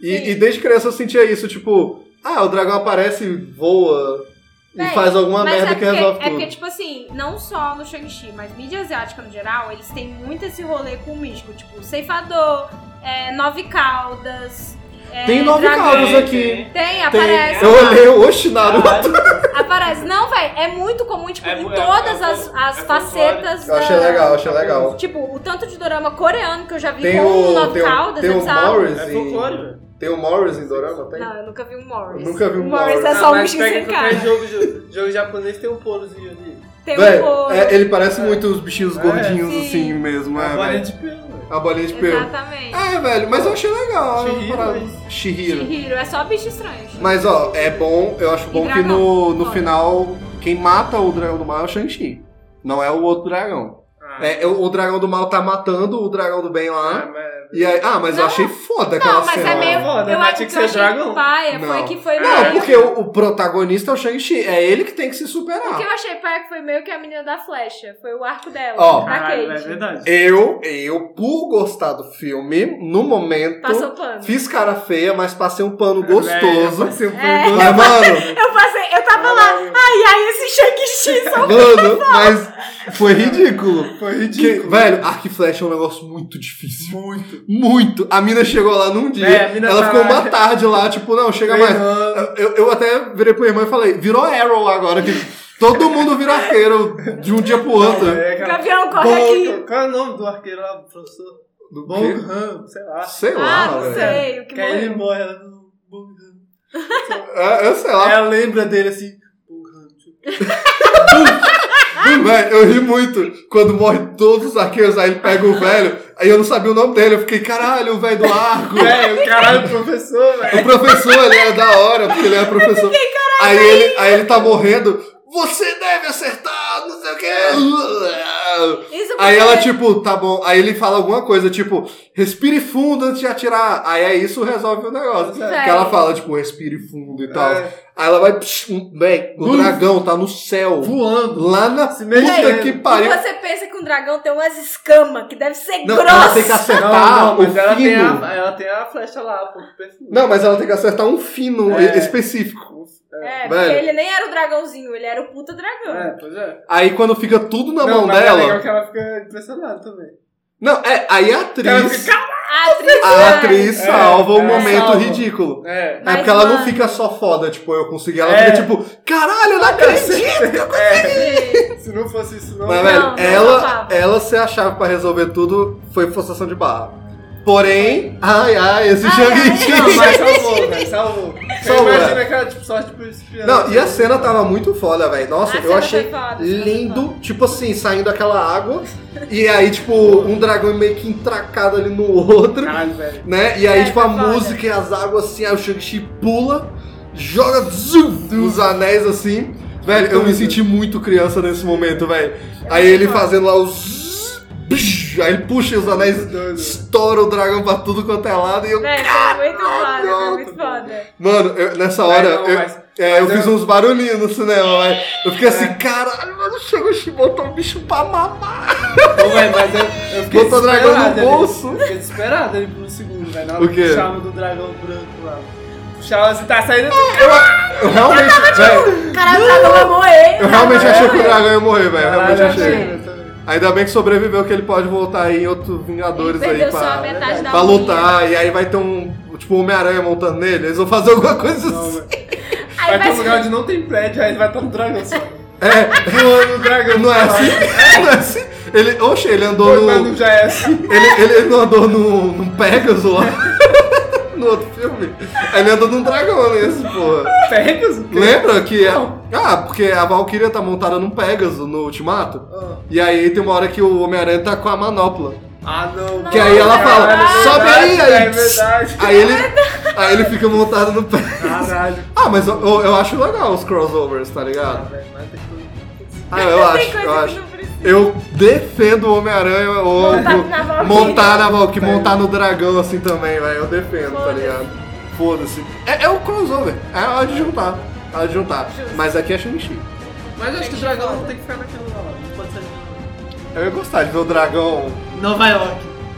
Sim. E, e desde criança eu sentia isso, tipo, ah, o dragão aparece, voa Véi, e faz alguma Mas merda é que porque, resolve é tudo. porque, tipo assim, não só no Shang-Chi, mas mídia asiática no geral, eles têm muito esse rolê com o místico. Tipo, ceifador, é, nove caudas. é, Tem nove dragão. caudas é. aqui. Tem, Tem. aparece. Eu olhei, oxe, Ah. Naruto. Aparece. Não, véi, é muito comum, tipo, É em mu- é- todas é as, folclore. as É facetas. Eu achei da- legal, achei legal. Tipo, o tanto de dorama coreano que eu já vi Tem com o- nove tem o- caudas, tem é o bizarro. Morris. É Sim. folclore, velho. Tem o Morris em Dorama, tem? Não, eu nunca vi um Eu Morris. nunca vi um Morris Morris. é só um bichinho Ah, pega sem qualquer cara. jogo, jogo, jogo japonês tem um pôrozinho ali. Tem Véi, um pouco. é, ele parece muito os bichinhos É, gordinhos, sim. assim mesmo, é, a bolinha velho. de pelo, velho. A bolinha de pelo. Exatamente. É, velho, mas eu achei legal. é uma Chihiro, parada. é isso. Chihiro. Shihiro, é só bicho estranho. Mas, ó, é bom, eu acho E bom que dragão. no, no Olha. final, quem mata o dragão do mal é o Shang-Chi. Não é o outro dragão. Ah, É, é o o dragão do mal tá matando o dragão do bem ah, lá. mas... E aí, ah, mas eu Não. achei foda aquela Não, mas cena. é meio. Foda, eu mas acho tinha que, que eu ser achei dragão. paia foi Não. que foi Não, meio. porque o, o protagonista é o Shang-Chi. É ele que tem que se O que superar. eu achei paia que foi meio que a menina da flecha. Foi o arco dela. Ó. da Caralho, é Kate. verdade. Eu, eu, por gostar do filme, no momento, Passou pano. fiz cara feia, mas passei um pano Velho, gostoso. apareceu um É. pelo. Mas, mano, Eu passei, eu tava lá. Ai, ai, esse Shang-Chi só mano, mas foi ridículo. Foi Que, ridículo. velho, arco e flecha é um negócio muito difícil. Muito. Muito. A mina chegou lá num dia. É, a mina ela tá ficou lá. uma tarde lá, tipo, não, chega mais. Treinando. Eu, eu até virei pro irmão e falei, virou Arrow agora, que todo mundo vira arqueiro de um dia pro outro. É, cara. Gavião, corre aqui. Bom- Qual é o nome do arqueiro lá, professor? Do Bom quê? Ram, sei lá. Sei lá, Ah, não velho. sei. O que Que aí ele morreu. morre ela no Bom Ram. É, eu sei Aí lá. ela lembra dele assim. Bom Ram. Velho, eu ri muito quando morre todos os arqueiros, aí ele pega o velho, aí eu não sabia o nome dele, eu fiquei, caralho, o velho do arco. Velho, caralho, professor, velho. O professor, ele é da hora, porque ele é professor. Aí é ele, aí ele tá morrendo, você deve acertar, não sei o quê. Isso Aí porque- ela, tipo, tá bom. Aí ele fala alguma coisa, tipo, respire fundo antes de atirar. Aí é isso resolve o negócio. Sério. É. Que ela fala, tipo, respire fundo e tal. É. Aí ela vai, psh, um- bem, o Hum. Uf. dragão tá no céu. Voando. Lá na Se puta mexendo. que E pariu. você pensa que um dragão tem umas escamas que deve ser Não, ela grossa. tem que tá acertar não, Ah, mas o ela tem, fino. a, ela tem a flecha lá, pô, que perfume. Não, mas ela tem que acertar um fino É. específico. É, Velho. porque ele nem era o dragãozinho, ele era o puta dragão. É, pois é. Aí quando fica tudo na não, mão mas dela. É legal que ela fica impressionada também. Não, é, aí a Ela atriz. fica- A atriz. A atriz É, salva o é, momento salva. ridículo. É. É Mas, porque ela não mano- fica só foda, tipo, eu consegui. Ela É. assim. fica tipo, caralho, eu não acredito que eu consegui. Se não fosse isso, não. Mas, Não, velho, não ela, salvava. ela ser a chave pra resolver tudo foi forçação de barra. Porém, ai, ai, esse Ai, Shang-Chi. Não, mas salvou, velho, salvou. Só eu uma. imagino aquela tipo, sorte por espiando. Não, e a cena tá tava muito foda, velho. Nossa, A eu cena achei foi foda, a cena foi lindo, tipo assim, saindo daquela água. E aí, tipo, um dragão meio que entracado ali no outro, Caralho, velho. né? E aí, É, tipo, a foi foda. música e as águas assim, aí o Shang-Chi pula, joga zum, os anéis assim. Velho, eu me senti muito criança nesse momento, velho. Aí ele fazendo lá os. bsh, Aí ele puxa os anéis, estoura o dragão pra tudo quanto é lado e eu. Velho, foi muito foda, foi muito pronto, foda. Mano, eu- nessa hora Mas não, eu, mas- é, eu mas fiz eu- É. uns barulhinhos no cinema, mas eu fiquei assim, caralho, mano, chegou o botou o bicho pra mamar. Não, velho, mas eu, eu fiquei Botou o dragão no desesperado ali. bolso. Eu Fiquei desesperado ali por um segundo, velho. Na hora O que quê? puxava do dragão branco lá. Puxava assim, tá saindo É, do Eu realmente, velho, Caralho, o dragão vai morrer. eu realmente achei que o dragão ia morrer, velho. Eu realmente caralho. achei. eu também. Ainda bem que sobreviveu, que ele pode voltar aí em outros Vingadores Ele perdeu aí só a pra, metade da pra unha. lutar. E aí vai ter um, tipo, um Homem-Aranha montando nele. Eles vão fazer alguma coisa Não, assim. velho. Aí Vai ter um vai lugar onde não tem prédio, aí vai estar um dragão só. É, Voando o dragão. não é assim. Não é assim. Ele, oxe, ele andou Mas no. não já é assim. Ele, ele não andou num, num Pegasus lá no outro filme. Aí Ele andou num dragão nesse, porra. Pegas? Lembra que. Não. Ah, porque a Valkyria tá montada num Pegasus no Ultimato. Ah. E aí tem uma hora que o Homem-Aranha tá com a manopla. Ah, não. Que aí ela fala, Caralho, sobe aí, aí. É verdade. Aí ele. Aí ele fica montado no Pegasus. Caralho. Ah, mas eu, eu- eu acho legal os crossovers, tá Ah, ligado? velho, mas tem que- Ah, eu Tem acho, coisa eu que acho. não precisa. Eu defendo o Homem-Aranha ou Montado na Valkyria. montar na Valkyria, montar no dragão assim também, velho. Eu defendo, tá Foda-se. ligado? Foda-se. É, é o crossover, é a hora de juntar. É A hora de juntar. Mas aqui é Shang-Chi. Mas eu acho que o dragão não tem que ficar naquele lugar lá. Não pode sair. Eu ia gostar de ver o dragão. Nova York.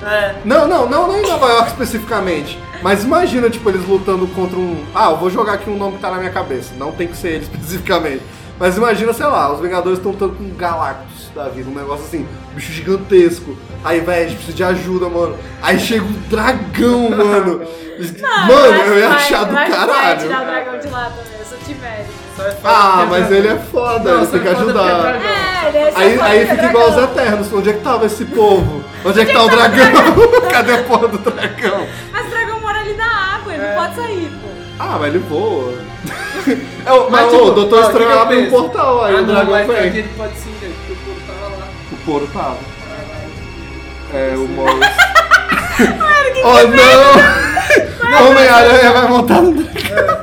É. Não, não, não, não em Nova York especificamente. Mas imagina, tipo, eles lutando contra um. Ah, eu vou jogar aqui um nome que tá na minha cabeça. Não tem que ser ele especificamente. Mas imagina, sei lá, os Vingadores estão lutando com um Galactus da vida, um negócio assim, um bicho gigantesco. Aí, velho, a gente precisa de ajuda, mano. Aí chega um dragão, mano. mano, eu ia achar do Vai caralho. tirar o dragão de lá também, eu sou Tibério. Só é foda porque Ah, é mas dragão. ele é foda, Não, ele só tem que é foda porque é ajudar. dragão. É, ele é só Aí, foda, aí ele é fica igual os dragão. Eternos. Onde é que tava esse povo? Onde é que tá o dragão? Cadê a porra do dragão? Mas o dragão mora ali na água, É. ele não pode sair, pô. Ah, mas ele voa. é, o- mas Mas, o tipo, Doutor ó, o que Estranho que eu abre um penso? portal, aí Ah, o não, dragão mas aqui vem. ele pode sim, velho, porque o tá. povo tava lá. O couro tava. É, o Morris. oh, não! Homem-Aranha vai montar no dragão.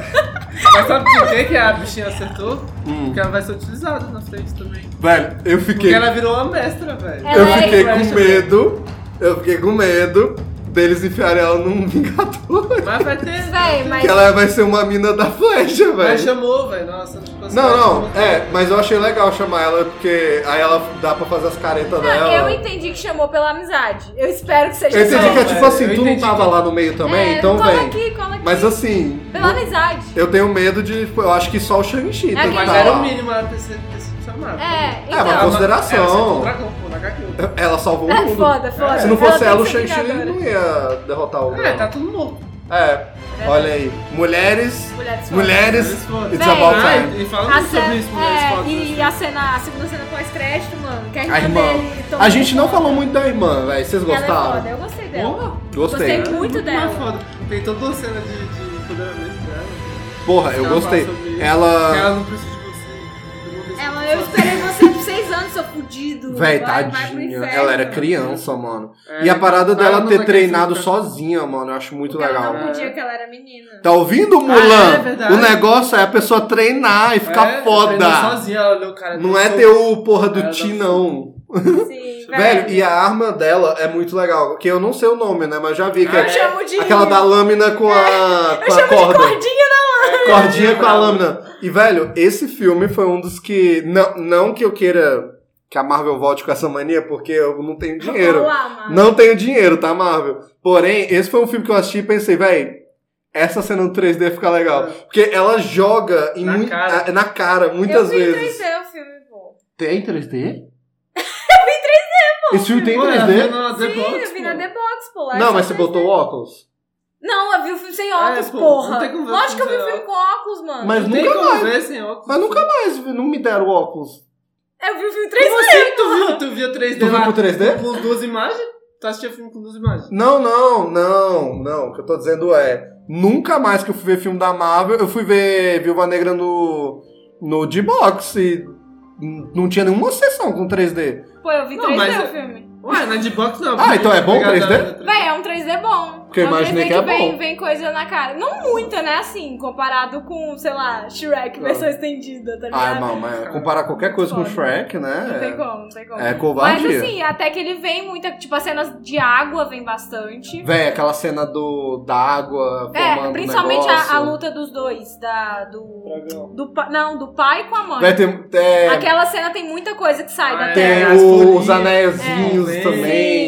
Mas sabe por que que a bichinha acertou? Hum. Porque ela vai ser utilizada na frente também. Velho, eu Porque fiquei... ela né? virou uma mestra, velho. Eu Ela é fiquei Flash, com medo. Eu fiquei com medo deles enfiarem ela num Vingador. Mas vai ter. né? Véi, mas Que ela vai ser uma mina da flecha, Mas velho. chamou, velho. Nossa, tipo assim, ela Não, não, chamou. é, mas eu achei legal chamar ela, porque aí ela dá pra fazer as caretas dela. Ah, eu entendi que chamou pela amizade. Eu espero que seja é Eu entendi só. que é tipo velho, assim, eu tu não entendi tava que- lá no meio também, É, então cola vem. aqui, cola aqui. Mas assim, Pela amizade. eu tenho medo de. tipo, Eu acho que só o Shang-Chi tem que aquele Mas tá era lá. o mínimo ela ter sido ter sido chamada. É, É, mas então. você- consideração. Ela acertou o dragão, pô, na HQ. Ela salvou o É mundo. foda, foda. Se não fosse ela, Ela o tem que ser Shang-Chi vingadora. não ia derrotar o. É, tá tudo morto. É, olha aí. Mulheres. Mulheres foda. Mulheres. Mulheres foda. It's about Ah, time. e- e fala A muito sobre cena- isso, mulheres assim, é, fodas. e a cena, a segunda cena pós-crédito, mano, que a irmã, assim. A irmã. dele tomou A gente não conta. falou muito da irmã, velho. Vocês Ela é gostaram? foda, eu gostei dela. Porra, Gostei. né? Gostei muito mais dela. é foda. Tem toda uma cena de, de empoderamento dela. né? Porra, eu Ela fala gostei. sobre que Ela. Ela não precisa de você. Ela, eu esperei você por seis anos, seu fudido. Vai- Véi, vai pro tadinha. inferno. né? Ela era criança, mano. É. E a parada Ela dela não ter vai treinado crescer, sozinha, mano, eu acho muito Porque ela legal. não podia, que ela era menina. Tá ouvindo, tá Ah, é Mulan? verdade. o negócio é a pessoa treinar e ficar É, ela treinou foda. Sozinha, ela olhou o cara. Não é dançou. ter o porra do Ela É. Ti, dançou. não. Sim, Velho, e a arma dela é muito legal. Que eu não sei o nome, né? Mas eu já vi que Ah, é Eu chamo de. aquela da lâmina com a, Eu chamo com a de né? corda. cordinha Cordinha com a Bravo. lâmina. E, velho, esse filme foi um dos que. Não, não que eu queira que a Marvel volte com essa mania, porque eu não tenho na dinheiro. Olá, mano. Não tenho dinheiro, tá, Marvel? Porém, esse foi um filme que eu assisti e pensei, velho, essa cena no 3D fica legal. Porque ela joga em Na mui- cara. a- na cara Eu muitas vi em vezes. 3D o filme, pô. Tem 3D? Esse filme tem Pô, ela viu 3D? na The Sim, Box, eu vi na pô. The Box, pô. lá. Não, mas você botou o óculos? Não, eu vi o filme sem óculos, É, pô, porra. não tem como ver Lógico que eu vi o sem filme com óculos, mano. Mas Tem nunca como mais. ver sem óculos. Mas nunca mais, não me deram o óculos. Eu vi o filme Como 3D. assim? Tu viu, tu viu 3D Tu viu lá com 3D? Com duas imagens? Tu assistia filme com duas imagens? Não, não, não, não. O que eu tô dizendo é. Nunca mais que eu fui ver filme da Marvel, eu fui ver Viúva Negra no, no D-Box e n- não tinha nenhuma sessão com 3D. Pô, eu vi Não, 3D mas o é- filme. Ué, na D-Box não. Ah, então é bom Pegar 3D? da- da- Véi, é um 3D bom. Porque eu é um imaginei 3D que era vem, bom. vem coisa na cara. Não muita, né? Assim, comparado com, sei lá, Shrek, Não. versão estendida, tá ligado? Ah, não, mas comparar qualquer coisa com o Foda. Shrek, Não né? tem como, não tem como. É, é Mas covardia. assim, até que ele vem muita. Tipo, as cenas de água vem bastante. Véi, aquela cena do, da água formando É, principalmente um negócio. a, a luta dos dois, da, do. Dragão. do pa- não, do pai com a mãe. Véi, tem, é, Aquela cena tem muita coisa que sai Ah, da é. tem tela. as o- os folhinhas. anéisinhos É, também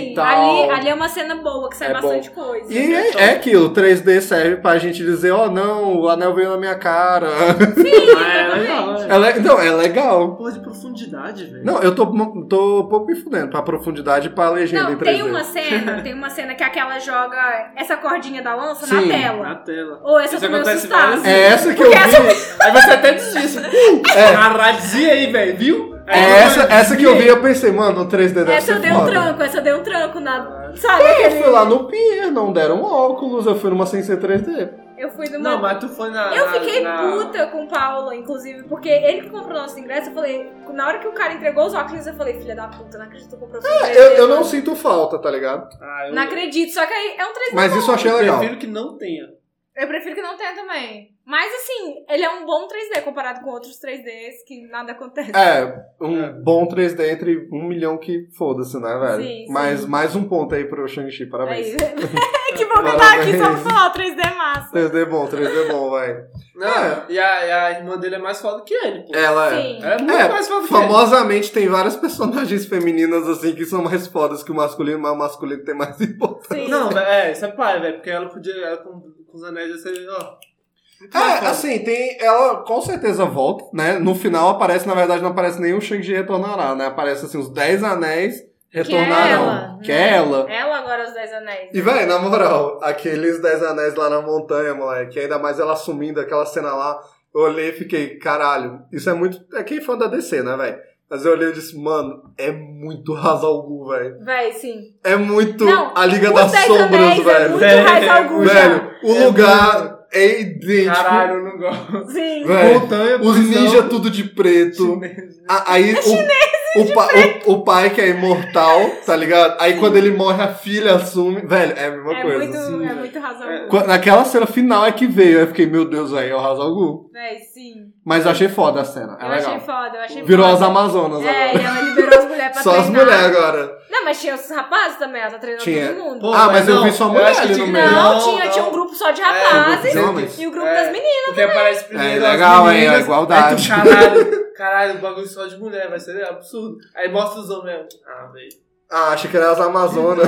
e Sim, tal. ali, ali é uma cena boa que sai É bom. bastante coisa. E é, é aquilo, 3D serve pra gente dizer, ó, não, o anel veio na minha cara. Ah, é legal, é. É le- Não, é legal. Porra de profundidade, velho. Não, eu tô, mo- tô um pouco me fudendo pra profundidade e pra legenda em Não, 3D. tem uma cena, tem uma cena que é aquela joga essa cordinha da lança Sim. na tela. Na tela. Ou essa Isso do meu acontece sustaço. várias É essa que eu Porque vi. Aí você até desiste. Caralho, dizia aí, velho, viu? Aí É eu- essa, essa que eu vi, eu pensei, mano, o 3D É, deve Essa ser eu dei um foda. tranco, essa eu dei um tranco na. Sabe? Eu fui lá no Pier, não deram óculos, eu fui numa sem ser 3D. Eu fui numa. Não, mas tu foi na. Eu na- fiquei na- puta com o Paulo, inclusive, porque ele que comprou nosso ingresso, eu falei, na hora que o cara entregou os óculos, eu falei, filha da puta, não acredito que tu comprou seu ingresso. Ah, Eu, eu não sinto falta, tá ligado? Ah, eu- Não acredito, só que aí é um 3D. Mas isso eu achei eu legal. prefiro que não tenha. Eu prefiro que não tenha também. Mas assim, ele é um bom 3D comparado com outros 3Ds que nada acontece. É, um bom 3D entre um milhão que foda-se, né, velho? Sim, É sim. Mas mais um ponto aí pro Shang-Chi, parabéns. Aí- que bom que eu tava aqui só pra Parabéns. falar 3D massa. 3D é bom, 3D bom, vai. Não, É. e, a, e a irmã dele é mais foda que ele, pô. Ela é. Sim. Ela é muito É, mais foda que ele. Famosamente tem várias personagens femininas assim que são mais fodas que o masculino, mas o masculino tem mais importância. Sim. Não, velho, é, isso é pai, velho, porque ela podia. Ela com, com os anéis ia ser, ó. muito mais É, foda. assim, tem. Ela com certeza volta, né? No final aparece, na verdade, não aparece nem o Shang-Chi retornará, né? Aparece assim, os 10 anéis retornarão. é ela, né? Que é ela. Ela agora os 10 anéis. E, véi, na moral, aqueles 10 anéis lá na montanha, moleque, ainda mais ela sumindo, aquela cena lá, eu olhei e fiquei, caralho, isso é muito. É quem é fã da DC, né, véi? Mas eu olhei e disse, mano, é muito Hazalgu, velho. Véi, sim. É muito Não, a Liga os das Dez Sombras, Anéis É velho. muito Velho, Raiz Alguja. velho, o É lugar é idêntico. Caralho, eu não gosto. Sim. Velho, Montanha, Os prisão, ninjas tudo de preto. chinês. A- aí É o, o, pa- o- o pai que é imortal, tá ligado? Aí quando ele morre, a filha assume. Velho, é a mesma É coisa. muito, sim, é velho. muito razão. É. Qua- Naquela cena final é que veio. Eu fiquei, meu Deus, aí é o Hazalgu. Véi, sim. Mas eu achei foda a cena. É eu legal. achei foda, eu achei Virou foda. as Amazonas É, agora. ele liberou as mulheres pra Só as treinar. mulheres agora. Não, mas tinha os rapazes também, ela tá treinando Tinha. todo mundo. Pô, Ah, mas eu não, vi só mulher acho que ali tinha- no meio. não, não, tinha, não. tinha um grupo só de É, um rapazes grupo de homens. e o grupo É. das meninas. Porque aparece primeiro É as legal, hein? meninas, A igualdade. Aí tu, caralho, caralho, o bagulho só de mulher, vai ser absurdo. Aí mostra os homens. Ah, velho. Ah, achei que era as Amazonas.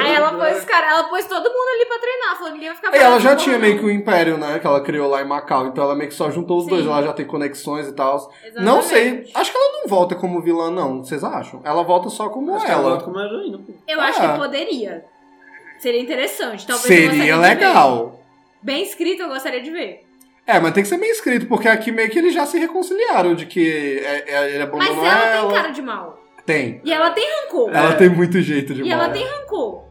Aí ela pôs, cara, ela pôs todo mundo ali pra treinar. Falou, ninguém vai ficar E ela parado já de tinha boa, meio que o império, né? Que ela criou lá em Macau. Então ela meio que só juntou os Sim. dois. Ela já tem conexões e tal. Exatamente. Não sei. Acho que ela não volta como vilã, não. Vocês acham? Ela volta só como ela. Como heroína, pô. Eu Ah. acho que poderia. Seria interessante. Talvez eu Seria gostaria de ver. legal. Bem escrito, eu gostaria de ver. É, mas tem que ser bem escrito, porque aqui meio que eles já se reconciliaram de que é, é, ele Mas abandonou ela, tem cara de mal. Tem. E ela tem rancor. Ela tem muito jeito de E ela mal. tem rancor.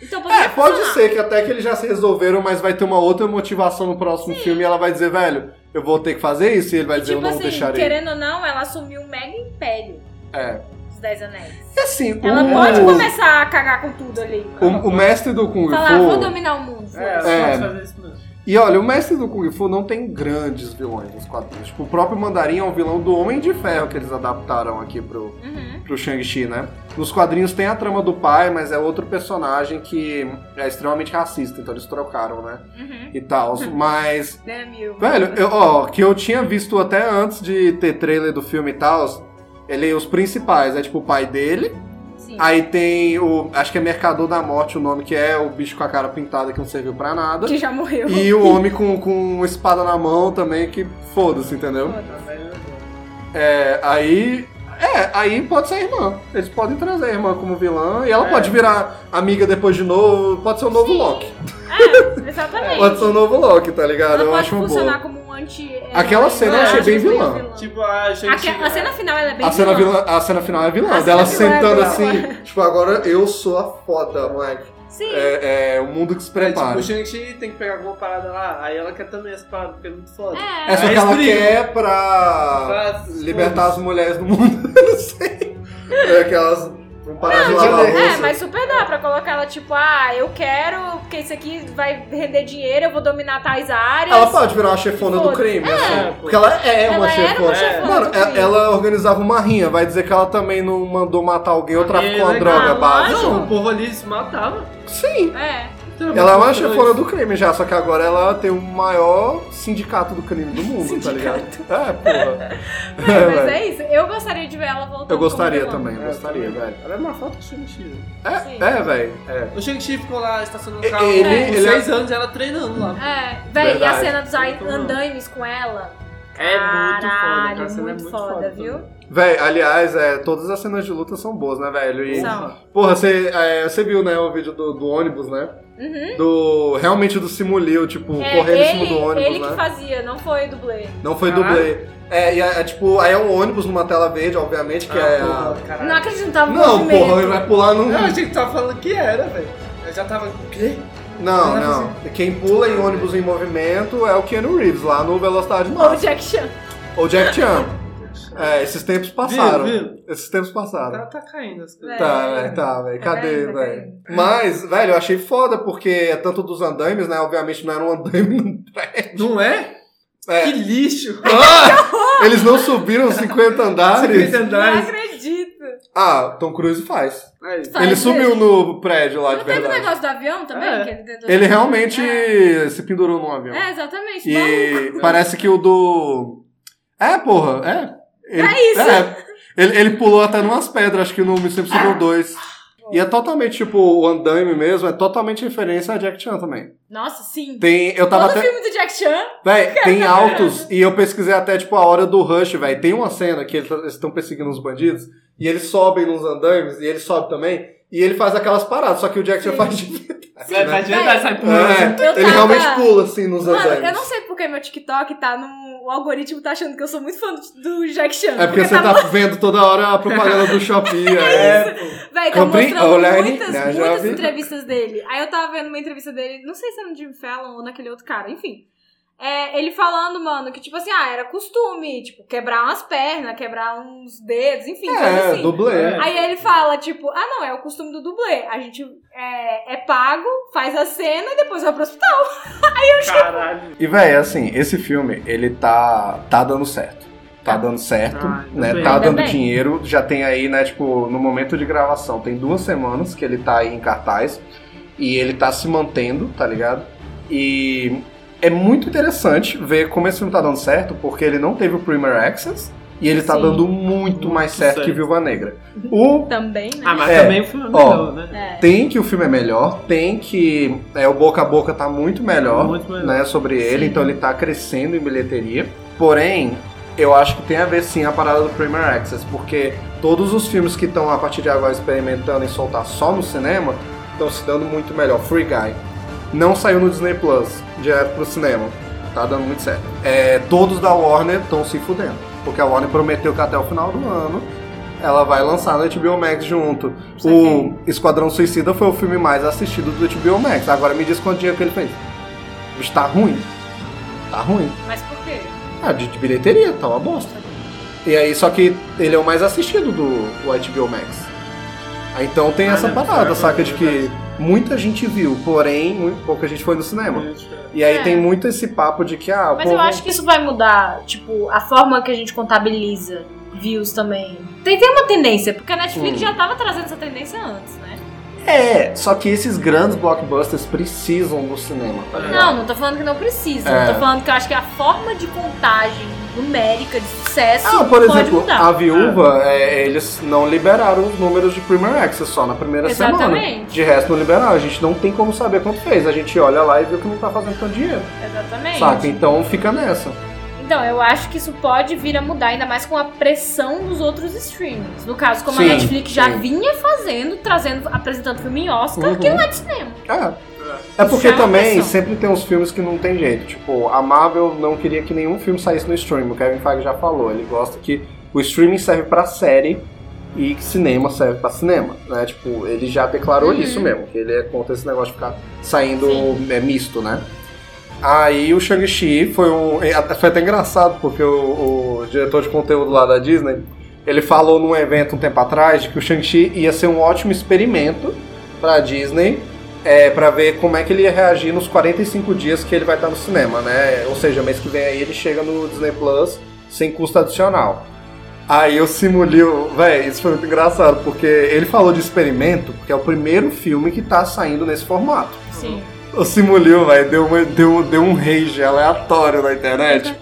Então poderia É, pode funcionar. ser que até que eles já se resolveram, mas vai ter uma outra motivação no próximo filme e ela vai dizer, velho, eu vou ter que fazer isso, e ele vai dizer, Tipo eu não assim, deixarei. querendo ou não, ela assumiu um mega império É. dos Dez Anéis. E assim, Ela o, pode começar a cagar com tudo ali. o, o mestre do Kung Falar, "Ah, Fu. vou dominar o mundo. É, foda-se. ela É. pode fazer isso mesmo. E olha, o mestre do Kung Fu não tem grandes vilões nos quadrinhos. Tipo, o próprio Mandarim é um vilão do Homem de Ferro que eles adaptaram aqui pro, Uhum. pro Shang-Chi, né? Nos quadrinhos tem a trama do pai, mas é outro personagem que é extremamente racista, então eles trocaram, né? Uhum. E tal. Mas, Né, Mil? velho, eu, ó, que eu tinha visto até antes de ter trailer do filme e tal, ele os principais. É tipo o pai dele, Sim. aí tem o. Acho que é Mercador da Morte o nome, que é o bicho com a cara pintada que não serviu pra nada. Que já morreu. E o homem com, com espada na mão também, que foda-se, entendeu? Ah, É, aí. É, aí pode ser a irmã. Eles podem trazer a irmã como vilã e ela É. pode virar amiga depois de novo. Pode ser o novo Sim. Loki. É, exatamente. Pode ser o novo Loki, tá ligado? Ela eu pode acho uma funcionar boa. como um anti... é, Aquela cena eu achei bem vilã. Tipo, a gente. Aquela, a cena final ela é bem A cena, vilã. vilã- a cena final é vilã, A dela cena vilã sentando é vilã. assim, tipo, agora eu sou a foda, moleque. Sim. É, é o mundo que se É, tipo, prepara. o Shang-Chi tem que pegar alguma parada lá, aí ela quer também essa parada, porque é muito foda. É só Aí que ela eles brigam. quer pra Pra- libertar as mulheres do mundo. Eu não sei. É que elas vão parar de Não, lavar a mas- É, louça. mas super dá pra colocar ela tipo, ah, eu quero, porque isso aqui vai render dinheiro, eu vou dominar tais áreas. Ela pode virar uma chefona do Foda-se. crime, É, assim. pô. Porque ela é uma Ela era chefona. uma chefona Mano, do é- crime. ela organizava uma rinha. Vai dizer que ela também não mandou matar alguém ou traficou uma Ah, droga lógico. básica. Não, o povo ali se matava. Sim. É. Então, Ela é uma mas- chefona do crime já, só que agora ela tem o maior sindicato do crime do mundo, tá ligado? É, porra. É, mas velho. é isso. Eu gostaria de ver ela voltando. Eu gostaria como vilã. também, eu gostaria, velho. Ela é uma foto do Shang-Chi. né? né? Sim. É, é, velho. É. O Shang-Chi ficou lá estacionando E- o carro ele- por ele é- seis anos ela treinando lá. É, velho, e a Verdade. cena dos ai- Muito bom. andaimes com ela? É muito foda, cara. Caralho, A cena é muito muito foda, foda viu? Véi, aliás, é, todas as cenas de luta são boas, né, velho? E, São. Porra, você é, você viu, né, o vídeo do, do ônibus, né? Uhum. Do. Realmente do Simulio, tipo, É, correndo em ele, cima do ônibus, ele né? que fazia, não foi o dublê. Não foi Caralho. dublê. É, e é, é, tipo, aí é um ônibus numa tela verde, obviamente, que é. a- Ah, porra, É, Não caralho. acreditava no Não, movimento. porra, ele vai pular num. Eu achei que tu tava falando que era, velho. Eu já tava. O quê? Não, Não, é não. Quem pula em ônibus em movimento é o Keanu Reeves, lá no Velocidade Ou o Máxima. Jack Chan. Ou Jack Chan. É, esses tempos passaram. Viu, viu? Esses tempos passaram. Tá, tá caindo as coisas. Tá, velho, tá, velho. Tá Cadê, caindo, tá velho? Mas, velho, eu achei foda, porque é tanto dos andaimes, né? Obviamente não era um andaime. Não é? É. Ah! Que lixo! Eles não subiram os 50 Tá andares. Secret Não Andais. acredito. Ah, Tom Cruise faz. Aí. Faz Ele mesmo. subiu no prédio lá, de Não teve o verdade. negócio do avião também? É. que ele, tentou- Ele realmente É, se pendurou num avião. É, exatamente. Maluco. E parece que o do. É, porra, é. Ele, É isso. é. Ele, ele pulou até numas pedras, acho que no Mission Ah. Impossível 2. E é totalmente, tipo, o andaime mesmo, é totalmente referência a Jack Chan também. Nossa, sim. Tem. Eu tava Todo até. filme é do Jack Chan. Véi, tem altos, e eu pesquisei até, tipo, a hora do Rush, véi. Tem uma cena que eles estão perseguindo os bandidos, e eles sobem nos andaimes, e ele sobe também, e ele faz aquelas paradas, só que o Jack Chan Sim. faz de. Vai, vai de verdade, sai por É, Eu ele tava- realmente pula, assim, nos Mano, andaimes. eu não sei porque meu TikTok tá no. O algoritmo tá achando que eu sou muito fã do, do Jack Chan. É porque você tá. tá vendo toda hora a propaganda do Shopee. é. É, pô. Véi, tá Compre mostrando online, muitas, né, já muitas vi. entrevistas dele. Aí eu tava vendo uma entrevista dele, não sei se era no Jimmy Fallon ou naquele outro cara, enfim. É, ele falando, mano, que tipo assim, ah, era costume, tipo, quebrar umas pernas, quebrar uns dedos, enfim, coisa É, assim. dublê. Aí ele fala, tipo, ah, não, é o costume do dublê. A gente é, é pago, faz a cena e depois vai pro hospital. Caralho. E, véi, assim, esse filme, ele tá, tá dando certo. Tá dando certo, Ah, ainda né? bem. Tá Ainda dando bem. dinheiro. Já tem aí, né, tipo, no momento de gravação, tem duas semanas que ele tá aí em cartaz. E ele tá se mantendo, tá ligado? E é muito interessante ver como esse filme tá dando certo, porque ele não teve o Premier Access. E ele tá Sim. dando muito mais Muito certo, que certo. Viúva Negra. O Também, né? Ah, mas É. também foi Ó. melhor, Hum, né? É. Tem que o filme é melhor, tem que é, o boca a boca tá muito melhor, Muito melhor. né, sobre ele, Sim. então ele tá crescendo em bilheteria. Porém, eu acho que tem a ver sim a parada do Premier Access, porque todos os filmes que estão a partir de agora experimentando em soltar só no cinema estão se dando muito melhor. Free Guy não saiu no Disney Plus, direto pro cinema. Tá dando muito certo. É, todos da Warner estão se fudendo, porque a Warner prometeu que até o final do ano ela vai lançar no HBO Max junto. O Esquadrão Suicida foi o filme mais assistido do HBO Max. Agora me diz quanto dinheiro que ele fez. Bicho, tá ruim. Tá ruim. Mas por quê? Ah, de, de bilheteria, tá uma bosta. E aí, só que ele é o mais assistido do, do HBO Max. Ah, Então tem Ah, essa não, parada, claro, saca? é De que muita gente viu, porém, muito pouca gente foi no cinema. E aí É. tem muito esse papo de que, ah, o Mas povo- eu acho que isso vai mudar, tipo, a forma que a gente contabiliza views também. Tem, tem uma tendência, porque a Netflix Hum. já tava trazendo essa tendência antes, né? É, só que esses grandes blockbusters precisam do cinema, É. tá ligado? Não, não tô falando que não precisa. É. Eu Tô falando que eu acho que a forma de contagem numérica de sucesso Ah, por pode exemplo, mudar. a viúva, é, eles não liberaram os números de Premier Access só na primeira semana. Exatamente. De resto, não liberaram. A gente não tem como saber quanto fez. A gente olha lá e vê que não tá fazendo tanto dinheiro. Exatamente. Saca? Então fica nessa. Então, eu acho que isso pode vir a mudar, ainda mais com a pressão dos outros streamings. No caso, como Sim, a Netflix já sim. vinha fazendo, trazendo, apresentando filme em Oscar, Uhum. que não é de cinema. É. É porque Já é uma também pressão. sempre tem uns filmes que não tem jeito. Tipo, a Marvel não queria que nenhum filme saísse no streaming. O Kevin Feige já falou. Ele gosta que o streaming serve pra série e que cinema serve pra cinema, né? Tipo, ele já declarou isso mesmo, que ele é contra esse negócio de ficar saindo é, misto, né? Aí o Shang-Chi foi um. é, até- Foi até engraçado, porque o, o diretor de conteúdo lá da Disney, ele falou num evento um tempo atrás de que o Shang-Chi ia ser um ótimo experimento pra Disney. É, pra ver como é que ele ia reagir nos 45 dias que ele vai estar no cinema, né? Ou seja, mês que vem aí ele chega no Disney Plus sem custo adicional. Aí eu simulei, o- véi, isso foi muito engraçado, porque ele falou de experimento, porque é o primeiro filme que tá saindo nesse formato. Sim. O Simulio, velho, deu, uma- deu, deu um rage aleatório na internet.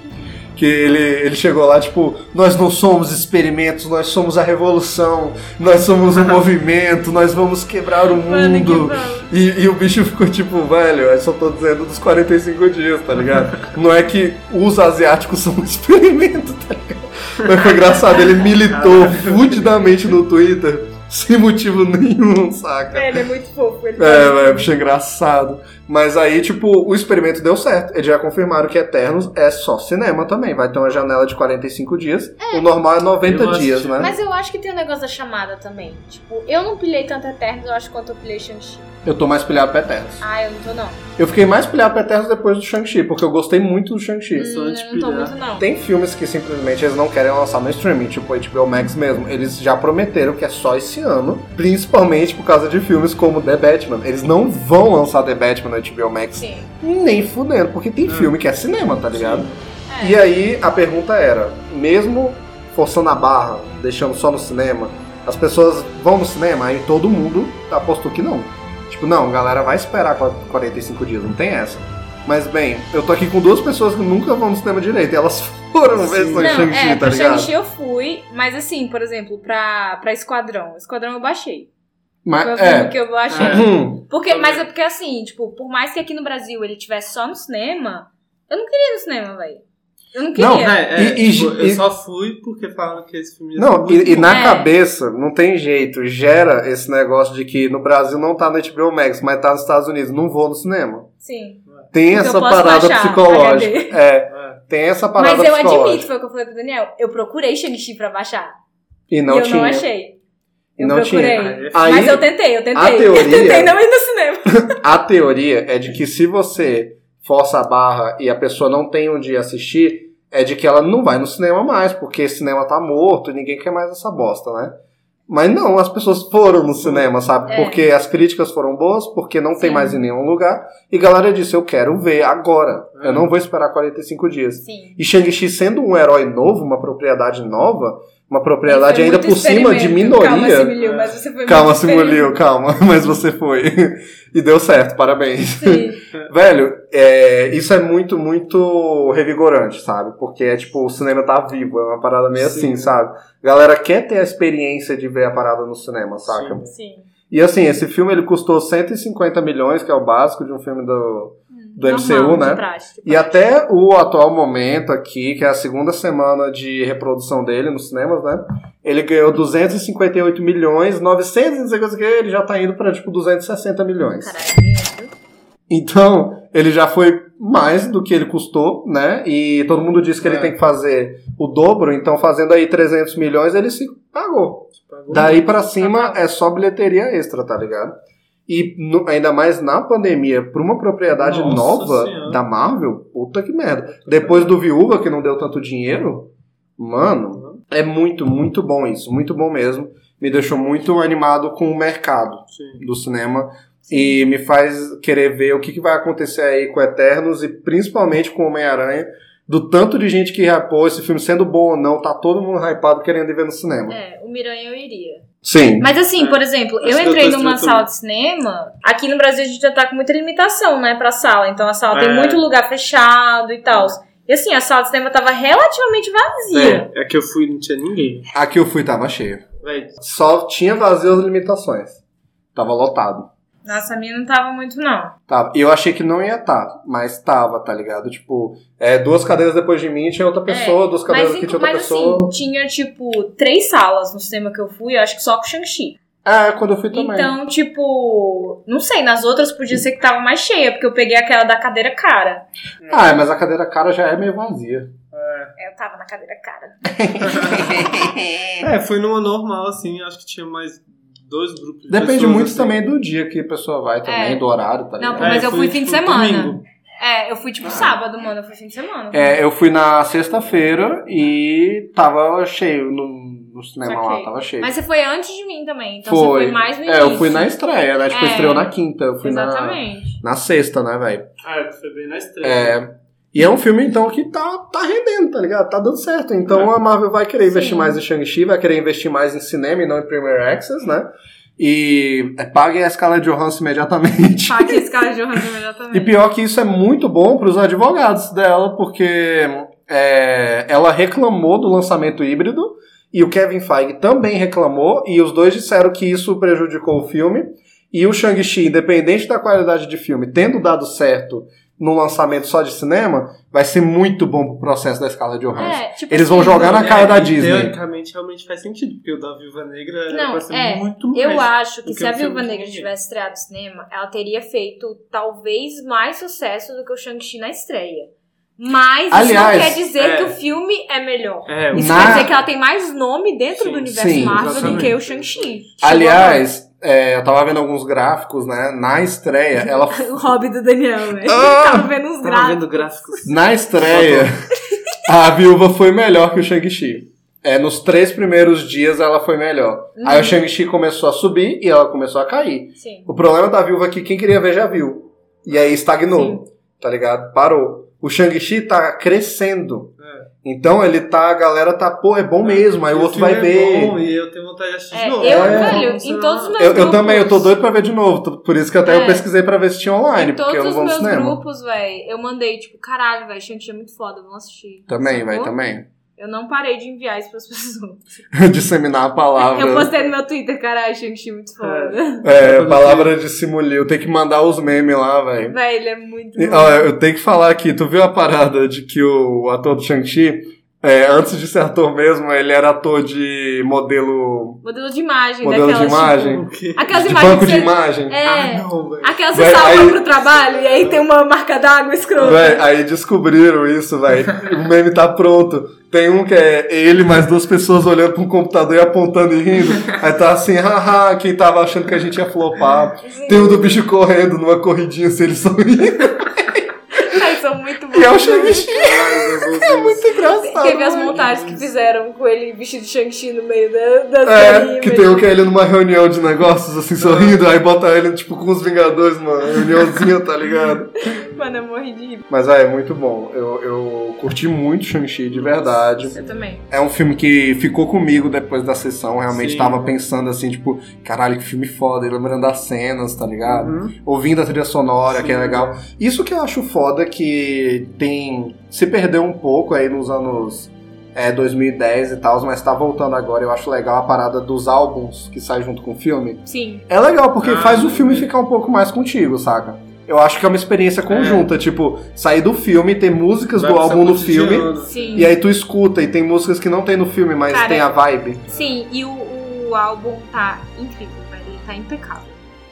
Que ele, ele chegou lá, tipo, nós não somos experimentos, nós somos a revolução, nós somos um movimento, nós vamos quebrar o Uhum. Mano, que mundo. bom. E, e o bicho ficou tipo, velho, eu só tô dizendo dos 45 dias, tá ligado? Não é que os asiáticos são um experimento, tá ligado? Mas foi engraçado, ele militou fudidamente no Twitter, sem motivo nenhum, saca? Ele é muito fofo. Ele É, velho, bicho engraçado. Mas aí, tipo, o experimento deu certo. Eles já confirmaram que Eternos é só cinema também. Vai ter uma janela de 45 dias. O normal é 90 Eu vou dias, assistir. né? Mas eu acho que tem o negócio da chamada também. Tipo, eu não pilhei tanto Eternos, eu acho, quanto eu pilhei Shang-Chi. Eu tô mais pilhado pra Eternos. Ah, eu não tô, não. Eu fiquei mais pilhado pra Eternos depois do Shang-Chi, porque eu gostei muito do Shang-Chi. Eu sou Eu não tô antipilhar. muito, não. Tem filmes que simplesmente eles não querem lançar no streaming, tipo HBO Max mesmo. Eles já prometeram que é só esse ano, principalmente por causa de filmes como The Batman. Eles não vão lançar The Batman no HBO Max Sim. nem fudendo, porque tem filme que é cinema, tá ligado? E aí a pergunta era, mesmo forçando a barra, deixando só no cinema, as pessoas vão no cinema e todo mundo apostou que não. Tipo, não, galera vai esperar 45 dias, não tem essa. Mas bem, eu tô aqui com duas pessoas que nunca vão no cinema direito, e elas foram ver Não, esse Shang-Chi, é, tá pro ligado? Shang-Chi eu fui, mas assim, por exemplo, pra, pra Esquadrão. Esquadrão eu baixei. Foi o Mas, filme é. que eu baixei. Hum, Porque, Também. mas é porque assim, tipo, por mais que aqui no Brasil ele tivesse só no cinema, eu não queria ir no cinema, velho. Eu não queria. Não, né? É, é, E- e- tipo, eu e- só fui porque falaram que esse filme ia ser Não, muito e, e bom. na É. cabeça, não tem jeito, gera esse negócio de que no Brasil não tá no HBO Max, mas tá nos Estados Unidos, não vou no cinema. Sim. Tem Porque essa Então eu posso parada baixar psicológica. É, É. tem essa parada Mas eu psicológica. admito, foi o que eu falei pro Daniel. Eu procurei Shang-Chi pra baixar. E não e eu tinha. não achei. E Eu não procurei. tinha. Aí- Aí, mas eu tentei, eu tentei. a Eu tentei teoria, não ir no cinema. a teoria é de que se você força a barra e a pessoa não tem onde assistir, é de que ela não vai no cinema mais, porque cinema tá morto e ninguém quer mais essa bosta, né? Mas não, as pessoas foram no cinema, sabe? É. Porque as críticas foram boas, porque não tem Sim. mais em nenhum lugar. E galera disse, eu quero ver agora. É. Eu não vou esperar 45 dias. Sim. E Shang-Chi sendo um herói novo, uma propriedade nova, uma propriedade Foi ainda é muito por cima de experimento. Calma, minoria. Similiu, mas você foi Calma, muito Simulio, calma, mas você foi. E deu certo, parabéns. experimento. Sim. Velho, é, isso é muito, muito revigorante, sabe? Porque é tipo, o cinema tá vivo, é uma parada meio Sim. assim, sabe? Galera quer ter a experiência de ver a parada no cinema, saca? Sim. Sim. E assim, esse filme ele custou 150 milhões, que é o básico de um filme do, do MCU, Normal, né? de prática. E até o atual momento aqui, que é a segunda semana de reprodução dele nos cinemas, né? Ele ganhou 258 milhões, 900 e não sei quantos que ele já tá indo pra tipo 260 milhões. Caralho. Então, ele já foi mais do que ele custou, né? E todo mundo diz que ele É. tem que fazer o dobro, então fazendo aí 300 milhões ele se pagou. Pagou Daí pra cima é só bilheteria extra, tá ligado? E no- ainda mais na pandemia, pra uma propriedade Nossa nova Senhora. da Marvel, puta que merda. Depois do Viúva, que não deu tanto dinheiro, mano, é muito, muito bom isso. Muito bom mesmo. Me deixou muito animado com o mercado Sim. do cinema. E me faz querer ver o que, que vai acontecer aí com Eternos e principalmente com Homem-Aranha. Do tanto de gente que hypou esse filme, sendo bom ou não, tá todo mundo hypado querendo ir ver no cinema. É, o Miranha eu iria. Sim. Mas assim, É. por exemplo, Acho eu que entrei eu tô numa estrutura. sala de cinema. Aqui no Brasil a gente já tá com muita limitação, né, pra sala. Então a sala tem É. muito lugar fechado e tal. E assim, a sala de cinema tava relativamente vazia. É, é que eu fui e não tinha ninguém. A que eu fui tava cheia. Véi, Só tinha vazio as limitações. Tava lotado. Nossa, a minha não tava muito, não. Tava. E eu achei que não ia estar, mas tava, tá ligado? Tipo, é, duas cadeiras depois de mim tinha outra pessoa, duas cadeiras É, Mas, aqui em- tinha outra mas pessoa. assim, tinha tipo três salas no cinema que eu fui, eu acho que só com Shang-Chi. Ah, É, quando eu fui também. Então, tipo, não sei, nas outras podia ser que tava mais cheia, porque eu peguei aquela da cadeira cara. Ah, mas a cadeira cara já é meio vazia. Eu tava na cadeira cara. É, foi numa normal, assim, acho que tinha mais dois grupos de Depende pessoas, muito assim. também do dia que a pessoa vai também, É. do horário, tá Não, ligado? pô, mas É, eu foi, fui fim de tipo, semana. domingo. É, eu fui tipo sábado, mano. Eu fui fim de semana. Ah. É, eu fui na sexta-feira e tava cheio no, no cinema lá, Saquei. tava cheio. Mas você foi antes de mim também, então Foi. você foi mais no é, início. eu fui na estreia, né? Tipo, É. estreou na quinta, eu fui na, Exatamente. na sexta, né, velho? Ah, foi bem na estreia. É. E é um filme, então, que tá, tá rendendo, tá ligado? Tá dando certo. Então a Marvel vai querer investir mais em Shang-Chi, vai querer investir mais em cinema e não em Premier Access, né? E é, paguem a escala de Johansson imediatamente. Tá, que esse cara de Johansson é melhor também. E pior que isso é muito bom para os advogados dela, porque é, ela reclamou do lançamento híbrido e o Kevin Feige também reclamou e os dois disseram que isso prejudicou o filme. E o Shang-Chi, independente da qualidade de filme, tendo dado certo num lançamento só de cinema, vai ser muito bom pro processo da escala de Johansson. É, tipo Eles vão assim, jogar na É, cara da e Disney. Teoricamente, realmente faz sentido, porque o da Viúva Negra era Não, pra ser é, muito mais. Eu acho que Porque se a o filme Viúva tem Negra dinheiro. tivesse estreado no cinema, ela teria feito talvez mais sucesso do que o Shang-Chi na estreia. Mas Aliás, isso não quer dizer é. que o filme é melhor. É, Isso Na- quer dizer que ela tem mais nome dentro Sim, do universo sim, Marvel do exatamente. que o Shang-Chi. Tipo, Aliás, é, eu tava vendo alguns gráficos, né? Na estreia, ela. O hobby do Daniel, velho. Ah! Tava vendo uns Tava gráficos. tá vendo gráficos. Na estreia, a viúva foi melhor que o Shang-Chi. É, nos três primeiros dias ela foi melhor. Uhum. Aí o Shang-Chi começou a subir e ela começou a cair. Sim. O problema da viúva é que quem queria ver já viu. E aí estagnou, tá ligado? Parou. O Shang-Chi tá crescendo. É. Então ele tá, a galera tá, pô, é bom mesmo. Aí o outro filme vai é ver. Bom, e eu tenho vontade de assistir É, de novo. eu, É. velho, em todos os meus Eu, eu grupos- também, eu tô doido pra ver de novo. t- Por isso que até eu É. pesquisei pra ver se tinha online, Em Ah, porque eu todos não os vou no meus cinema. grupos, velho, eu mandei, tipo, caralho, velho, Shang-Chi é muito foda, vamos assistir. Também, Sacou? vai, também. Eu não parei de enviar isso pras pessoas. Disseminar a palavra. Eu postei no meu Twitter, caralho, Shang-Chi é muito foda. É, palavra de simulio. Eu tenho que mandar os memes lá, velho. Velho, ele é muito. E, ó, eu tenho que falar aqui, tu viu a parada de que o ator do Shang-Chi, é, antes de ser ator mesmo, ele era ator de modelo. Modelo de imagem, modelo de daquelas. imagem? O quê? Ah, Tipo, aquelas de imagens. banco que de você- imagem. É. Não, velho. Aquelas que você Véi, salva aí- pro trabalho e aí tem uma marca d'água escrota. Véi, aí descobriram isso, velho. O meme tá pronto. Tem um que é ele, mais duas pessoas olhando pro computador e apontando e rindo. Aí tá assim, haha, quem tava achando que a gente ia flopar. Tem um do bicho correndo numa corridinha, assim, se ele sorrir. Ai, são muito bons. E é o Shang-Chi. É Muito engraçado. Teve as né? montagens que fizeram com ele vestido de Shang-Chi no meio da, das É, animes. que tem o que é ele numa reunião de negócios, assim, sorrindo, aí bota ele, tipo, com os Vingadores, mano. Reuniãozinha, tá ligado? Mano, eu morri de rir. Mas é, é muito bom. Eu, eu curti muito Shang-Chi, de verdade. Eu também. É um filme que ficou comigo depois da sessão. Realmente Sim. tava pensando assim, tipo, caralho, que filme foda, e lembrando das cenas, tá ligado? Uhum. Ouvindo a trilha sonora, que é Sim. legal. Isso que eu acho foda é que tem. Se perdeu um pouco aí nos anos é, 2010 e tal, mas tá voltando agora. Eu acho legal a parada dos álbuns que sai junto com o filme. Sim. É legal, porque Ah, faz o filme ficar um pouco mais contigo, saca? Eu acho que é uma experiência conjunta, tipo, sair do filme, ter músicas Vai do pro seu álbum no filme. cotidiano. Sim. E aí tu escuta e tem músicas que não tem no filme, mas Cara, tem a vibe. Sim, e o, o álbum tá incrível, velho. Ele tá impecável.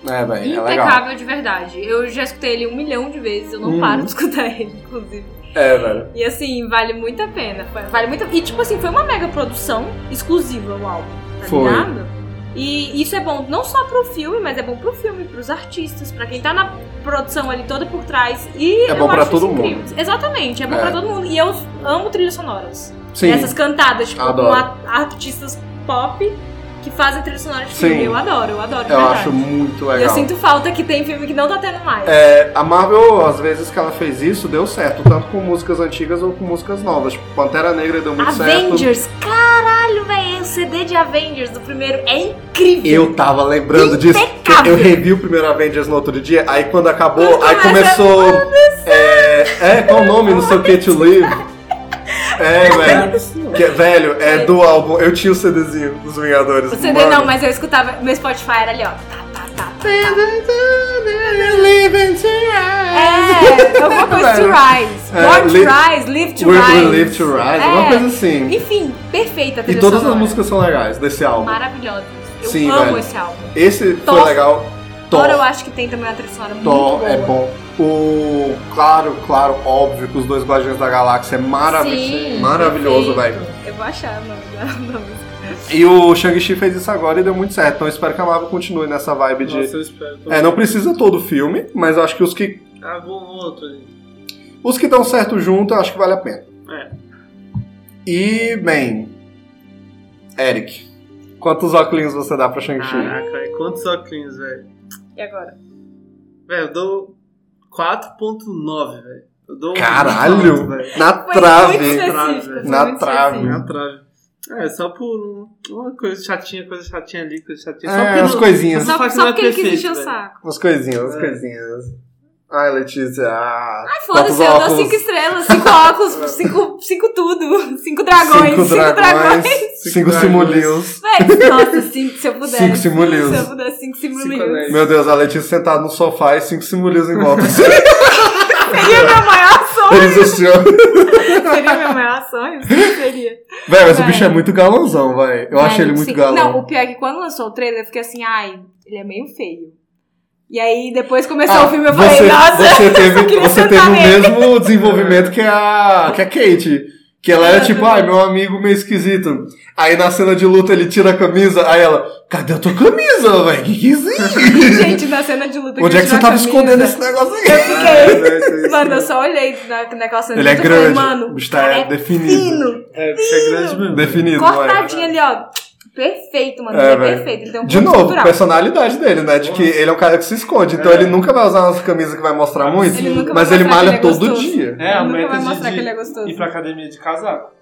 É, velho, é legal. impecável de verdade. Eu já escutei ele um milhão de vezes, eu não Uhum. paro de escutar ele, inclusive. É, velho. E assim, vale muito a pena. Vale muito E tipo assim, foi uma mega produção exclusiva o álbum, tá Foi. ligado? E isso é bom não só pro filme, mas é bom pro filme, pros artistas, pra quem tá na produção ali toda por trás. E É eu bom pra acho isso todo incrível. Exatamente, é bom É. pra todo mundo. E eu amo trilhas sonoras. Sim. Essas cantadas, tipo, Adoro. com a- artistas pop que fazem trilha sonora de Sim. filme. Eu adoro, eu adoro, de Eu verdade. acho muito E eu legal. sinto falta que tem filme que não tá tendo mais. É, a Marvel, às vezes que ela fez isso, deu certo, tanto com músicas antigas ou com músicas novas. Tipo, Pantera Negra deu muito certo. Avengers, caralho, velho, o CD de Avengers do primeiro é incrível. Eu tava lembrando disso. que Impecável. Eu revi o primeiro Avengers no outro dia, aí quando acabou, Quando aí começa, começou. É, é, qual o nome? Não sei o que, To Live. É, velho. Que- velho, é do álbum. Eu tinha o CDzinho dos Vingadores. O CD mano. não, mas eu escutava, meu Spotify era ali, ó. Tá, tá, tá, tá, tá. É, alguma coisa to rise. É, Born to live- rise, live to We're rise. gonna live to rise, É. alguma coisa assim. Enfim, perfeita a E trilha todas as sonora. músicas são legais desse álbum. maravilhosas. Eu Sim, amo velho. esse álbum. Esse foi Thor. legal. Thor eu Thor, acho que tem também uma trilha sonora muito Thor boa. é bom. O. Claro, claro, óbvio que os dois Guardiões da Galáxia é maravilhoso. Sim, maravilhoso, velho. perfeito. Eu vou achar o nome da da música. E o Shang-Chi fez isso agora e deu muito certo. Então eu espero que a Marvel continue nessa vibe de. Nossa, eu espero. É, não precisa todo o filme, mas eu acho que os que Ah, vou um outro ali. os que dão certo junto, eu acho que vale a pena. É. E, bem. Eric, quantos óculos você dá pra Shang-Chi? Caraca, e quantos óculos, velho? E agora? Velho, eu dou 4.9, velho. Eu dou um Caralho! ponto, velho. Na Foi muito trave! específico. é foi Na muito trave. específico. Na trave. É, só por um- uma coisa chatinha, coisa chatinha ali, coisa chatinha. Só É, porque as não- coisinhas. Só Só, que só não é porque ele quis perfeito, encher o velho. saco. As coisinhas, as É. coisinhas. Ai, Letícia. Ah, Ai, foda-se, eu dou cinco estrelas, cinco óculos, cinco, cinco tudo, cinco dragões, Cinco cinco, dragões. Cinco dragões. simulinhos. Véi, nossa, cinco, se eu puder. né? Cinco simulinhos. Se eu puder, cinco Cinco simulinhos. anéis. Meu Deus, a Letícia sentada no sofá e cinco simulinhos em volta. Seria meu maior sonho. Eles assim, ó. Seria meu maior sonho? Sim, seria. Véi, mas o Vai. bicho é muito galãozão, vai. Eu achei ele muito Sim. galão. Não, o pior é que quando lançou o trailer, eu fiquei assim, ai, ele é meio feio. E aí, depois começou Ah, o filme, eu falei, nossa, você teve, queria você teve sentar o nele. mesmo desenvolvimento que a, que a Kate. Que ela era tipo, ai, meu amigo meio esquisito. Aí na cena de luta ele tira a camisa, aí ela, cadê a tua camisa, velho? Que que é isso aí? gente, na cena de luta Onde que é que você tirou a tava camisa, escondendo esse negócio né, aí? Fiquei. Mano, eu só olhei na, naquela cena Ele é de luta e falei, grande, mano, o bicho tá cara, é definido. fino, É, porque é grande mesmo. Definido, vai. cortadinho ali, ó. Perfeito, mano. É, ele é velho. perfeito. Ele tem um De ponto novo, cultural. personalidade dele, né? De que ele é um cara que se esconde, então ele nunca vai usar uma camisa que vai mostrar muito, É. Ele nunca vai mas ele mostrar que malha ele é todo gostoso. dia. É, a Nunca meta vai de, mostrar de que ele é gostoso. ir pra academia de casaco.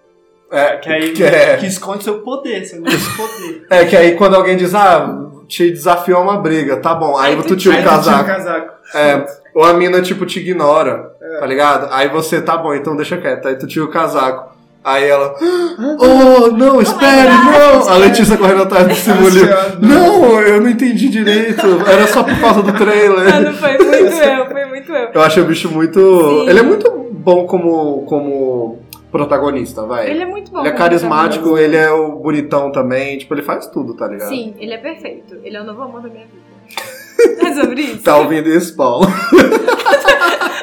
É, Que aí que é. que esconde seu poder, seu mesmo poder. É que aí quando alguém diz, ah, te desafiou a uma briga, tá bom. Aí, tu tira o Aí tu tira o casaco. casaco. É, ou a mina, tipo, te ignora, É. tá ligado? Aí você, tá bom, então deixa quieto. Aí tu tira o casaco. Aí ela, oh, não, espere, não! A Letícia correndo atrás do simulinho. Não, eu não entendi direito. Era só por causa do trailer. Mano, foi muito eu, foi muito eu. Eu acho o bicho muito. Sim. Ele é muito bom como, como protagonista, vai. Ele é muito bom. Ele é como carismático, ele é o bonitão também. Tipo, ele faz tudo, tá ligado? protagonista. Sim, ele é perfeito. Ele é o novo amor da minha vida. É sobre isso? Tá ouvindo isso, Paulo?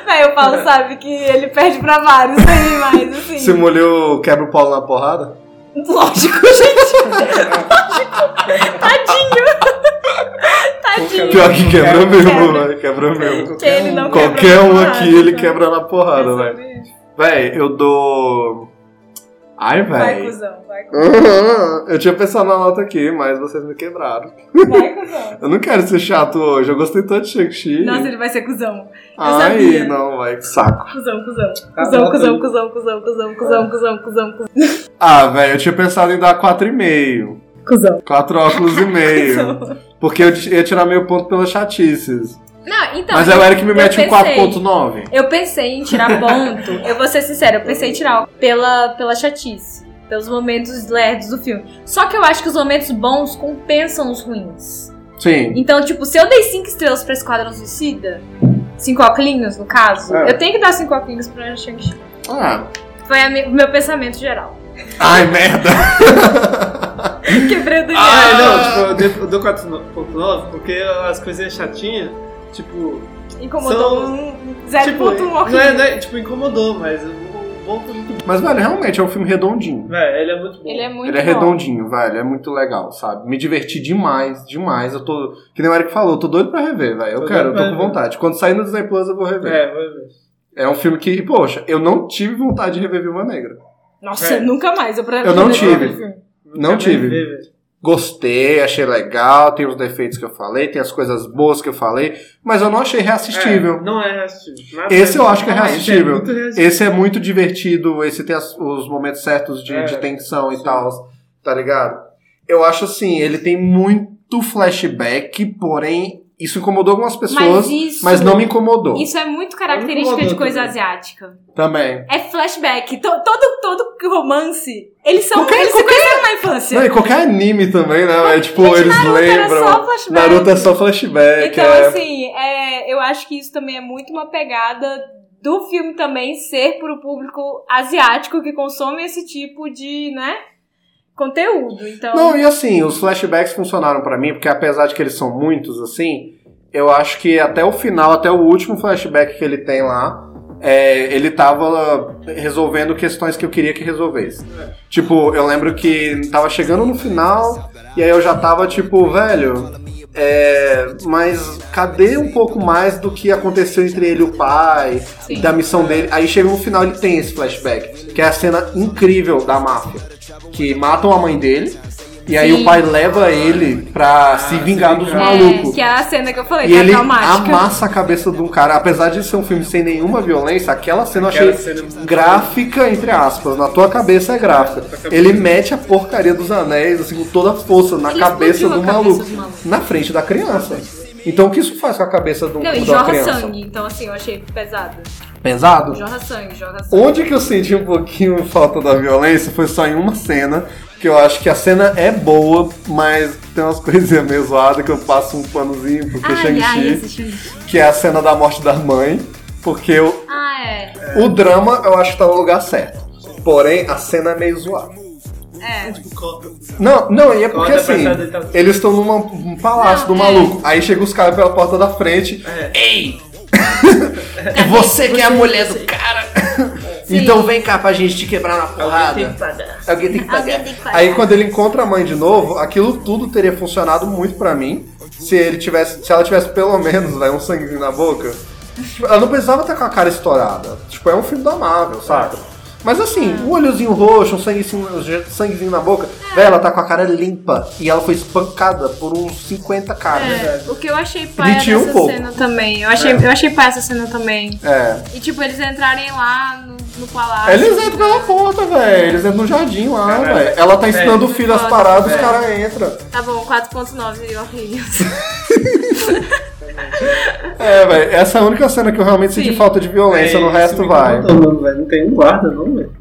Aí o Paulo sabe que ele perde pra vários aí, mas assim. É. Se molhou, quebra o Paulo na porrada? Lógico, gente. Tadinho. Tadinho. Pior que é? quebra mesmo, Quebra. velho. Quebra mesmo. Que ele não Qualquer quebra um porrada, aqui, ele então. quebra na É porrada, sobre velho. isso. Véi, eu dou. Ai, Vai, véi. cuzão. Vai, cuzão. Ah, Eu tinha pensado na nota aqui, mas vocês me quebraram. Vai, cuzão. Eu não quero ser chato hoje, eu gostei tanto de Shang-Chi. Nossa, ele vai ser cuzão. Ai, sabia. não, vai, que saco. Cuzão, cuzão. Tá Cuzão, bom, cuzão, cuzão, cuzão, cuzão, cuzão, cuzão, cuzão, cuzão. Ah, velho, eu tinha pensado em dar 4,5. Cuzão. 4 óculos e meio. Porque eu ti- ia tirar meio ponto pelas chatices. Não, então. Mas é o Eric me eu mete um pensei. 4,9. Eu pensei em tirar ponto. eu vou ser sincera, eu pensei em tirar pela, pela chatice. Pelos momentos lerdos do filme. Só que eu acho que os momentos bons compensam os ruins. Sim. Então, tipo, se eu dei 5 estrelas pra Esquadrão Suicida, 5 oclinhos no caso, É. eu tenho que dar 5 oclinhos pra Shang-Chi. Ah. Foi a me- o meu pensamento geral. Ai, merda. Quebrei o Daniel. Ah, não, tipo, eu dei- eu dou 4.9 porque as coisinhas chatinhas, tipo... Ah, Incomodou São- um tipo, 0.1 não é, né? horrível. não é, tipo, incomodou, mas o o bom foi muito bom. Mas, velho, realmente é um filme redondinho. Véi, ele é muito bom. Ele é muito Ele é bom. redondinho, velho. É muito legal, sabe? Me diverti demais, demais. Eu tô. Que nem o Eric falou, eu tô doido pra rever, velho. Eu Tô quero, eu doido tô pra com rever. vontade. Quando sair no Disney Plus, eu vou rever. É, vai ver. É. um filme que, poxa, eu não tive vontade de rever Viva Negra. Nossa, É. nunca mais. Eu, Eu não pretendo- tive. Não Nunca tive. vai ver, véi. Gostei, achei legal, tem os defeitos que eu falei, tem as coisas boas que eu falei, mas eu não achei É, reassistível. não é reassistível. Nada Esse eu acho que é Realmente, reassistível. muito reassistível. Esse é muito divertido, esse tem as- os momentos certos de, É, de tensão e sim. tal, tá ligado? Eu acho assim, ele tem muito flashback, porém isso incomodou algumas pessoas, Mas mas, isso. não me incomodou. Isso é muito característica de incomodou coisa também. asiática. Também. É flashback. To- todo, todo romance. Eles são. Qualquer- eles se conheceram na infância. Não, e qualquer anime também, né? velho? tipo, Gente, eles Naruto era lembram. só flashback. Naruto é só flashback. Então, é... assim, é, eu acho que isso também é muito uma pegada do filme também ser para o público asiático que consome esse tipo de, né, conteúdo. Então, Não, e assim, os flashbacks funcionaram pra mim, porque apesar de que eles são muitos, assim, eu acho que até o final, até o último flashback que ele tem lá, é, ele tava resolvendo questões que eu queria que resolvesse. Tipo, eu lembro que tava chegando no final, e aí eu já tava tipo, velho, é, mas cadê um pouco mais do que aconteceu entre ele e o pai, Sim. da missão dele? Aí chega no final ele tem esse flashback, que é a cena incrível da máfia. Que matam a mãe dele, e aí Sim. o pai leva ele pra Ah, se vingar dos malucos. É, que é a cena que eu falei, E que é ele traumática. amassa a cabeça de um cara. Apesar de ser um filme sem nenhuma violência, aquela cena eu Aquela achei cena- gráfica, entre aspas. Na tua cabeça é gráfica. Ele mete a porcaria dos anéis, assim, com toda a força na Ele cabeça explodiu do a cabeça maluco. do maluco. Na frente da criança. Então o que isso faz com a cabeça do, Não, da e jorra criança? sangue, então assim, eu achei pesado. Pesado? Jorra sangue, jorra sangue. Onde que eu senti um pouquinho falta da violência foi só em uma cena, que eu acho que a cena é boa, mas tem umas coisinhas meio zoadas que eu passo um panozinho, porque Ai, ai, Shang-Chi, esse Shang-Chi. que é a cena da morte da mãe, porque eu- Ah, é. o drama eu acho que tá no lugar certo. Porém, a cena é meio zoada. É. Tipo, Não, não, e é porque Corta pra assim, trás dele, tá- eles estão num palácio Não, do é. maluco. Aí chegam os caras pela porta da frente. Ei! Você que é a mulher do cara! Então vem cá pra gente te quebrar na porrada. Alguém tem que pagar. Alguém tem que pagar. Aí quando ele encontra a mãe de novo, aquilo tudo teria funcionado muito pra mim se ele tivesse, se ela tivesse pelo menos vai, um sanguinho na boca. Tipo, Ela não precisava estar com a cara estourada. Tipo, é um filme da Marvel, saca? Mas assim, É. um olhozinho roxo, um sanguezinho, um sanguezinho na boca, velho, ela tá com a cara limpa e ela foi espancada por uns 50 caras. É, o que eu achei pai Ele tinha um dessa pouco. cena também. Eu achei, eu achei pai essa cena também. É. E tipo, eles entrarem lá no, no palácio. Eles entram pela porta, velho. Eles entram no jardim lá, velho. Ela tá ensinando o filho as Foda. paradas, os caras entram. Tá bom, 4.9 horríveis. É, velho, essa é a única cena que eu realmente senti Sim. falta de violência, É, no resto vai. Não, não, velho, não tem um guarda, não, velho.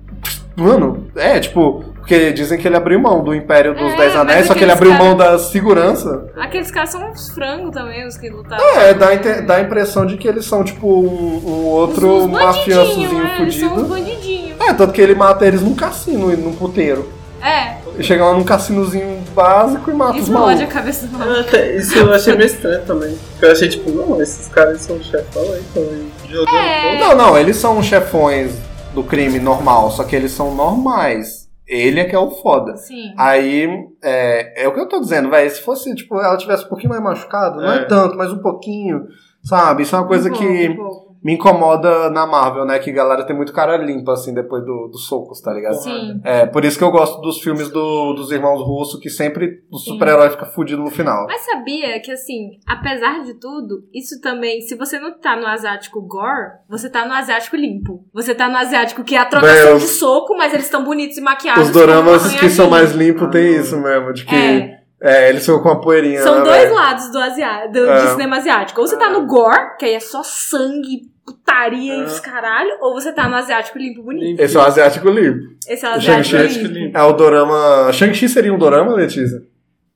Mano, é, tipo, porque dizem que ele abriu mão do Império dos É, Dez mas Anéis, só que ele aqueles abriu mão da segurança. Aqueles caras são uns frangos também, os que lutaram. É, dá, a inte- dá a impressão de que eles são, tipo, um, um outro mafiosozinho é, eles são uns fudido. bandidinhos. É, tanto que ele mata eles num cassino e num puteiro. É, Ele chega lá num cassinozinho básico e mata os explode a malucos. cabeça do maluco. Até Ah, tá, Isso eu achei meio estranho também. Porque eu achei tipo, não, esses caras são chefão aí, É. estão jogando fogo. Não, não, eles são chefões do crime normal, só que eles são normais. Ele é que é o foda. Sim. Aí, é, é o que eu tô dizendo, velho. Se fosse, tipo, ela tivesse um pouquinho mais machucada, não é É. tanto, mas um pouquinho, sabe? Isso é uma coisa Um que pouco, um pouco. me incomoda na Marvel, né? Que a galera tem muito cara limpa, assim, depois do- dos socos, tá ligado? Sim. É, por isso que eu gosto dos filmes do- dos irmãos russos, que sempre o Sim. super-herói fica fudido no final. Mas sabia que, assim, apesar de tudo, isso também, se você não tá no asiático gore, você tá no asiático limpo. Você tá no asiático que é a trocação Bem, de soco, mas eles estão bonitos e maquiados. Os doramas como que são mais arranhadinhos. limpos tem isso mesmo, de que É. é, eles ficam com a poeirinha. São né, dois velho? lados do, asia... do, É. do cinema asiático. Ou você tá no gore, que aí é só sangue, putaria É. e os caralho, ou você tá no asiático limpo bonito. Esse é o asiático limpo. Esse é o O asiático Shang-Chi limpo. é o dorama. Shang-Chi seria um dorama, Letícia?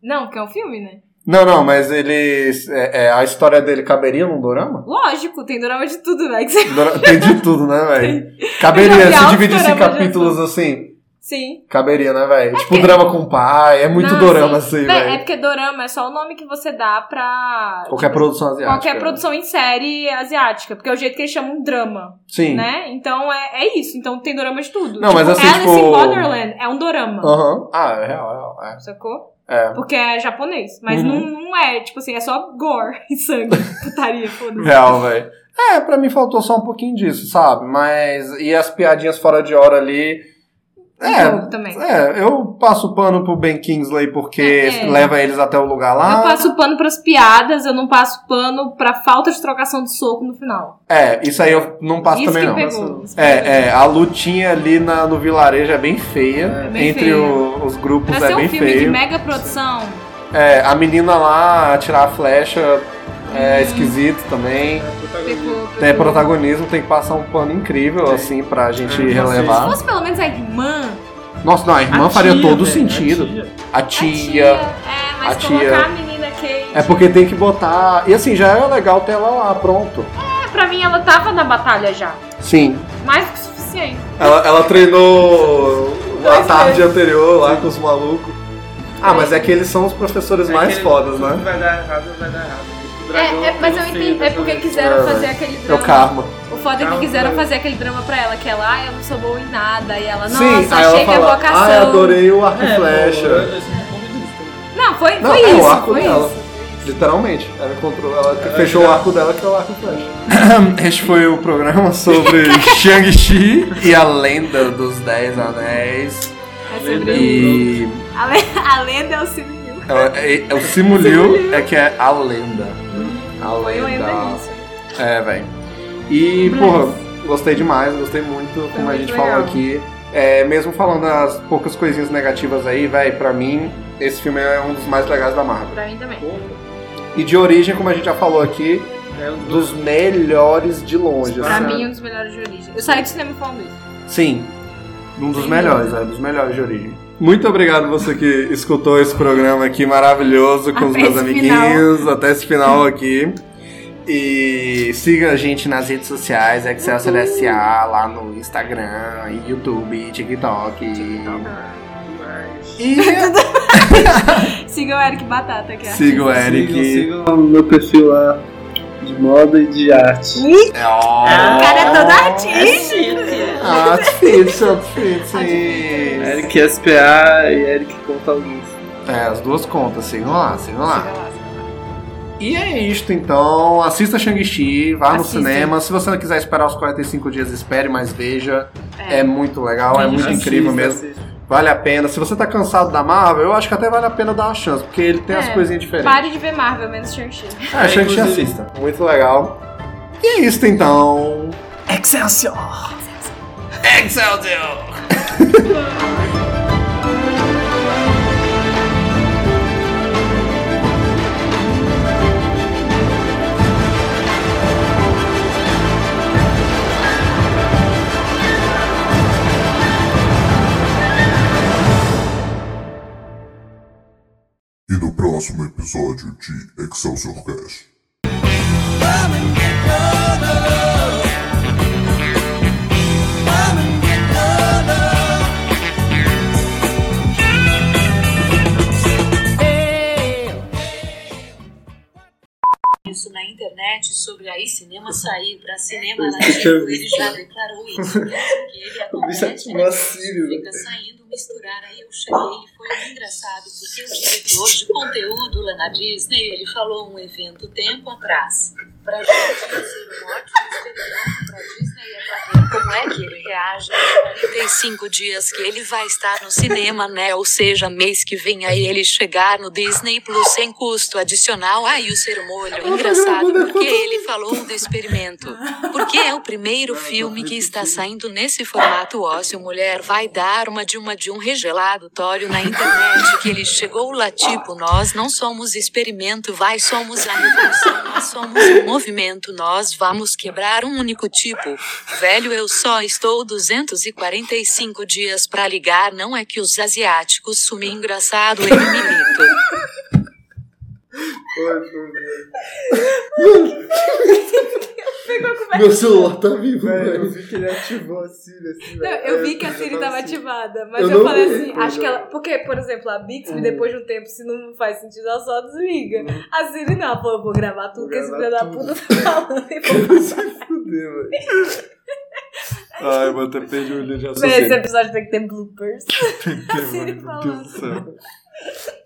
Não, que é um filme, né? Não, não, mas ele. é- é, a história dele caberia num dorama? Lógico, tem drama de tudo, né? Que você- Dora- Tem de tudo, né, velho? Eu já Caberia, vi se altos dividisse em doramas capítulos assim. Sim. Caberia, né, velho? tipo, porque- drama com o pai, é muito Não, dorama sim. assim, Vé, É velho. porque dorama é só o nome que você dá pra. Qualquer produção asiática. né? Qualquer produção em série asiática, porque é o jeito que eles chamam drama, Sim. né? Então é, é isso. Então tem dorama de tudo. Não, mas assim, Alice tipo- in Borderland é um dorama, Aham. Ah, é real, é real. É. sacou? É. Porque é japonês. Mas Uhum. não, não é, tipo assim, é só gore e sangue. Putaria, foda-se. Real, velho. É, pra mim faltou só um pouquinho disso, sabe? Mas. E as piadinhas fora de hora ali. Um pouco É. também. É, eu passo pano pro Ben Kingsley porque É. leva eles até o lugar lá. Eu passo pano pras piadas, eu não passo pano pra falta de trocação de soco no final. É, isso aí eu não passo isso também que não. pegou. É, é, a lutinha ali na, no vilarejo é bem feia. bem Entre feia. o- os grupos Pra é ser bem um filme de feio. mega produção, É, a menina lá atirar a flecha é Hum. esquisito também. né, pegou. Tem pegou. protagonismo, tem que passar um pano incrível, assim, pra gente Hum, Se relevar. fosse pelo menos a irmã, Nossa, não, a irmã A faria tia, todo o velho, sentido. a A a tia. tia, tia. é, mas a tia. colocar a menina Kate. É porque tem que botar. E assim, já era legal ter ela lá, pronto. É, pra mim ela tava na batalha já. Sim. Mais do que o suficiente. Ela, ela treinou na Dois tarde anterior lá com os malucos. Ah, mas é que eles são os professores mais Aquele- fodas, tudo né? Vai dar errado, vai dar errado. É, é, um mas eu entendi. É porque É, quiseram fazer aquele É o drama. karma. O foda é que Calma, quiseram vai. fazer aquele drama pra ela, que ela, ah, eu não sou boa em nada. E ela, nossa, Sim, aí ela achei que é fala, vocação. ah, eu adorei o É, arco e flecha. Não, foi, Não, foi é isso. o arco foi dela. isso. Literalmente. Ela encontrou, ela fechou o arco dela que é o arco e flecha. Este foi o programa sobre Shang-Chi e a lenda dos Dez Anéis. É sobre E A, le- a lenda é o civil. é, é- o Simuliu é que é a lenda. A Foi lenda lenda. isso. É, velho. E, porra, gostei demais, gostei muito, como a muito gente legal. falou aqui. É, mesmo falando as poucas coisinhas negativas aí, velho, pra mim, esse filme é um dos mais legais da Marvel. Pra mim também. E de origem, como a gente já falou aqui, né, Dos melhores de longe, Pra assim. mim, um dos melhores de origem. Eu saí do cinema falando isso. Sim. Um dos melhores, é, dos melhores de origem. Muito obrigado você que escutou esse programa aqui maravilhoso com os Até meus esse amiguinhos, até esse final aqui. E siga a gente nas redes sociais, Excelsior SA, lá no Instagram, e YouTube, TikTok. E Siga o Eric Batata, que é siga o Eric. Sigam o meu perfil lá de moda e de arte. Oh. O cara é todo artista. Ah, Ah, difícil, difícil. Eric SPA e Eric Contalguins. É, as duas contas, sigam lá, sigam lá. E é isto, então. Assista Shang-Chi, vá Assista. no cinema. Se você não quiser esperar os 45 dias, espere, mas veja. É, É. muito legal, é muito Assista, incrível mesmo. assista. Vale a pena. Se você tá cansado da Marvel, eu acho que até vale a pena dar uma chance, porque ele tem as É, coisinhas diferentes. Pare de ver Marvel, menos Shang-Chi. É, inclusive. Shang-Chi assista. Muito legal. E é isto, então. Excelsior! E no próximo episódio de Excelsior Cast. isso na internet sobre aí cinema sair pra cinema nativo, ele já declarou isso. Que ele acontece, né, é vacilo, fica saindo misturar. Aí eu cheguei e foi engraçado, porque o diretor de conteúdo lá na Disney, ele falou um evento tempo atrás. Pra gente ser um ótimo experimento pra Disney é pra ver como é que ele reage aos 45 dias que ele vai estar no cinema, né? Ou seja, mês que vem aí ele chegar no Disney Plus sem custo adicional. Aí o sermolho, engraçado, porque ele falou do experimento. Porque é o primeiro filme que está saindo nesse formato ósseo. Mulher vai dar uma de uma de um regelatório na internet que ele chegou lá, tipo, nós não somos experimento, vai, somos a revolução, nós somos o movimento, nós vamos quebrar um único tipo. Velho, eu só estou 245 dias pra ligar, não é que os asiáticos sumem engraçado, ele me imita. Meu celular tá vivo, velho. Eu vi que ele ativou a Siri assim, Não, velho. É, eu vi que a já Siri tava tava assim. ativada, mas Eu eu, não falei vi, assim, pois acho que ela. Porque, por exemplo, a Bixby, depois de um tempo, se não faz sentido, ela só desliga. A Siri não, ela falou, eu vou gravar tudo que esse gravar filho da puta tá falando. E vou Ai, eu até perdi o olho de ver esse episódio tem que ter bloopers. A Siri falando. do céu.